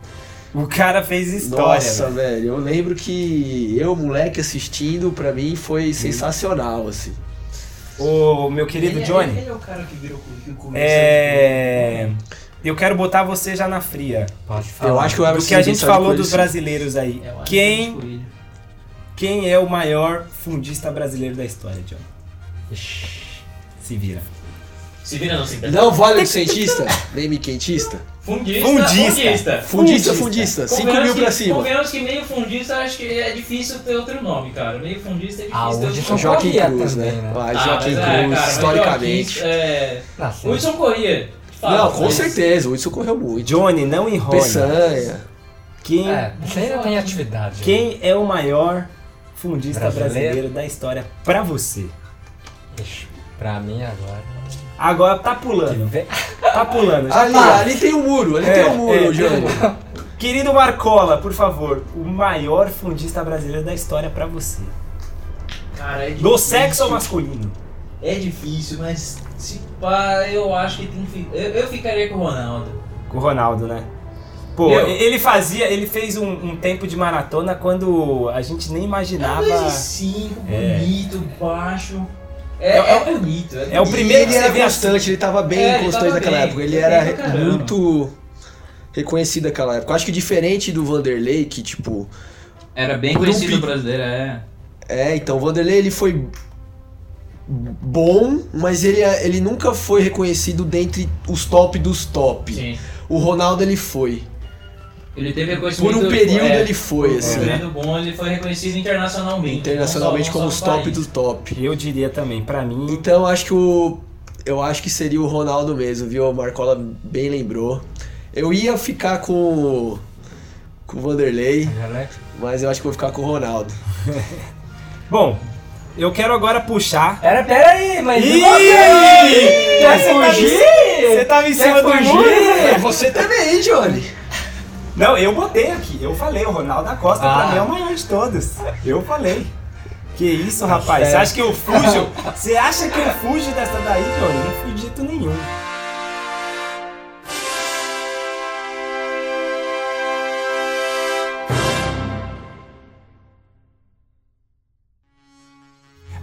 Speaker 2: O cara fez história.
Speaker 3: nossa,
Speaker 2: velho.
Speaker 3: velho, eu lembro que eu, moleque, assistindo, pra mim
Speaker 2: Hum.
Speaker 3: foi sensacional, assim.
Speaker 2: Ô, meu querido
Speaker 4: Ele,
Speaker 2: Johnny,
Speaker 4: ele é o cara que virou que começou.
Speaker 2: é... eu quero botar você já na fria.
Speaker 7: Pode
Speaker 3: Eu
Speaker 7: falar.
Speaker 3: acho que o
Speaker 2: Do
Speaker 3: Emerson
Speaker 2: que a gente
Speaker 3: Gustavo
Speaker 2: falou
Speaker 3: Coelho,
Speaker 2: dos
Speaker 3: sim.
Speaker 2: brasileiros aí.
Speaker 4: É o Alex
Speaker 2: Quem,
Speaker 4: Coelho.
Speaker 2: quem é o maior fundista brasileiro da história, Johnny? Se vira.
Speaker 4: Se vira não, se vira.
Speaker 3: Não vale o cientista, nem me quentista.
Speaker 4: Fundista,
Speaker 2: Fundista.
Speaker 4: fundista.
Speaker 3: Fundista, fundista. 5
Speaker 4: Convenhamos
Speaker 3: mil
Speaker 4: que-
Speaker 3: pra cima.
Speaker 4: Convenhamos que meio fundista acho que é difícil ter outro nome, cara. Meio fundista é difícil
Speaker 7: Ah,
Speaker 4: ter
Speaker 7: hoje
Speaker 4: outro
Speaker 7: são
Speaker 4: nome.
Speaker 7: jo-
Speaker 3: Joaquim
Speaker 7: Corria
Speaker 3: Cruz,
Speaker 7: também,
Speaker 3: né?
Speaker 7: né?
Speaker 3: Ah,
Speaker 4: Ah,
Speaker 3: Joaquim
Speaker 4: mas é, cara,
Speaker 3: Cruz,
Speaker 4: mas
Speaker 3: historicamente.
Speaker 4: Joaquim, é,
Speaker 7: Nasceu.
Speaker 4: Wilson Corrêa. Fala,
Speaker 3: Não, com
Speaker 4: é mas-
Speaker 3: certeza, o Wilson correu muito.
Speaker 2: Johnny, não enrola.
Speaker 3: Peçanha.
Speaker 2: Quem
Speaker 7: É, você ainda tem atividade.
Speaker 2: Quem é o maior fundista brasileiro,
Speaker 7: Brasileiro?
Speaker 2: da história pra você?
Speaker 7: Ixi, Pra mim agora.
Speaker 2: Agora tá pulando,
Speaker 7: Vem-
Speaker 2: tá pulando. já
Speaker 3: Ali,
Speaker 2: tá.
Speaker 3: ali tem o muro, ali
Speaker 2: É,
Speaker 3: tem o
Speaker 2: é,
Speaker 3: muro, Johnny.
Speaker 2: Querido Marcola, por favor, o maior fundista brasileiro da história pra você.
Speaker 4: Cara, é
Speaker 2: Do
Speaker 4: difícil.
Speaker 2: sexo ou masculino?
Speaker 4: É difícil, mas se pá, eu acho que tem que. fi- Eu, eu ficaria com o Ronaldo.
Speaker 2: Com o Ronaldo, né? Pô,
Speaker 4: Meu.
Speaker 2: ele fazia, ele fez um, um tempo de maratona quando a gente nem imaginava.
Speaker 4: 2,5,
Speaker 2: É.
Speaker 4: bonito, baixo. É,
Speaker 2: É-
Speaker 4: é,
Speaker 2: é
Speaker 4: bonito. É,
Speaker 2: É o
Speaker 4: bonito.
Speaker 2: primeiro
Speaker 3: Ele
Speaker 2: que você
Speaker 3: era
Speaker 2: vê assim.
Speaker 3: constante, ele tava bem
Speaker 4: É, ele
Speaker 3: constante
Speaker 4: tava
Speaker 3: naquela
Speaker 4: bem,
Speaker 3: época. Ele
Speaker 4: bem
Speaker 3: era
Speaker 4: pra caramba.
Speaker 3: muito reconhecido naquela época. Eu Acho que diferente do Vanderlei, que tipo.
Speaker 4: Era bem
Speaker 3: Por um
Speaker 4: conhecido
Speaker 3: pi-
Speaker 4: brasileiro, é.
Speaker 3: É, então, o Vanderlei ele foi bom, mas ele, ele nunca foi reconhecido dentre os top dos top.
Speaker 4: Sim.
Speaker 3: O Ronaldo ele foi.
Speaker 4: Ele teve
Speaker 3: Por
Speaker 4: reconhecimento.
Speaker 3: um período
Speaker 4: é,
Speaker 3: ele foi, assim.
Speaker 4: Um período bom, ele foi reconhecido internacionalmente.
Speaker 3: Internacionalmente
Speaker 4: não só-
Speaker 3: como
Speaker 4: não
Speaker 3: os
Speaker 4: só
Speaker 3: top
Speaker 4: país.
Speaker 3: do top.
Speaker 2: Eu diria também, pra mim.
Speaker 3: Então acho que o. Eu acho que seria o Ronaldo mesmo, viu? A Marcola bem lembrou. Eu ia ficar com. o- Com o Vanderlei,
Speaker 7: né?
Speaker 3: mas eu acho que vou ficar com o Ronaldo.
Speaker 2: Bom, Eu quero agora puxar.
Speaker 7: Era, peraí, mas e
Speaker 2: Ih!
Speaker 7: você aí? Quer
Speaker 2: Você tá em
Speaker 7: fugir?
Speaker 2: cima- você tava em
Speaker 7: Quer
Speaker 2: cima do
Speaker 7: fugir?
Speaker 2: muro?
Speaker 3: Você também, Johnny.
Speaker 2: Não, eu botei aqui. Eu falei, o Ronaldo da Costa pra
Speaker 7: Ah.
Speaker 2: mim é o maior de todos. Eu falei. Que isso, rapaz?
Speaker 7: certo.
Speaker 2: Você acha que eu fujo? Você acha que eu fujo dessa daí, Johnny? Não fui dito nenhum.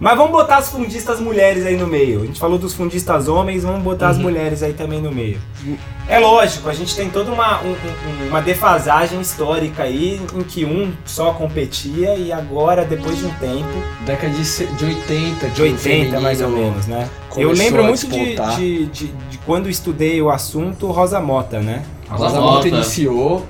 Speaker 2: Mas vamos botar as fundistas mulheres aí no meio. A gente falou dos fundistas homens, vamos botar as mulheres aí também no meio. É lógico, a gente tem toda uma, um- um- uma defasagem histórica aí em que um só competia e agora, depois de um tempo,
Speaker 3: Década de, se- de 80, que
Speaker 2: de
Speaker 3: o
Speaker 2: 80 mais ou
Speaker 3: feminino-
Speaker 2: menos, né? Eu
Speaker 3: começou
Speaker 2: lembro
Speaker 3: a
Speaker 2: muito de,
Speaker 3: despontar.
Speaker 2: de, de, de quando eu estudei o assunto Rosa Mota, né?
Speaker 3: A Rosa Mota iniciou.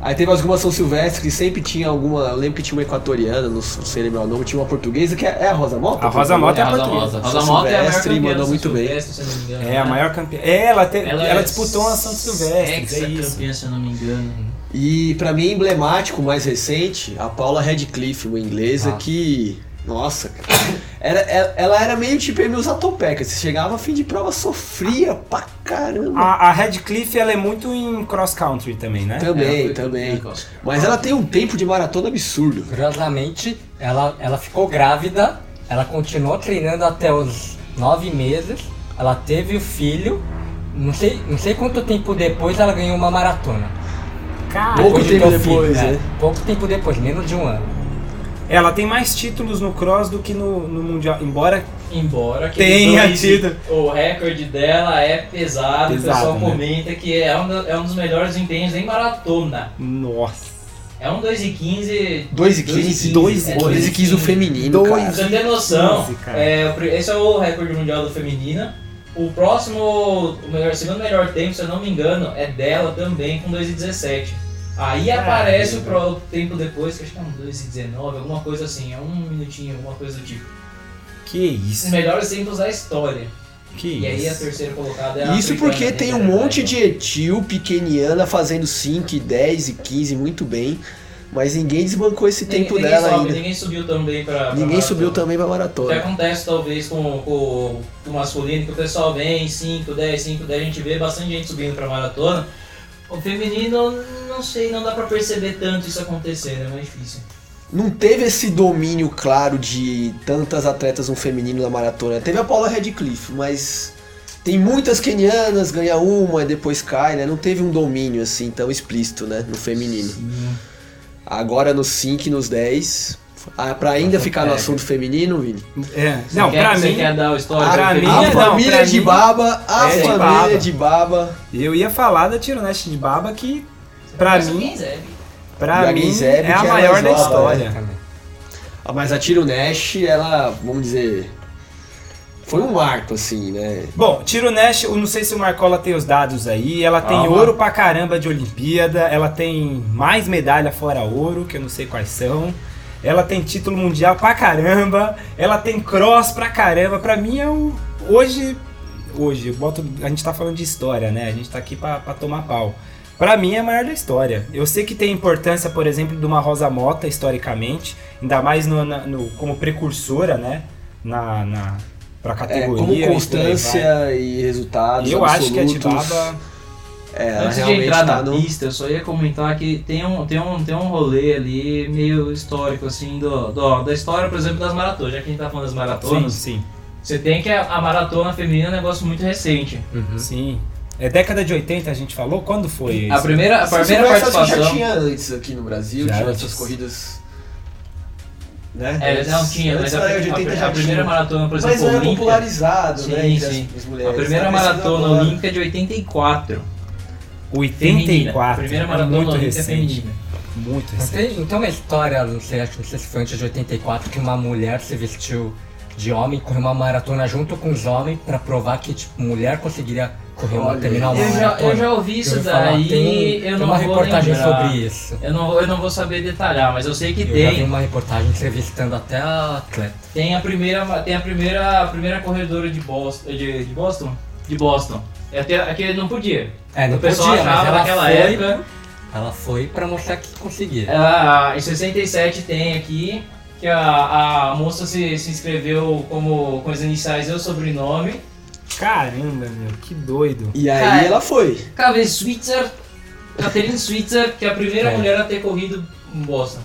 Speaker 3: Aí teve algumas São Silvestre que sempre tinha alguma. Eu lembro que tinha uma equatoriana, não sei lembrar o nome, tinha uma portuguesa, que é é a Rosa Mota?
Speaker 2: A Rosa Mota é a
Speaker 4: Rosa
Speaker 2: portuguesa.
Speaker 4: Mota. Rosa
Speaker 3: São
Speaker 4: Mota é a maior
Speaker 3: Silvestre
Speaker 4: campeã
Speaker 3: mandou
Speaker 4: do
Speaker 3: muito bem.
Speaker 4: Silvestre, se eu não me engano,
Speaker 2: É a
Speaker 4: né?
Speaker 2: maior campeã. Ela, te- ela,
Speaker 4: é
Speaker 2: disputou a Santo Silvestre, é isso.
Speaker 4: Ex-campeã, se eu não me engano.
Speaker 3: E pra mim, emblemático, mais recente, a Paula Radcliffe, uma inglesa
Speaker 2: Ah.
Speaker 3: que. Nossa, cara. Era, ela, ela era meio tipo Emil Zatopeca. Você chegava a fim de prova, sofria pra caramba.
Speaker 2: A, a Radcliffe, ela é muito em cross-country também, né?
Speaker 3: também,
Speaker 4: Ela foi
Speaker 3: também.
Speaker 4: campeã, Costa.
Speaker 3: Mas ela tem um tempo de maratona absurdo.
Speaker 7: Curiosamente, ela, ela ficou grávida, ela continuou treinando até os nove meses, ela teve o filho, não sei, não sei quanto tempo depois ela ganhou uma maratona.
Speaker 4: Ah.
Speaker 3: Pouco
Speaker 7: Depois de
Speaker 3: tempo
Speaker 7: ter o filho,
Speaker 3: depois,
Speaker 7: é.
Speaker 3: né?
Speaker 7: Pouco tempo depois, menos de um ano.
Speaker 2: Ela tem mais títulos no cross do que no, no mundial, embora
Speaker 4: Embora que
Speaker 2: Tenha
Speaker 4: depois
Speaker 2: tido.
Speaker 4: O recorde dela é
Speaker 2: Pesado,
Speaker 4: pesado, o pessoal
Speaker 2: né?
Speaker 4: comenta que é um, do- é um dos melhores empenhos em maratona.
Speaker 2: nossa,
Speaker 4: É um 2 e 15.
Speaker 3: 2 e
Speaker 4: 2,15.
Speaker 3: 15.
Speaker 4: 2,15.
Speaker 3: Pô, 2 e 15 o feminino,
Speaker 4: Pra
Speaker 3: cara.
Speaker 4: você ter noção,
Speaker 2: 15, cara.
Speaker 4: é, o pri- esse é o recorde mundial do feminina. O próximo, o melhor, segundo melhor tempo, se eu não me engano, é dela também com 2,17. Aí aparece o pro- tempo depois, que acho que é um 2,19, alguma coisa assim, é um minutinho, alguma coisa do tipo.
Speaker 2: que
Speaker 4: Esses
Speaker 2: isso,
Speaker 4: melhores tempos da história.
Speaker 2: que
Speaker 4: E aí a
Speaker 2: isso.
Speaker 4: terceira colocada é a
Speaker 3: Isso
Speaker 4: africana,
Speaker 3: porque
Speaker 4: né,
Speaker 3: tem
Speaker 4: que
Speaker 3: um
Speaker 4: é
Speaker 3: monte
Speaker 4: a-
Speaker 3: de etíope, keniana fazendo 5, e 10 e 15 muito bem, mas ninguém desbancou esse
Speaker 4: Ninguém-
Speaker 3: tempo
Speaker 4: ninguém
Speaker 3: dela
Speaker 4: sobe,
Speaker 3: ainda.
Speaker 4: Ninguém subiu também pra. pra
Speaker 3: Ninguém
Speaker 4: maratona.
Speaker 3: subiu também pra
Speaker 4: O que
Speaker 3: maratona.
Speaker 4: acontece talvez com, com o masculino, que o pessoal vem 5, 10, 5, 10, a gente vê bastante gente subindo pra maratona. O feminino, não sei, não dá pra perceber tanto isso acontecer, né? É mais difícil.
Speaker 3: Não teve esse domínio claro de tantas atletas no feminino na maratona. Teve a Paula Radcliffe, mas tem muitas kenianas, ganha uma e depois cai, né? Não teve um domínio assim tão explícito, né, no feminino. Agora nos 5 e nos 10, ah, para ainda ficar no assunto feminino, Vini.
Speaker 2: É, não,
Speaker 4: Quer-
Speaker 2: pra
Speaker 4: você
Speaker 2: mim,
Speaker 4: quer dar o histórico
Speaker 2: pra
Speaker 4: do
Speaker 2: mim
Speaker 4: feminino?
Speaker 3: A
Speaker 2: Minha não,
Speaker 3: família
Speaker 2: pra
Speaker 3: de
Speaker 2: mim
Speaker 3: Baba, a
Speaker 2: é de Baba.
Speaker 3: família de Baba.
Speaker 2: eu ia falar da Tironeste de Baba que pra
Speaker 4: Mas quem
Speaker 2: mim,
Speaker 4: quiser.
Speaker 2: pra
Speaker 3: E a
Speaker 2: mim
Speaker 3: Gizebe,
Speaker 2: é a
Speaker 3: que é a
Speaker 2: maior
Speaker 3: mais
Speaker 2: da
Speaker 3: nova,
Speaker 2: história.
Speaker 7: Também.
Speaker 3: Ah, Mas a Tiro Nash, ela, vamos dizer, foi um marco, assim, né?
Speaker 2: Bom, Tiro Nash, eu não sei se o Marcola tem os dados aí. Ela tem
Speaker 4: Calma.
Speaker 2: ouro pra caramba de Olimpíada, ela tem mais medalha fora ouro, que eu não sei quais são. Ela tem título mundial pra caramba, ela tem cross pra caramba. Pra mim é o. Hoje. Hoje, eu boto, a gente tá falando de história, né? A gente tá aqui pra, pra tomar pau. Pra mim é a maior da história. Eu sei que tem importância, por exemplo, de uma Rosa Mota, historicamente, ainda mais no, na- no- como precursora, né? Na, na, pra
Speaker 3: É,
Speaker 2: categoria. e por aí
Speaker 3: como
Speaker 2: vai.
Speaker 3: constância e resultados
Speaker 2: Eu acho que a
Speaker 3: absolutos.
Speaker 2: Tibaba.
Speaker 3: É, ela
Speaker 4: é Antes de
Speaker 3: realmente
Speaker 4: entrar
Speaker 3: tá
Speaker 4: na
Speaker 3: no...
Speaker 4: pista, eu só ia comentar que tem um, tem um, tem um rolê ali meio histórico, assim, do, do- da história, por exemplo, das maratonas. Já que a gente tá falando das
Speaker 2: Sim,
Speaker 4: maratonas,
Speaker 2: sim.
Speaker 4: você tem que a, a maratona feminina é um negócio muito recente.
Speaker 3: Uhum.
Speaker 2: Sim. É década de 80 a gente falou? Quando foi
Speaker 4: A
Speaker 2: isso?
Speaker 4: primeira, a
Speaker 3: Essa
Speaker 4: primeira
Speaker 3: conversa já
Speaker 4: participação.
Speaker 3: tinha antes aqui no Brasil,
Speaker 2: Já
Speaker 3: tinha
Speaker 2: antes.
Speaker 3: essas corridas... Né?
Speaker 4: É, não tinha,
Speaker 3: Antes
Speaker 4: mas a,
Speaker 3: da década de
Speaker 4: a-
Speaker 3: 80 já
Speaker 4: a primeira
Speaker 3: tinha.
Speaker 4: maratona, por
Speaker 3: Mas
Speaker 4: exemplo,
Speaker 3: era
Speaker 4: olímpica,
Speaker 3: popularizado, né,
Speaker 4: Sim,
Speaker 3: entre as-
Speaker 4: sim.
Speaker 3: as
Speaker 4: a
Speaker 3: mulheres.
Speaker 4: primeira
Speaker 3: Tá crescendo
Speaker 4: maratona
Speaker 3: agora.
Speaker 4: olímpica é de 84. feminina.
Speaker 2: 84.
Speaker 4: Primeira
Speaker 2: É
Speaker 4: maratona
Speaker 2: muito
Speaker 4: olímpica
Speaker 2: recente.
Speaker 4: feminina.
Speaker 2: Muito
Speaker 4: É.
Speaker 7: Não
Speaker 2: recente.
Speaker 7: tem, então a história, não sei, acho que não sei se foi antes de 84, que uma mulher se vestiu de homem, correu uma maratona junto com os homens pra provar que tipo, mulher conseguiria correr uma,
Speaker 3: Olha,
Speaker 7: terminar uma
Speaker 4: Eu já,
Speaker 7: maratona.
Speaker 4: eu já ouvi isso
Speaker 7: tá Eu ouvi falar,
Speaker 4: daí,
Speaker 7: tem,
Speaker 4: eu
Speaker 7: tem
Speaker 4: não
Speaker 7: uma
Speaker 4: vou
Speaker 7: reportagem
Speaker 4: lembrar.
Speaker 7: sobre isso.
Speaker 4: Eu não, vou- eu não vou saber detalhar, mas eu sei que
Speaker 7: Eu já vi
Speaker 4: tem.
Speaker 7: uma reportagem entrevistando até a atleta.
Speaker 4: Tem a primeira, tem a primeira, a primeira corredora de Boston, de, de Boston, de Boston. É até aquele não podia.
Speaker 7: É, não
Speaker 4: o pessoal
Speaker 7: podia, mas
Speaker 4: achava
Speaker 7: ela
Speaker 4: naquela
Speaker 7: foi,
Speaker 4: época. É,
Speaker 7: Ela foi pra mostrar que conseguia.
Speaker 4: Ela, em 67 tem aqui, que que a, a moça se, se inscreveu como, com as iniciais e o sobrenome.
Speaker 2: Caramba, meu, que doido.
Speaker 3: E aí
Speaker 4: Cara.
Speaker 3: ela foi.
Speaker 4: Karen Switzer, Catherine Switzer, que é a primeira
Speaker 2: É.
Speaker 4: mulher a ter corrido em Boston.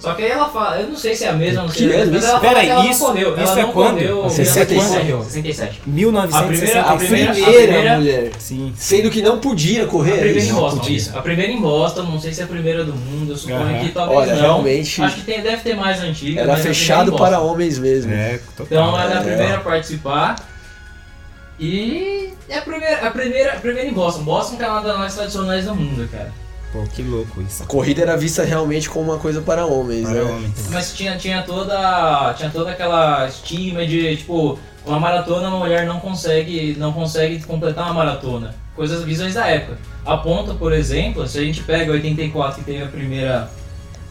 Speaker 4: Só que aí ela fala, eu não sei se é a mesma, não sei,
Speaker 3: Que ano
Speaker 4: mas
Speaker 3: isso?
Speaker 4: ela fala
Speaker 2: Pera aí,
Speaker 4: que ela
Speaker 2: isso-
Speaker 4: não correu,
Speaker 2: isso
Speaker 4: ela
Speaker 2: é
Speaker 4: não
Speaker 2: quando?
Speaker 4: correu,
Speaker 3: 67.
Speaker 4: 67. A primeira-
Speaker 2: 1967.
Speaker 4: a primeira- primeira-
Speaker 3: mulher.
Speaker 2: Sim.
Speaker 3: Sendo que não podia
Speaker 4: A
Speaker 3: correr. é
Speaker 4: primeira
Speaker 3: isso?
Speaker 4: em Boston,
Speaker 3: Podia.
Speaker 4: isso. A primeira em Boston, não sei se é a primeira do mundo, eu suponho
Speaker 2: Aham.
Speaker 4: que talvez
Speaker 3: Olha,
Speaker 4: não.
Speaker 3: realmente-
Speaker 4: Acho que tem, deve ter mais antiga.
Speaker 3: Era
Speaker 4: mas é a primeira em
Speaker 3: fechado
Speaker 4: Boston.
Speaker 3: para homens mesmo.
Speaker 2: É,
Speaker 4: Então
Speaker 2: total.
Speaker 4: ela é a
Speaker 3: É.
Speaker 4: primeira a participar. E é a primeira, a primeira, a primeira em Boston. Boston que é uma das mais tradicionais do mundo, cara.
Speaker 2: Pô, que louco isso.
Speaker 3: A corrida era vista realmente como uma coisa para homens,
Speaker 2: Para
Speaker 3: né?
Speaker 2: homens.
Speaker 4: Mas tinha, tinha toda. Tinha toda aquela estima de, tipo, uma maratona uma mulher não consegue. não consegue completar uma maratona. Coisas, visões da época. A ponta, por exemplo, se a gente pega 84 que teve a primeira.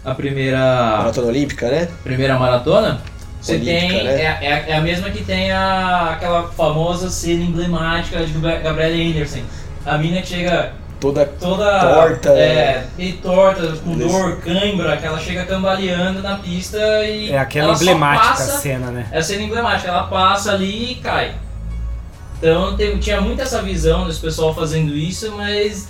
Speaker 4: A primeira.
Speaker 3: Maratona Olímpica, né?
Speaker 4: primeira maratona, você
Speaker 3: Olímpica,
Speaker 4: tem.
Speaker 3: né?
Speaker 4: É, é- é a mesma que tem a, aquela famosa cena emblemática de Gabri- Gabriela Anderson. A mina que chega
Speaker 3: Toda
Speaker 4: toda.
Speaker 3: Torta. né?
Speaker 4: É, e torta, com
Speaker 3: Desse-
Speaker 4: dor, cãibra, que ela chega cambaleando na pista e.
Speaker 2: É aquela
Speaker 4: ela só
Speaker 2: emblemática
Speaker 4: passa-
Speaker 2: cena, né?
Speaker 4: é a cena emblemática, ela passa ali e cai. Então tem- tinha muito essa visão desse pessoal fazendo isso, mas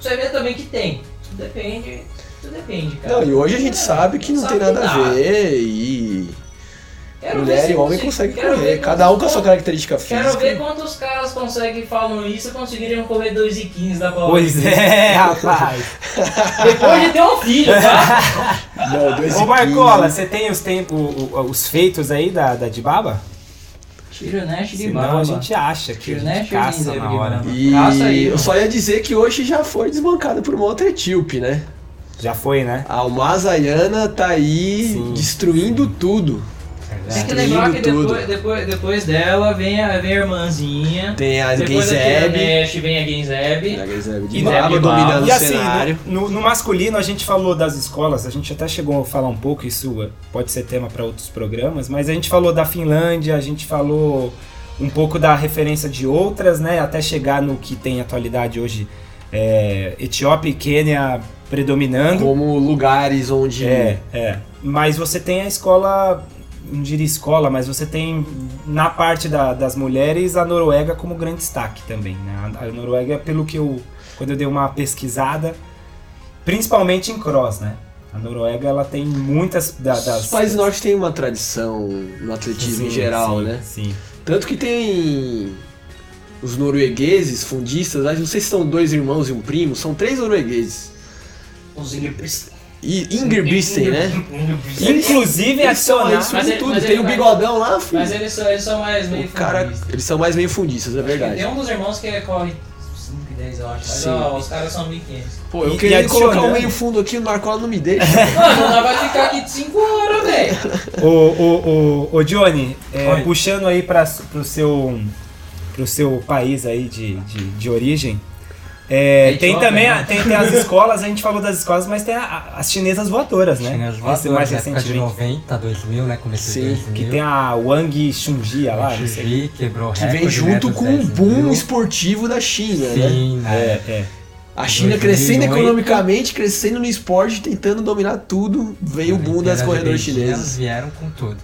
Speaker 4: você vê também que tem. Tudo depende, tudo depende, cara.
Speaker 3: Não, e hoje a gente
Speaker 4: É,
Speaker 3: sabe que não tem
Speaker 4: sabe
Speaker 3: nada a ver e
Speaker 4: Quero ver
Speaker 3: mulher
Speaker 4: se
Speaker 3: e homem
Speaker 4: consigo-
Speaker 3: conseguem
Speaker 4: quero
Speaker 3: correr,
Speaker 4: ver
Speaker 3: cada um com a
Speaker 4: quantos-
Speaker 3: sua característica física.
Speaker 4: Quero ver quantos caras conseguem falam isso e conseguiriam correr 2 e 15 da prova.
Speaker 2: Pois é, rapaz.
Speaker 4: Depois de ter um filho, tá?
Speaker 3: Não, dois
Speaker 2: Ô
Speaker 3: e
Speaker 2: Marcola,
Speaker 3: quinze.
Speaker 2: você tem os, tempos, os feitos aí da, da Dibaba?
Speaker 4: Chironesh de
Speaker 2: Senão a
Speaker 4: mama.
Speaker 2: gente acha que a gente
Speaker 4: Chironesh
Speaker 2: caça
Speaker 4: de
Speaker 2: na
Speaker 4: Baba.
Speaker 2: hora.
Speaker 3: E
Speaker 4: Caça aí,
Speaker 3: eu
Speaker 4: mano.
Speaker 3: só ia dizer que hoje já foi desbancada por uma outra etíope, né?
Speaker 2: Já foi, né?
Speaker 3: A Almaz Ayana tá aí
Speaker 2: Sim.
Speaker 3: destruindo tudo.
Speaker 4: Tem que lembrar que
Speaker 3: Destruindo
Speaker 4: depois, depois, depois dela vem a, vem a irmãzinha.
Speaker 3: Tem a
Speaker 4: Depois da
Speaker 3: Genzeb.
Speaker 4: Chironesh vem a Genzeb.
Speaker 3: A Genzeb de
Speaker 2: E
Speaker 3: Baba
Speaker 4: Zeb
Speaker 3: dominando
Speaker 2: E
Speaker 3: o
Speaker 2: assim,
Speaker 3: cenário.
Speaker 2: no, no- no masculino a gente falou das escolas, a gente até chegou a falar um pouco, isso é, pode ser tema para outros programas, mas a gente falou da Finlândia, a gente falou um pouco da referência de outras, né? Até chegar no que tem atualidade hoje, é, Etiópia e Quênia predominando.
Speaker 3: Como lugares onde
Speaker 2: né? É, é. Mas você tem a escola, não diria escola, mas você tem na parte da- das mulheres a Noruega como grande destaque também. Né? A, a Noruega, pelo que eu. Quando eu dei uma pesquisada, principalmente em cross, né? A Noruega ela tem muitas da- das.
Speaker 3: os países norte têm uma tradição no atletismo
Speaker 2: Sim,
Speaker 3: em geral,
Speaker 2: sim,
Speaker 3: né?
Speaker 2: Sim.
Speaker 3: Tanto que tem os noruegueses, fundistas, acho- não sei se são dois irmãos e um primo, são três noruegueses. E Ingerbisten, né?
Speaker 2: Inclusive
Speaker 3: Eles são
Speaker 2: adicionar.
Speaker 3: isso
Speaker 4: Mas ele-
Speaker 3: tudo.
Speaker 4: mas
Speaker 3: tem
Speaker 4: ele
Speaker 3: o
Speaker 4: vai-
Speaker 3: bigodão lá, filho.
Speaker 4: Mas é eles, são- eles são mais meio
Speaker 3: O cara,
Speaker 4: feministas.
Speaker 3: eles são mais meio fundistas, é
Speaker 4: Acho que Tem
Speaker 3: verdade.
Speaker 4: um dos irmãos que corre 5 e 10, eu acho. Mas
Speaker 3: Sim.
Speaker 4: ó, os caras são 1500.
Speaker 3: Pô, eu
Speaker 2: E- e
Speaker 3: queria colocar
Speaker 2: adicionando-
Speaker 3: o meio fundo aqui, o Marcola não me deixa.
Speaker 4: Mano, nós vai ficar aqui de 5 horas, velho.
Speaker 2: Ô, ô, ô, ô Johnny, é,
Speaker 7: Oi.
Speaker 2: puxando aí para pro seu pro seu país aí de, de, de origem. é,
Speaker 4: É
Speaker 2: tem
Speaker 4: idiota,
Speaker 2: também a-
Speaker 4: né?
Speaker 2: tem, tem as escolas, a gente falou das escolas, mas tem a- a- as chinesas voadoras, né?
Speaker 7: Tinha as
Speaker 2: Esse
Speaker 7: voadoras,
Speaker 2: mais
Speaker 7: na época de
Speaker 2: recentemente.
Speaker 7: 90, 2000, né? Começo de
Speaker 3: Sim,
Speaker 7: 2000.
Speaker 2: Que tem a Wang Chunjia lá, não sei.
Speaker 7: Xi quebrou
Speaker 3: Que vem
Speaker 7: recorde,
Speaker 3: junto
Speaker 7: né, dos
Speaker 3: com o
Speaker 7: 10
Speaker 3: boom
Speaker 7: mil.
Speaker 3: esportivo da China, né?
Speaker 7: Sim,
Speaker 2: É,
Speaker 7: né?
Speaker 2: é.
Speaker 3: A China
Speaker 7: 2008.
Speaker 3: crescendo economicamente, crescendo no esporte, tentando dominar tudo,
Speaker 2: É,
Speaker 3: veio o boom das
Speaker 7: Olimpíadas
Speaker 3: corredoras
Speaker 7: de Beijing,
Speaker 3: chinesas.
Speaker 7: Elas vieram com tudo.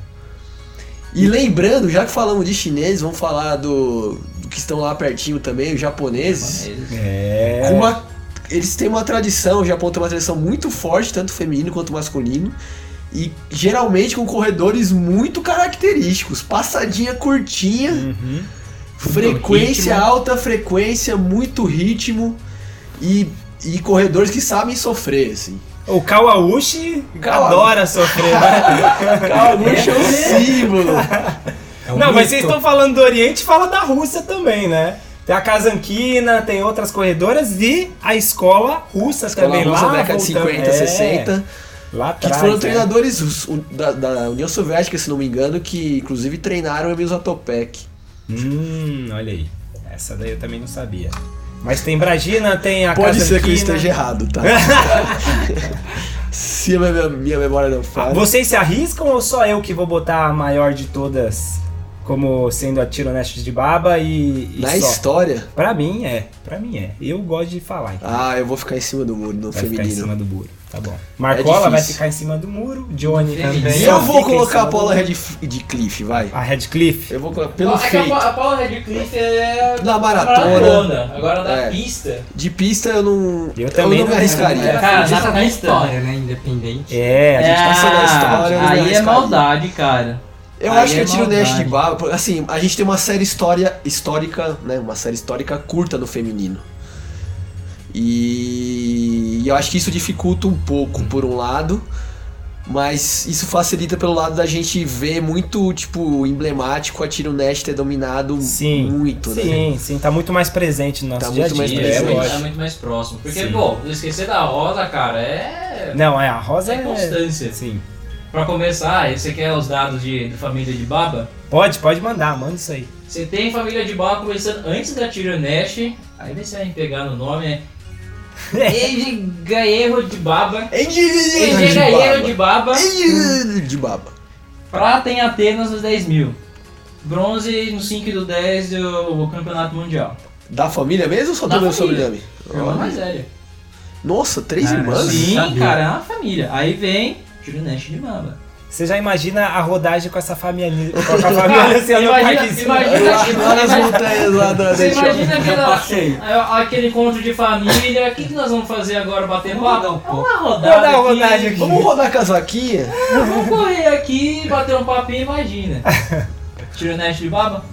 Speaker 3: E lembrando, já que falamos de chineses, vamos falar do, do que estão lá pertinho também, os japoneses.
Speaker 2: É.
Speaker 3: Com uma- eles têm uma tradição, o Japão tem uma tradição muito forte, tanto feminino quanto masculino. E geralmente com corredores muito característicos. Passadinha curtinha,
Speaker 2: Uhum.
Speaker 3: frequência
Speaker 4: ritmo.
Speaker 3: alta, frequência, muito ritmo. E, e corredores que sabem sofrer, assim.
Speaker 2: O Kawauchi
Speaker 3: Kawa-
Speaker 2: adora sofrer, né?
Speaker 3: Kawaguchi é um símbolo.
Speaker 7: É um
Speaker 2: Não, mas
Speaker 7: mito.
Speaker 2: vocês estão falando do Oriente, fala da Rússia também, né? Tem a Kazanquina, tem outras corredoras e a escola russa também
Speaker 3: Falar
Speaker 2: lá.
Speaker 3: da década de
Speaker 2: voltando-
Speaker 3: 50,
Speaker 2: é,
Speaker 3: 60.
Speaker 2: Lá
Speaker 3: Que
Speaker 2: atrás.
Speaker 3: foram
Speaker 2: né?
Speaker 3: treinadores us- u- da, da União Soviética, se não me engano, que inclusive treinaram Emil Zatopek.
Speaker 2: Hum, olha aí. Essa daí eu também não sabia. Mas tem Bragina, tem a
Speaker 3: Pode ser que eu
Speaker 2: Kazanquina.
Speaker 3: esteja errado, tá? se a minha, minha memória não falha.
Speaker 2: Ah, Vocês se arriscam ou só eu que vou botar a maior de todas como sendo a Tironeste de Baba e, e
Speaker 3: Na
Speaker 2: só?
Speaker 3: história.
Speaker 2: Pra mim é, pra mim é. Eu gosto de falar. então.
Speaker 3: Ah, eu vou ficar em cima do muro no
Speaker 2: Vai ficar em
Speaker 3: feminino.
Speaker 2: cima do muro. Tá bom. Marcola vai
Speaker 3: difícil.
Speaker 2: ficar em cima do muro. Johnny também.
Speaker 3: Eu
Speaker 2: Fica
Speaker 3: vou
Speaker 2: em
Speaker 3: colocar
Speaker 2: cima
Speaker 3: a Paula
Speaker 2: do-
Speaker 3: Red- de Cliff, vai.
Speaker 2: A Redcliffe.
Speaker 3: Eu vou colocar pelo
Speaker 4: é que a,
Speaker 3: feito.
Speaker 4: Pa- a Paula Radcliffe é.
Speaker 3: Na maratona.
Speaker 4: maratona. Agora na
Speaker 3: É.
Speaker 4: pista.
Speaker 3: De pista eu não.
Speaker 2: Eu também
Speaker 3: não me
Speaker 2: não- né?
Speaker 3: arriscaria.
Speaker 2: Ah,
Speaker 4: Cara,
Speaker 7: é
Speaker 5: Isso
Speaker 4: na
Speaker 5: da
Speaker 4: pista.
Speaker 5: história, né? Independente.
Speaker 2: É, a gente
Speaker 3: tá sendo a história, mas
Speaker 4: Ah,
Speaker 3: não
Speaker 4: aí é
Speaker 3: arriscaria.
Speaker 4: maldade, cara.
Speaker 3: Eu
Speaker 4: Aí
Speaker 3: acho que
Speaker 4: é
Speaker 3: eu tiro o Nash de
Speaker 4: maldade.
Speaker 3: barba. por- Assim, a gente tem uma série história, histórica, né? Uma série histórica curta no feminino. E eu acho que isso dificulta um pouco, por um lado. Mas isso facilita pelo lado da gente ver muito, tipo, emblemático a Tiro Nash ter dominado
Speaker 2: Sim.
Speaker 3: muito, né?
Speaker 2: Sim, sim, tá muito mais presente no nosso
Speaker 3: Tá
Speaker 2: dia a
Speaker 3: muito mais
Speaker 2: dia.
Speaker 4: É,
Speaker 2: é
Speaker 3: presente.
Speaker 2: lógico.
Speaker 4: é muito mais próximo. Porque,
Speaker 2: Sim.
Speaker 4: pô, esquecer da roda, cara, é.
Speaker 2: Não, é a rosa
Speaker 4: É
Speaker 2: é.
Speaker 4: constância.
Speaker 2: Sim.
Speaker 4: Pra começar, você quer os dados de, de família de Baba?
Speaker 2: Pode, pode mandar, manda isso aí.
Speaker 4: Você tem família de Baba começando antes da Tironesh, aí você vai pegar no nome, é. Eiji Gaerro de Baba. Eiji Gaerro de
Speaker 3: De
Speaker 4: Baba.
Speaker 3: baba. De baba.
Speaker 4: Prata em Atenas nos 10 mil. Bronze no 5 do 10 do Campeonato Mundial.
Speaker 3: Da família mesmo ou só
Speaker 4: Da
Speaker 3: do meu
Speaker 4: família.
Speaker 3: sobrenome?
Speaker 4: Irmã mais velha.
Speaker 3: Nossa, três
Speaker 2: Cara,
Speaker 3: irmãs?
Speaker 4: Sim,
Speaker 2: sabia.
Speaker 4: cara, é uma família. Aí vem Tironesh de Baba.
Speaker 2: Você já imagina a rodagem com essa família, com a família assim, no
Speaker 4: Imagina-
Speaker 2: parquezinho.
Speaker 4: imagina-
Speaker 3: Lá, lá nas montanhas lá da da
Speaker 4: Você
Speaker 3: Etiópia.
Speaker 2: um
Speaker 4: imagina
Speaker 2: Ah,
Speaker 7: passei.
Speaker 4: aquela, aquele encontro de família, o que, que nós vamos fazer agora? Bater papo?
Speaker 7: rodar um pouco.
Speaker 4: Uma rodada,
Speaker 2: Vou dar uma rodagem
Speaker 4: aqui. Então,
Speaker 2: aqui.
Speaker 3: Vamos rodar casaquinha?
Speaker 4: Vamos correr aqui, bater um papinho, imagina. Tira o Nash de baba?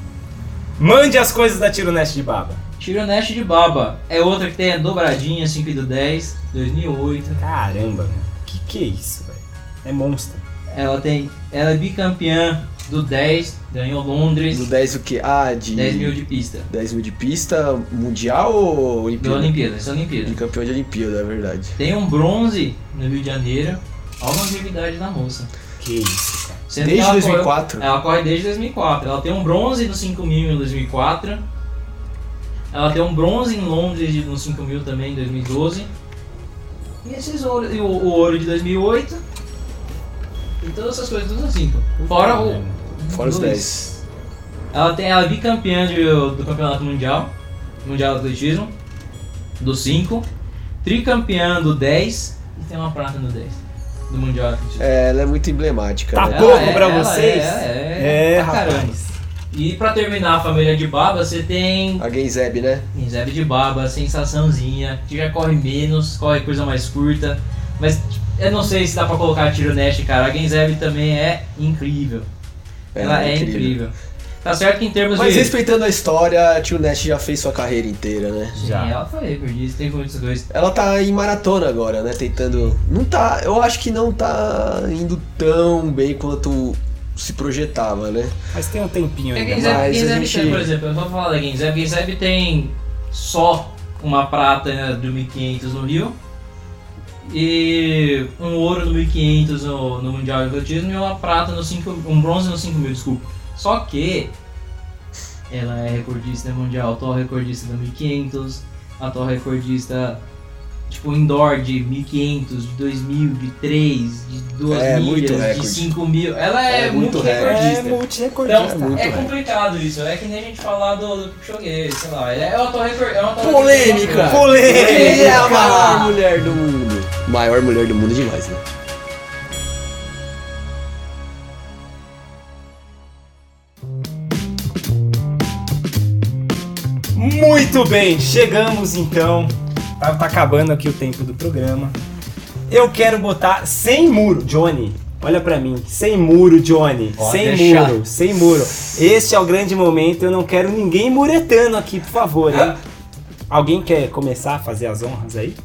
Speaker 2: Mande as coisas da Tiro Nest de Baba.
Speaker 4: Tira o Nash de baba. É outra que tem a dobradinha, 5 do 10, 2008.
Speaker 2: Caramba, mano. que que é isso, velho? É monstro.
Speaker 4: Ela tem, ela é bicampeã do 10, ganhou Londres,
Speaker 3: Do 10 o quê? Ah, de...
Speaker 4: 10 mil de pista.
Speaker 3: 10 mil de pista, mundial ou
Speaker 4: Da
Speaker 3: Olimpíada?
Speaker 4: Olimpíada, essa é a
Speaker 3: De
Speaker 4: Olimpíada.
Speaker 3: campeão de Olimpíada, é verdade.
Speaker 4: Tem um bronze no Rio de Janeiro. Olha a longevidade da moça.
Speaker 2: Que isso, cara.
Speaker 4: Sendo que
Speaker 3: Desde
Speaker 4: ela correu-
Speaker 3: 2004.
Speaker 4: Ela corre desde 2004. Ela tem um bronze no 5 mil em 2004. Ela tem um bronze em Londres de- no 5 mil também em 2012. E esses ouro, e o, o ouro de 2008. E todas essas coisas, tudo assim. pô. Fora o.
Speaker 3: Fora os
Speaker 4: dois.
Speaker 3: 10.
Speaker 4: Ela, tem, ela é bicampeã de- do Campeonato Mundial, Mundial de Atletismo, do 5. Tricampeã do 10. E tem uma prata no 10. Do Mundial de Atletismo.
Speaker 3: É, ela é muito emblemática,
Speaker 2: Tá
Speaker 3: né?
Speaker 4: Ela
Speaker 2: pouco
Speaker 4: é,
Speaker 2: pra
Speaker 4: ela
Speaker 2: vocês?
Speaker 4: é, é,
Speaker 2: É,
Speaker 4: pra caramba.
Speaker 2: rapaz.
Speaker 4: E pra terminar a família de Baba, você tem
Speaker 3: A Genzeb, né?
Speaker 4: Zeb de Baba, sensaçãozinha, que já corre menos, corre coisa mais curta. Mas eu não sei se dá pra colocar tiro Nash, cara. A Genzeb também é incrível. Ela é, incrível. Tá certo que em termos
Speaker 3: Mas
Speaker 4: de.
Speaker 3: respeitando a história, a Tio Nash já fez sua carreira inteira, né?
Speaker 4: Sim,
Speaker 2: Já.
Speaker 4: ela foi recordista, tem muitos dois.
Speaker 3: Ela tá em maratona agora, né? Tentando. Não tá. Eu acho que não tá indo tão bem quanto se projetava, né?
Speaker 2: Mas tem um tempinho
Speaker 4: A
Speaker 2: ainda.
Speaker 3: quem-
Speaker 4: Genzeb,
Speaker 3: mas a
Speaker 4: Genzeb
Speaker 3: gente-
Speaker 4: tem, por exemplo, eu vou falar da Genzeb. Genzeb tem só uma prata né, do 1500 no Rio. E um ouro no 1500 no, no Mundial de Atletismo e uma prata no 5 um bronze no 5000, desculpa. Só que ela é recordista mundial, atual recordista do 1500, atual recordista tipo indoor de 1500, de 2000, de 3, de 2
Speaker 3: É, muito
Speaker 4: milhas, de
Speaker 3: recorde.
Speaker 4: 5000. Ela é,
Speaker 3: É muito
Speaker 4: muito
Speaker 3: recorde.
Speaker 2: É
Speaker 4: recordista.
Speaker 2: multi-recordista.
Speaker 4: Então,
Speaker 3: muito
Speaker 4: é
Speaker 3: velho.
Speaker 4: complicado isso, é que nem a gente falar do, do Kipchoge, sei lá, é uma torre... É uma torre
Speaker 3: Polêmica! Quem é a
Speaker 4: Polêmica!
Speaker 3: maior mulher do mundo? Maior mulher do mundo demais, né?
Speaker 2: Muito bem, chegamos então. Tá, tá acabando aqui o tempo do programa. Eu quero botar sem muro, Johnny. Olha pra mim, sem muro, Johnny.
Speaker 7: Pode
Speaker 2: sem
Speaker 7: deixar.
Speaker 2: muro, sem muro. Este é o grande momento. Eu não quero ninguém muretando aqui, por favor, hein? Alguém quer começar a fazer as honras aí?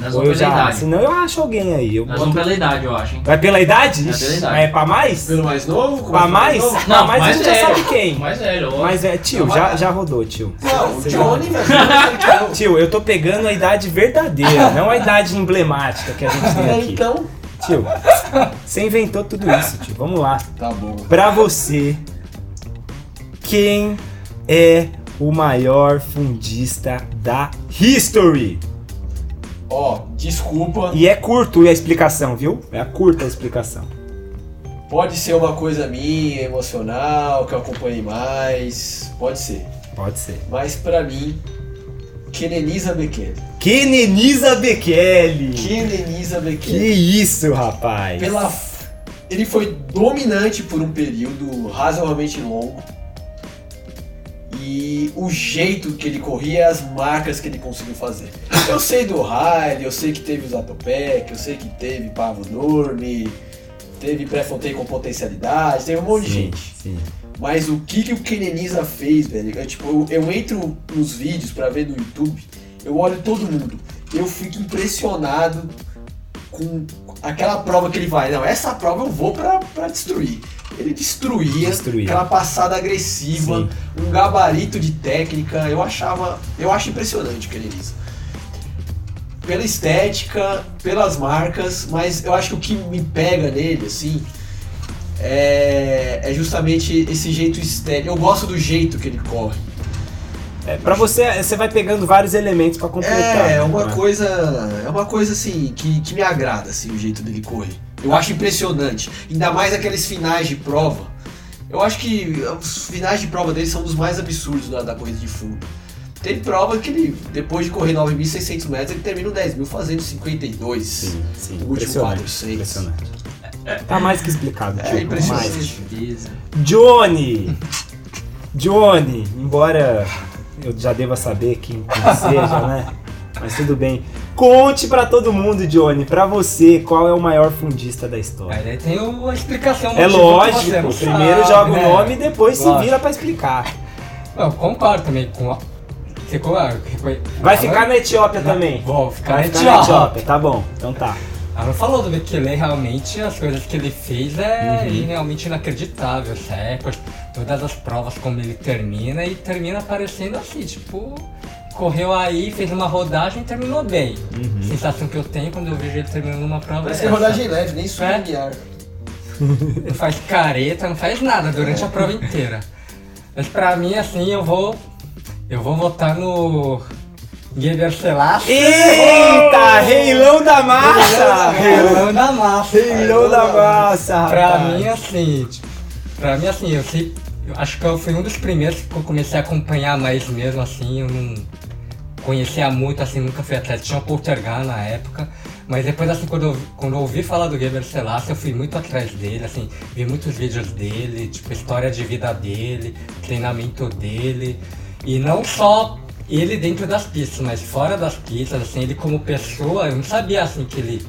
Speaker 4: Nós
Speaker 2: Ou
Speaker 4: vamos
Speaker 2: eu
Speaker 4: pela
Speaker 2: já.
Speaker 4: idade.
Speaker 2: Senão eu acho um alguém aí. Eu
Speaker 4: Nós
Speaker 2: boto-
Speaker 4: vamos pela idade, eu acho, hein.
Speaker 2: Vai pela idade?
Speaker 4: É pela
Speaker 2: Ixi,
Speaker 4: idade.
Speaker 2: mas É pra mais?
Speaker 3: Pelo mais novo?
Speaker 2: Pra mais? Pra
Speaker 4: é.
Speaker 2: mais a gente já sabe
Speaker 4: O
Speaker 2: quem.
Speaker 4: Mais velho, ó.
Speaker 2: Mas é, tio, já, já rodou, tio.
Speaker 3: Não, o
Speaker 2: Você
Speaker 3: Johnny, velho.
Speaker 2: Tio, eu tô pegando a idade verdadeira, não a idade emblemática que a gente tem aqui.
Speaker 3: Então,
Speaker 2: Tio, você inventou tudo isso, tio. Vamos lá.
Speaker 3: tá bom.
Speaker 2: Pra você, quem é o maior fundista da history?
Speaker 3: Ó, desculpa,
Speaker 2: E é curto a explicação, viu? É curta a explicação.
Speaker 3: pode ser uma coisa minha, emocional, que eu acompanhei mais, pode ser.
Speaker 2: Pode ser.
Speaker 3: Mas pra mim, Keneniza Bekele.
Speaker 2: Keneniza Bekele.
Speaker 3: Keneniza
Speaker 2: Que
Speaker 3: Bekele.
Speaker 2: É isso, rapaz.
Speaker 3: Pela... Ele foi dominante por um período razoavelmente longo. E o jeito que ele corria, as marcas que ele conseguiu fazer. Eu sei do Riley, eu sei que teve os Atopec, eu sei que teve Pablo Nurmi, teve Prefontei com potencialidade, teve um monte de
Speaker 2: Sim,
Speaker 3: gente.
Speaker 2: sim.
Speaker 3: Mas o que, que o Keneniza fez, velho? Eu, tipo, eu, eu entro nos vídeos pra ver no YouTube, eu olho todo mundo. Eu fico impressionado com aquela prova que ele vai. Não, essa prova eu vou pra, pra destruir. Ele destruía,
Speaker 2: Destruía.
Speaker 3: aquela passada agressiva,
Speaker 2: Sim.
Speaker 3: um gabarito de técnica. Eu achava. Eu acho impressionante o Keneniza. Pela estética, pelas marcas, mas eu acho que o que me pega nele, assim, é, é justamente esse jeito estéreo. Eu gosto do jeito que ele corre.
Speaker 2: É, pra você, você vai pegando vários elementos pra completar.
Speaker 3: É, é
Speaker 2: né,
Speaker 3: uma
Speaker 2: cara?
Speaker 3: coisa. É uma coisa assim que, que me agrada, assim, o jeito dele correr. Eu acho impressionante. Ainda mais aqueles finais de prova. Eu acho que os finais de prova dele são dos mais absurdos da, da corrida de fundo. Tem prova que ele, depois de correr 9.600 metros, ele termina o 10.000 fazendo 52.
Speaker 2: Sim, sim.
Speaker 3: assim, O último quadro,
Speaker 2: Impressionante.
Speaker 3: seis.
Speaker 2: Impressionante. Tá mais que explicado,
Speaker 3: É
Speaker 2: Chico,
Speaker 3: impressionante.
Speaker 2: mais. Johnny! Johnny, embora eu já deva saber quem, quem seja, né? Mas tudo bem. Conte pra todo mundo, Johnny, pra você, qual é o maior fundista da história.
Speaker 7: Aí daí tem uma explicação. um
Speaker 2: É
Speaker 3: tipo,
Speaker 7: motivo que
Speaker 2: lógico,
Speaker 7: você não
Speaker 2: primeiro
Speaker 3: Ah,
Speaker 7: sabe,
Speaker 2: joga o
Speaker 7: né?
Speaker 2: nome e depois se
Speaker 7: Lógico.
Speaker 2: vira pra explicar.
Speaker 7: Eu concordo também com. a- Você concorda?
Speaker 2: Vai ficar na Etiópia também.
Speaker 7: Vou ficar
Speaker 2: Vai
Speaker 7: na
Speaker 2: ficar na
Speaker 7: Etiópia.
Speaker 2: Etiópia, tá bom. Então tá.
Speaker 7: Ela não Ah, falou do Bekele, realmente as coisas que ele fez é realmente inacreditável, certo? Todas as provas como ele termina e termina aparecendo assim, tipo, correu aí, fez uma rodagem e terminou bem. Sensação que eu tenho quando eu vejo ele terminando uma prova.
Speaker 3: Parece que
Speaker 7: é
Speaker 3: é
Speaker 7: essa.
Speaker 3: rodagem leve, nem sublinhar.
Speaker 7: Não faz careta, não faz nada durante a prova inteira. Mas pra mim, assim, eu vou. Eu vou votar no. Geber Selassie.
Speaker 2: Eita, reilão da massa!
Speaker 7: Leilão da massa.
Speaker 2: Reilão da massa,
Speaker 7: Pra
Speaker 2: rapaz.
Speaker 7: mim, assim, tipo, pra mim, assim, eu sei. Eu acho que eu fui um dos primeiros que eu comecei a acompanhar mais mesmo, assim, eu não conhecia muito, assim, nunca fui atleta, tinha um poltergar na época, mas depois, assim, quando eu, quando eu ouvi falar do Gabriel Selassie, eu fui muito atrás dele, assim, vi muitos vídeos dele, tipo, história de vida dele, treinamento dele, e não só ele dentro das pistas, mas fora das pistas, assim, ele como pessoa, eu não sabia, assim, que ele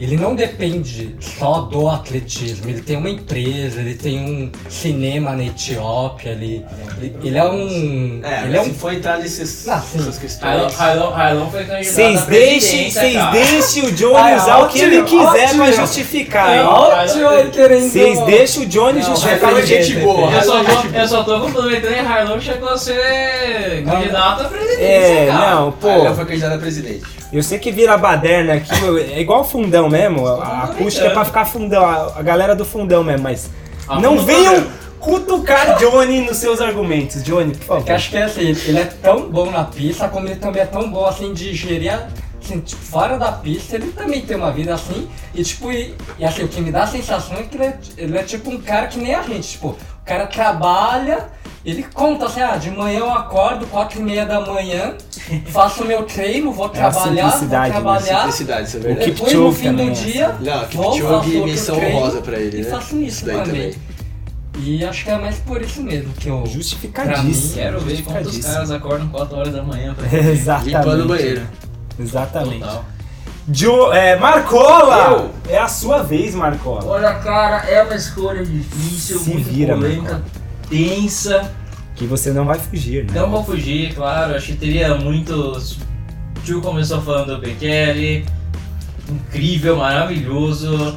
Speaker 7: ele não depende só do atletismo, ele tem uma empresa, ele tem um cinema na Etiópia, ele, ele, ele é um. ele é um.
Speaker 3: foi entrar nesses,
Speaker 7: Ah, sim.
Speaker 3: nessas
Speaker 4: Railão- Railão Railão foi candidato
Speaker 2: Vocês
Speaker 4: à
Speaker 2: deixem,
Speaker 4: presidência,
Speaker 2: vocês
Speaker 4: cara.
Speaker 2: deixem o Johnny
Speaker 7: Ai,
Speaker 2: usar o que ele
Speaker 7: ótimo,
Speaker 2: quiser pra
Speaker 7: ótimo.
Speaker 2: justificar,
Speaker 7: É
Speaker 2: hein?
Speaker 7: ótimo ele querendo.
Speaker 2: Vocês deixam o Johnny justificar.
Speaker 3: Railão é gente boa.
Speaker 4: Eu só tô, eu só tô complementando e Railão chegou a ser candidato a presidência,
Speaker 2: É,
Speaker 4: cara.
Speaker 2: não, pô,
Speaker 3: Ele foi candidato a presidente.
Speaker 2: eu sei que vira baderna aqui, eu- é igual fundão mesmo, a- a acústica é pra ficar fundão, a a galera do fundão mesmo, mas
Speaker 4: Ah,
Speaker 2: não
Speaker 4: fundão
Speaker 2: venham
Speaker 4: mesmo.
Speaker 2: cutucar Johnny nos seus argumentos, Johnny, por
Speaker 7: Eu
Speaker 2: favor.
Speaker 7: acho que é assim, ele é tão bom na pista, como ele também é tão bom assim de gerir. a- Assim, tipo, fora da pista, ele também tem uma vida assim. E tipo, e, e, assim, o que me dá a sensação é que ele é, ele é tipo um cara que nem a gente. Tipo, o cara trabalha, ele conta assim, ah, de manhã eu acordo, 4 e meia da manhã, faço meu treino, vou
Speaker 2: É a
Speaker 7: trabalhar, vou
Speaker 2: simplicidade, né?
Speaker 7: trabalhar.
Speaker 3: Felicidade, isso é
Speaker 2: O
Speaker 3: verdade.
Speaker 7: Depois no
Speaker 2: Kipchoge
Speaker 7: fim
Speaker 2: também é
Speaker 7: do dia,
Speaker 3: Não,
Speaker 7: vou, faço
Speaker 3: Kipchoge,
Speaker 7: outro
Speaker 3: missão
Speaker 7: treino
Speaker 3: honrosa pra ele,
Speaker 7: e
Speaker 3: né?
Speaker 7: faço isso
Speaker 3: daí
Speaker 7: também. E acho que é mais por isso mesmo que eu.
Speaker 2: Justificadíssimo.
Speaker 4: Quero ver quantos
Speaker 2: justificadíssimo.
Speaker 4: caras acordam 4 horas da manhã pra
Speaker 2: Exatamente.
Speaker 3: Limpando o banheiro.
Speaker 2: Exatamente.
Speaker 4: Total.
Speaker 2: Jo, é, Marcola! É a sua vez, Marcola.
Speaker 4: Olha, cara, é uma escolha difícil,
Speaker 2: Se
Speaker 4: muito
Speaker 2: vira,
Speaker 4: polêmica, tensa.
Speaker 2: Que você não vai fugir, né?
Speaker 4: Não Então, vou fugir, claro, acho que teria muitos. O Tio começou falando do Bekele, incrível, maravilhoso.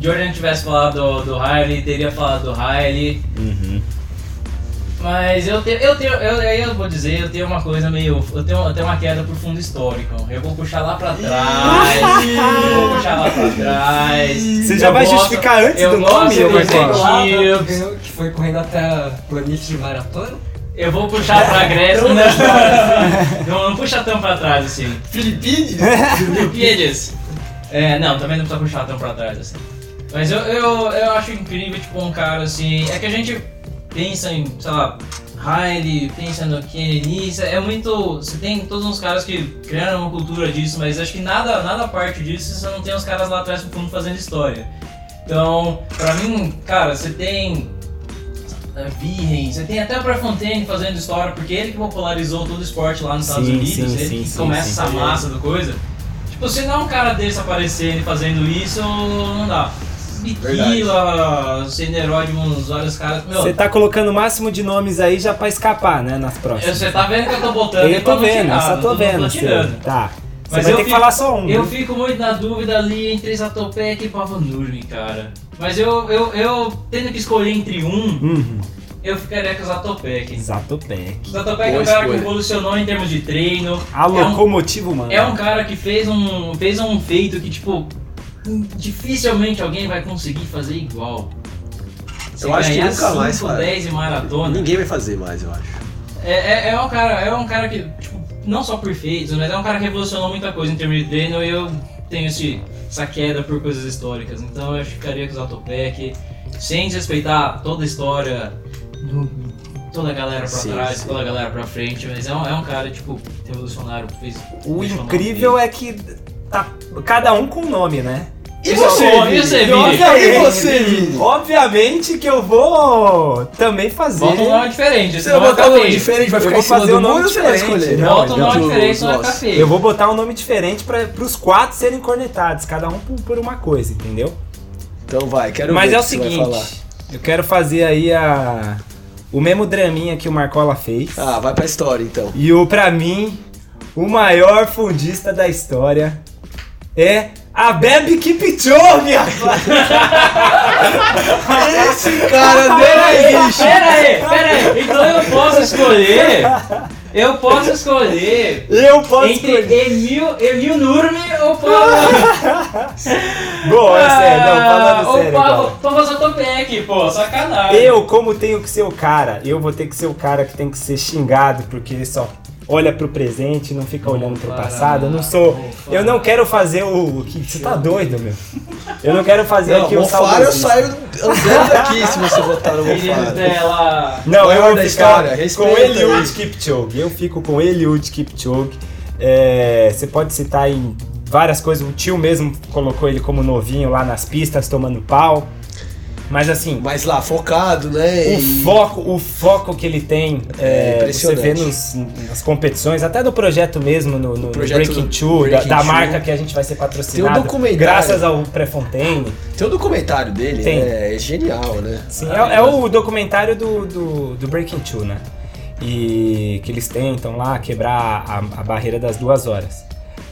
Speaker 4: Jordan tivesse falado do, do Riley, teria falado do Riley.
Speaker 2: Uhum.
Speaker 4: Mas eu tenho, eu tenho, eu, aí eu vou dizer, eu tenho uma coisa meio, eu tenho, eu tenho uma queda pro fundo histórico. Eu vou puxar lá pra trás, eu vou puxar lá pra trás.
Speaker 2: Você já
Speaker 4: Eu
Speaker 2: vai
Speaker 4: gosto-
Speaker 2: justificar antes
Speaker 4: eu
Speaker 2: do
Speaker 4: gosto
Speaker 2: nome,
Speaker 4: dos
Speaker 2: Marcola?
Speaker 7: Claro,
Speaker 4: executivos,
Speaker 7: né, que foi correndo até a planície de maratona.
Speaker 4: Eu vou puxar pra Grécia, não, não, não, puxa tão pra trás assim.
Speaker 3: Filipines?
Speaker 4: Piedis. É, não, também não precisa puxar tão pra trás assim. Mas eu, eu, eu acho incrível, tipo, um cara assim. É que a gente pensa em, sei lá, Riley, pensa no Kenny, isso é muito. Você tem todos uns caras que criaram uma cultura disso, mas acho que nada, nada parte disso se você não tem os caras lá atrás no fundo fazendo história. Então, pra mim, cara, você tem. eh, Virren, você tem até o Prefontaine fazendo história, porque ele que popularizou todo o esporte lá nos Estados
Speaker 2: Sim,
Speaker 4: Unidos,
Speaker 2: sim,
Speaker 4: ele
Speaker 2: sim,
Speaker 4: que
Speaker 2: sim,
Speaker 4: começa
Speaker 2: sim.
Speaker 4: essa massa da coisa. Tipo, se não um cara desse aparecendo e fazendo isso, não dá. Biquila, Ceneródimos, vários caras. Meu,
Speaker 2: Você tá colocando o máximo de nomes aí já pra escapar, né? Nas próximas.
Speaker 4: você tá vendo que eu tô botando
Speaker 2: Eu
Speaker 4: pra
Speaker 2: tô
Speaker 4: não
Speaker 2: vendo, eu
Speaker 4: tirar,
Speaker 2: só
Speaker 4: não
Speaker 2: tô vendo.
Speaker 4: Não
Speaker 2: você-
Speaker 4: tirando.
Speaker 2: Tá. Você
Speaker 4: Mas
Speaker 2: vai
Speaker 4: eu
Speaker 2: ter que
Speaker 4: fico-
Speaker 2: falar só um.
Speaker 4: Eu
Speaker 2: né?
Speaker 4: fico muito na dúvida ali entre Zatopek e Pavonurmi, cara. Mas eu, eu, eu, tendo que escolher entre um,
Speaker 2: Uhum.
Speaker 4: eu ficaria com o Zatopek.
Speaker 2: Zatopek.
Speaker 4: Zatopek é
Speaker 3: Boa
Speaker 4: um cara
Speaker 3: escolha.
Speaker 4: que evolucionou em termos de treino.
Speaker 2: A
Speaker 4: é um
Speaker 2: locomotiva humana.
Speaker 4: é um cara que fez um, fez um feito que, tipo, dificilmente alguém vai conseguir fazer igual. Você
Speaker 3: Eu acho que
Speaker 4: ganhar
Speaker 3: nunca mais,
Speaker 4: cinco,
Speaker 3: cara.
Speaker 4: 10 em maratona.
Speaker 3: Ninguém vai fazer mais, eu acho.
Speaker 4: É, é, é um cara, é um cara que, tipo, não só por feitos, mas é um cara que revolucionou muita coisa em termos de treino e eu tenho esse, essa queda por coisas históricas. Então eu ficaria com o Zatopek, sem desrespeitar toda a história, do- toda a galera pra
Speaker 3: Sim,
Speaker 4: trás,
Speaker 3: sim.
Speaker 4: toda a galera pra frente, mas é um, é um cara, tipo, revolucionário. Fez,
Speaker 2: O
Speaker 4: um
Speaker 2: incrível é que tá cada um com um nome, né?
Speaker 4: E você, É, Vini? E
Speaker 3: você, E você, Vini?
Speaker 2: Obviamente que eu vou também fazer.
Speaker 4: Bota um nome diferente.
Speaker 3: Você
Speaker 4: senão
Speaker 3: vai botar um
Speaker 4: ficar
Speaker 3: nome
Speaker 4: feio.
Speaker 3: diferente, vai
Speaker 2: Eu
Speaker 3: ficar
Speaker 2: vou
Speaker 3: em cima
Speaker 2: fazer
Speaker 3: do
Speaker 2: um nome
Speaker 3: muro ou você vai
Speaker 2: diferente.
Speaker 3: escolher? né?
Speaker 2: Não,
Speaker 4: Bota um
Speaker 3: Não,
Speaker 4: nome
Speaker 3: do-
Speaker 4: diferente, senão vai ficar
Speaker 3: nossa.
Speaker 4: feio.
Speaker 2: Eu vou botar um nome diferente para pros quatro serem cornetados, cada um por, por uma coisa, entendeu?
Speaker 3: Então vai, quero
Speaker 2: Mas
Speaker 3: ver
Speaker 2: é o
Speaker 3: que você vai falar.
Speaker 2: seguinte, eu quero fazer aí a o mesmo draminha que o Marcola fez.
Speaker 3: Ah, vai pra história então.
Speaker 2: E o pra mim, o maior fundista da história é a Bebe Kipchoge, rapaz.
Speaker 3: Esse cara
Speaker 4: Pera aí,
Speaker 3: não é existe.
Speaker 4: pera aí, pera aí. Então eu posso escolher. Eu posso escolher.
Speaker 2: Eu posso
Speaker 4: Entre
Speaker 2: escolher.
Speaker 4: Emil, Emil Nurmi ou Pablo. Ah,
Speaker 2: Boa, é sério, não,
Speaker 3: Ah,
Speaker 2: falando
Speaker 4: Ou
Speaker 2: sério agora.
Speaker 4: Pablo, Pablo Zatopek, pô, sacanagem.
Speaker 2: Eu, como tenho que ser o cara, eu vou ter que ser o cara que tem que ser xingado, porque só olha pro presente, não fica olhando pro
Speaker 4: para,
Speaker 2: passado. Eu não sou.
Speaker 4: não
Speaker 2: Eu não quero fazer o. o que Você tá doido, meu? É Eu não quero fazer
Speaker 3: Não, é
Speaker 2: aqui o
Speaker 3: Mofara eu
Speaker 2: saudosismo.
Speaker 3: saio andando daqui se você votar no
Speaker 4: Meninos
Speaker 3: Mofara.
Speaker 4: dela.
Speaker 2: Não, eu
Speaker 3: Maior
Speaker 2: vou
Speaker 3: da
Speaker 2: ficar
Speaker 3: história,
Speaker 2: com
Speaker 3: respeita né?
Speaker 2: Eliud
Speaker 3: aí.
Speaker 2: Kipchoge. Eu fico com Eliud Kipchoge. É, você pode citar em várias coisas. O tio mesmo colocou ele como novinho lá nas pistas, tomando pau. Mas assim,
Speaker 3: Mas lá, focado, né?
Speaker 2: O
Speaker 3: E-
Speaker 2: foco, o foco que ele tem,
Speaker 3: É
Speaker 2: é, você
Speaker 3: impressionante.
Speaker 2: vê nos- nas competições, até do projeto mesmo, no, no- no
Speaker 3: Projeto
Speaker 2: Breaking Two,
Speaker 3: Breaking
Speaker 2: da, da
Speaker 3: Two. um
Speaker 2: marca que a gente vai ser patrocinado,
Speaker 3: documentário.
Speaker 2: graças ao Prefontaine.
Speaker 3: Tem o documentário dele,
Speaker 2: Tem.
Speaker 3: né? É genial, né?
Speaker 2: Sim, é, é o documentário do, do, do Breaking Two, né? E que eles tentam lá quebrar a, a barreira das duas horas.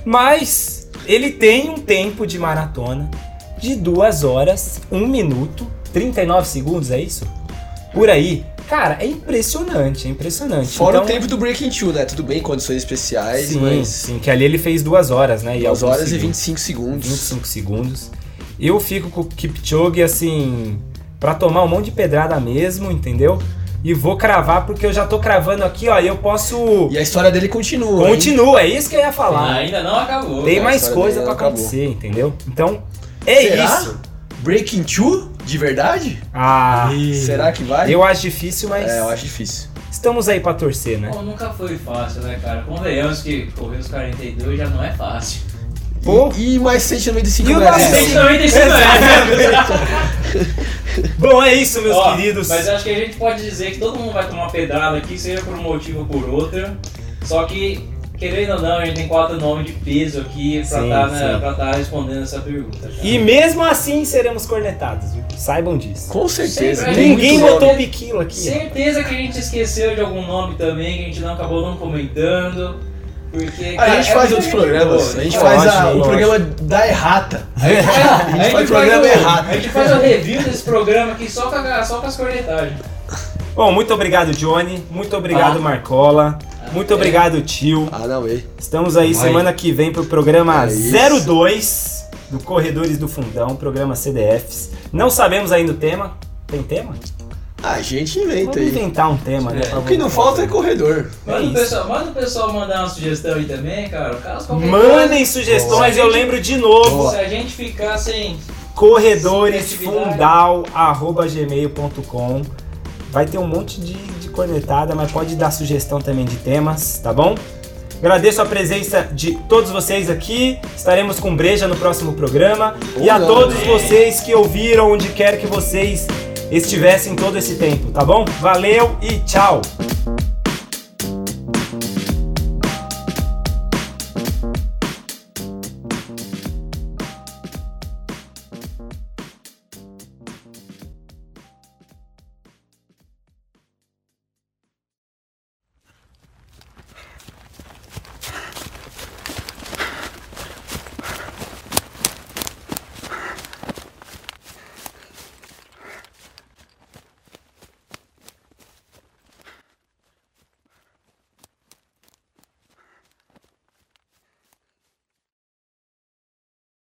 Speaker 2: Mas ele tem um tempo de maratona de duas horas, um minuto, 39 segundos, é isso? Por aí. Cara, é impressionante, é impressionante.
Speaker 3: Fora
Speaker 2: Então,
Speaker 3: o tempo do Breaking Two, né? Tudo bem, condições especiais,
Speaker 2: Sim,
Speaker 3: mas.
Speaker 2: sim, que ali ele fez duas horas, né?
Speaker 3: 2
Speaker 2: alguns
Speaker 3: horas e
Speaker 2: segundos.
Speaker 3: 25 segundos.
Speaker 2: 25 segundos. Eu fico com o Kipchoge, assim, pra tomar um monte de pedrada mesmo, entendeu? E vou cravar, porque eu já tô cravando aqui, ó, e eu posso...
Speaker 3: E a história dele continua. hein?
Speaker 2: Continua, é isso que eu ia falar.
Speaker 4: Ah, Ainda não acabou.
Speaker 2: Tem
Speaker 3: a
Speaker 2: mais
Speaker 3: história
Speaker 2: coisa pra
Speaker 3: dele não é, acabou.
Speaker 2: acontecer, entendeu? Então, é
Speaker 3: Será?
Speaker 2: isso.
Speaker 3: Breaking Two? De verdade?
Speaker 2: Ah,
Speaker 3: Será que vai?
Speaker 2: eu acho difícil, mas
Speaker 3: É, eu acho difícil.
Speaker 2: estamos aí pra torcer, né?
Speaker 4: Bom, nunca foi fácil, né, cara? Convenhamos que correr os 42 já não é fácil.
Speaker 2: Pô.
Speaker 3: E, né, e mais 195
Speaker 2: E o
Speaker 3: metros.
Speaker 2: nosso-
Speaker 4: 195 metros.
Speaker 2: Bom, é isso, meus
Speaker 4: Ó,
Speaker 2: queridos.
Speaker 4: Mas acho que a gente pode dizer que todo mundo vai tomar pedrada aqui, seja por um motivo ou por outro. Só que, querendo ou não, a gente tem quatro nomes de peso aqui pra
Speaker 2: Sim, sim.
Speaker 4: estar respondendo essa pergunta. cara.
Speaker 2: E mesmo assim seremos cornetados, viu? saibam disso.
Speaker 3: Com certeza.
Speaker 4: Sempre
Speaker 3: tem
Speaker 2: Ninguém
Speaker 3: muito
Speaker 2: botou o
Speaker 3: nome.
Speaker 2: biquilo aqui.
Speaker 4: Certeza que a gente esqueceu de algum nome também, que a gente não acabou não comentando. Porque, é
Speaker 3: A gente faz outros programas. A gente faz a-
Speaker 2: Lógico,
Speaker 3: o
Speaker 2: lógico.
Speaker 3: programa da errata.
Speaker 4: A
Speaker 3: gente faz programa
Speaker 4: o,
Speaker 3: errado.
Speaker 4: A gente faz o review desse programa aqui só com, a- só com as cornetagens.
Speaker 2: Bom, muito obrigado, Johnny. Muito obrigado,
Speaker 4: Ah.
Speaker 2: Marcola. Muito
Speaker 4: é.
Speaker 2: obrigado, tio.
Speaker 3: Ah, não, ei.
Speaker 2: Estamos aí
Speaker 7: Vai.
Speaker 2: semana que vem pro programa
Speaker 3: É isso.
Speaker 2: 02 do Corredores do Fundão, programa CDFs. Não sabemos ainda o tema. Tem tema?
Speaker 3: A gente inventa
Speaker 2: Vamos
Speaker 3: aí.
Speaker 2: inventar um tema, né?
Speaker 7: É.
Speaker 2: pra
Speaker 3: O que não
Speaker 2: voltar.
Speaker 3: falta é corredor.
Speaker 4: Manda,
Speaker 2: É
Speaker 4: o
Speaker 2: isso.
Speaker 4: pessoal, manda o pessoal mandar uma sugestão aí também, cara. Caso qualquer coisa,
Speaker 2: Mandem sugestões, eu lembro de novo.
Speaker 4: Se a gente ficar sem
Speaker 2: corredoresfundal.gmail.com Vai ter um monte de, de cornetada, mas pode dar sugestão também de temas, tá bom? Agradeço a presença de todos vocês aqui. Estaremos com Breja no próximo programa. e a
Speaker 3: não,
Speaker 2: todos
Speaker 3: né?
Speaker 2: vocês que ouviram, onde quer que vocês estivessem todo esse tempo, tá bom? Valeu e tchau!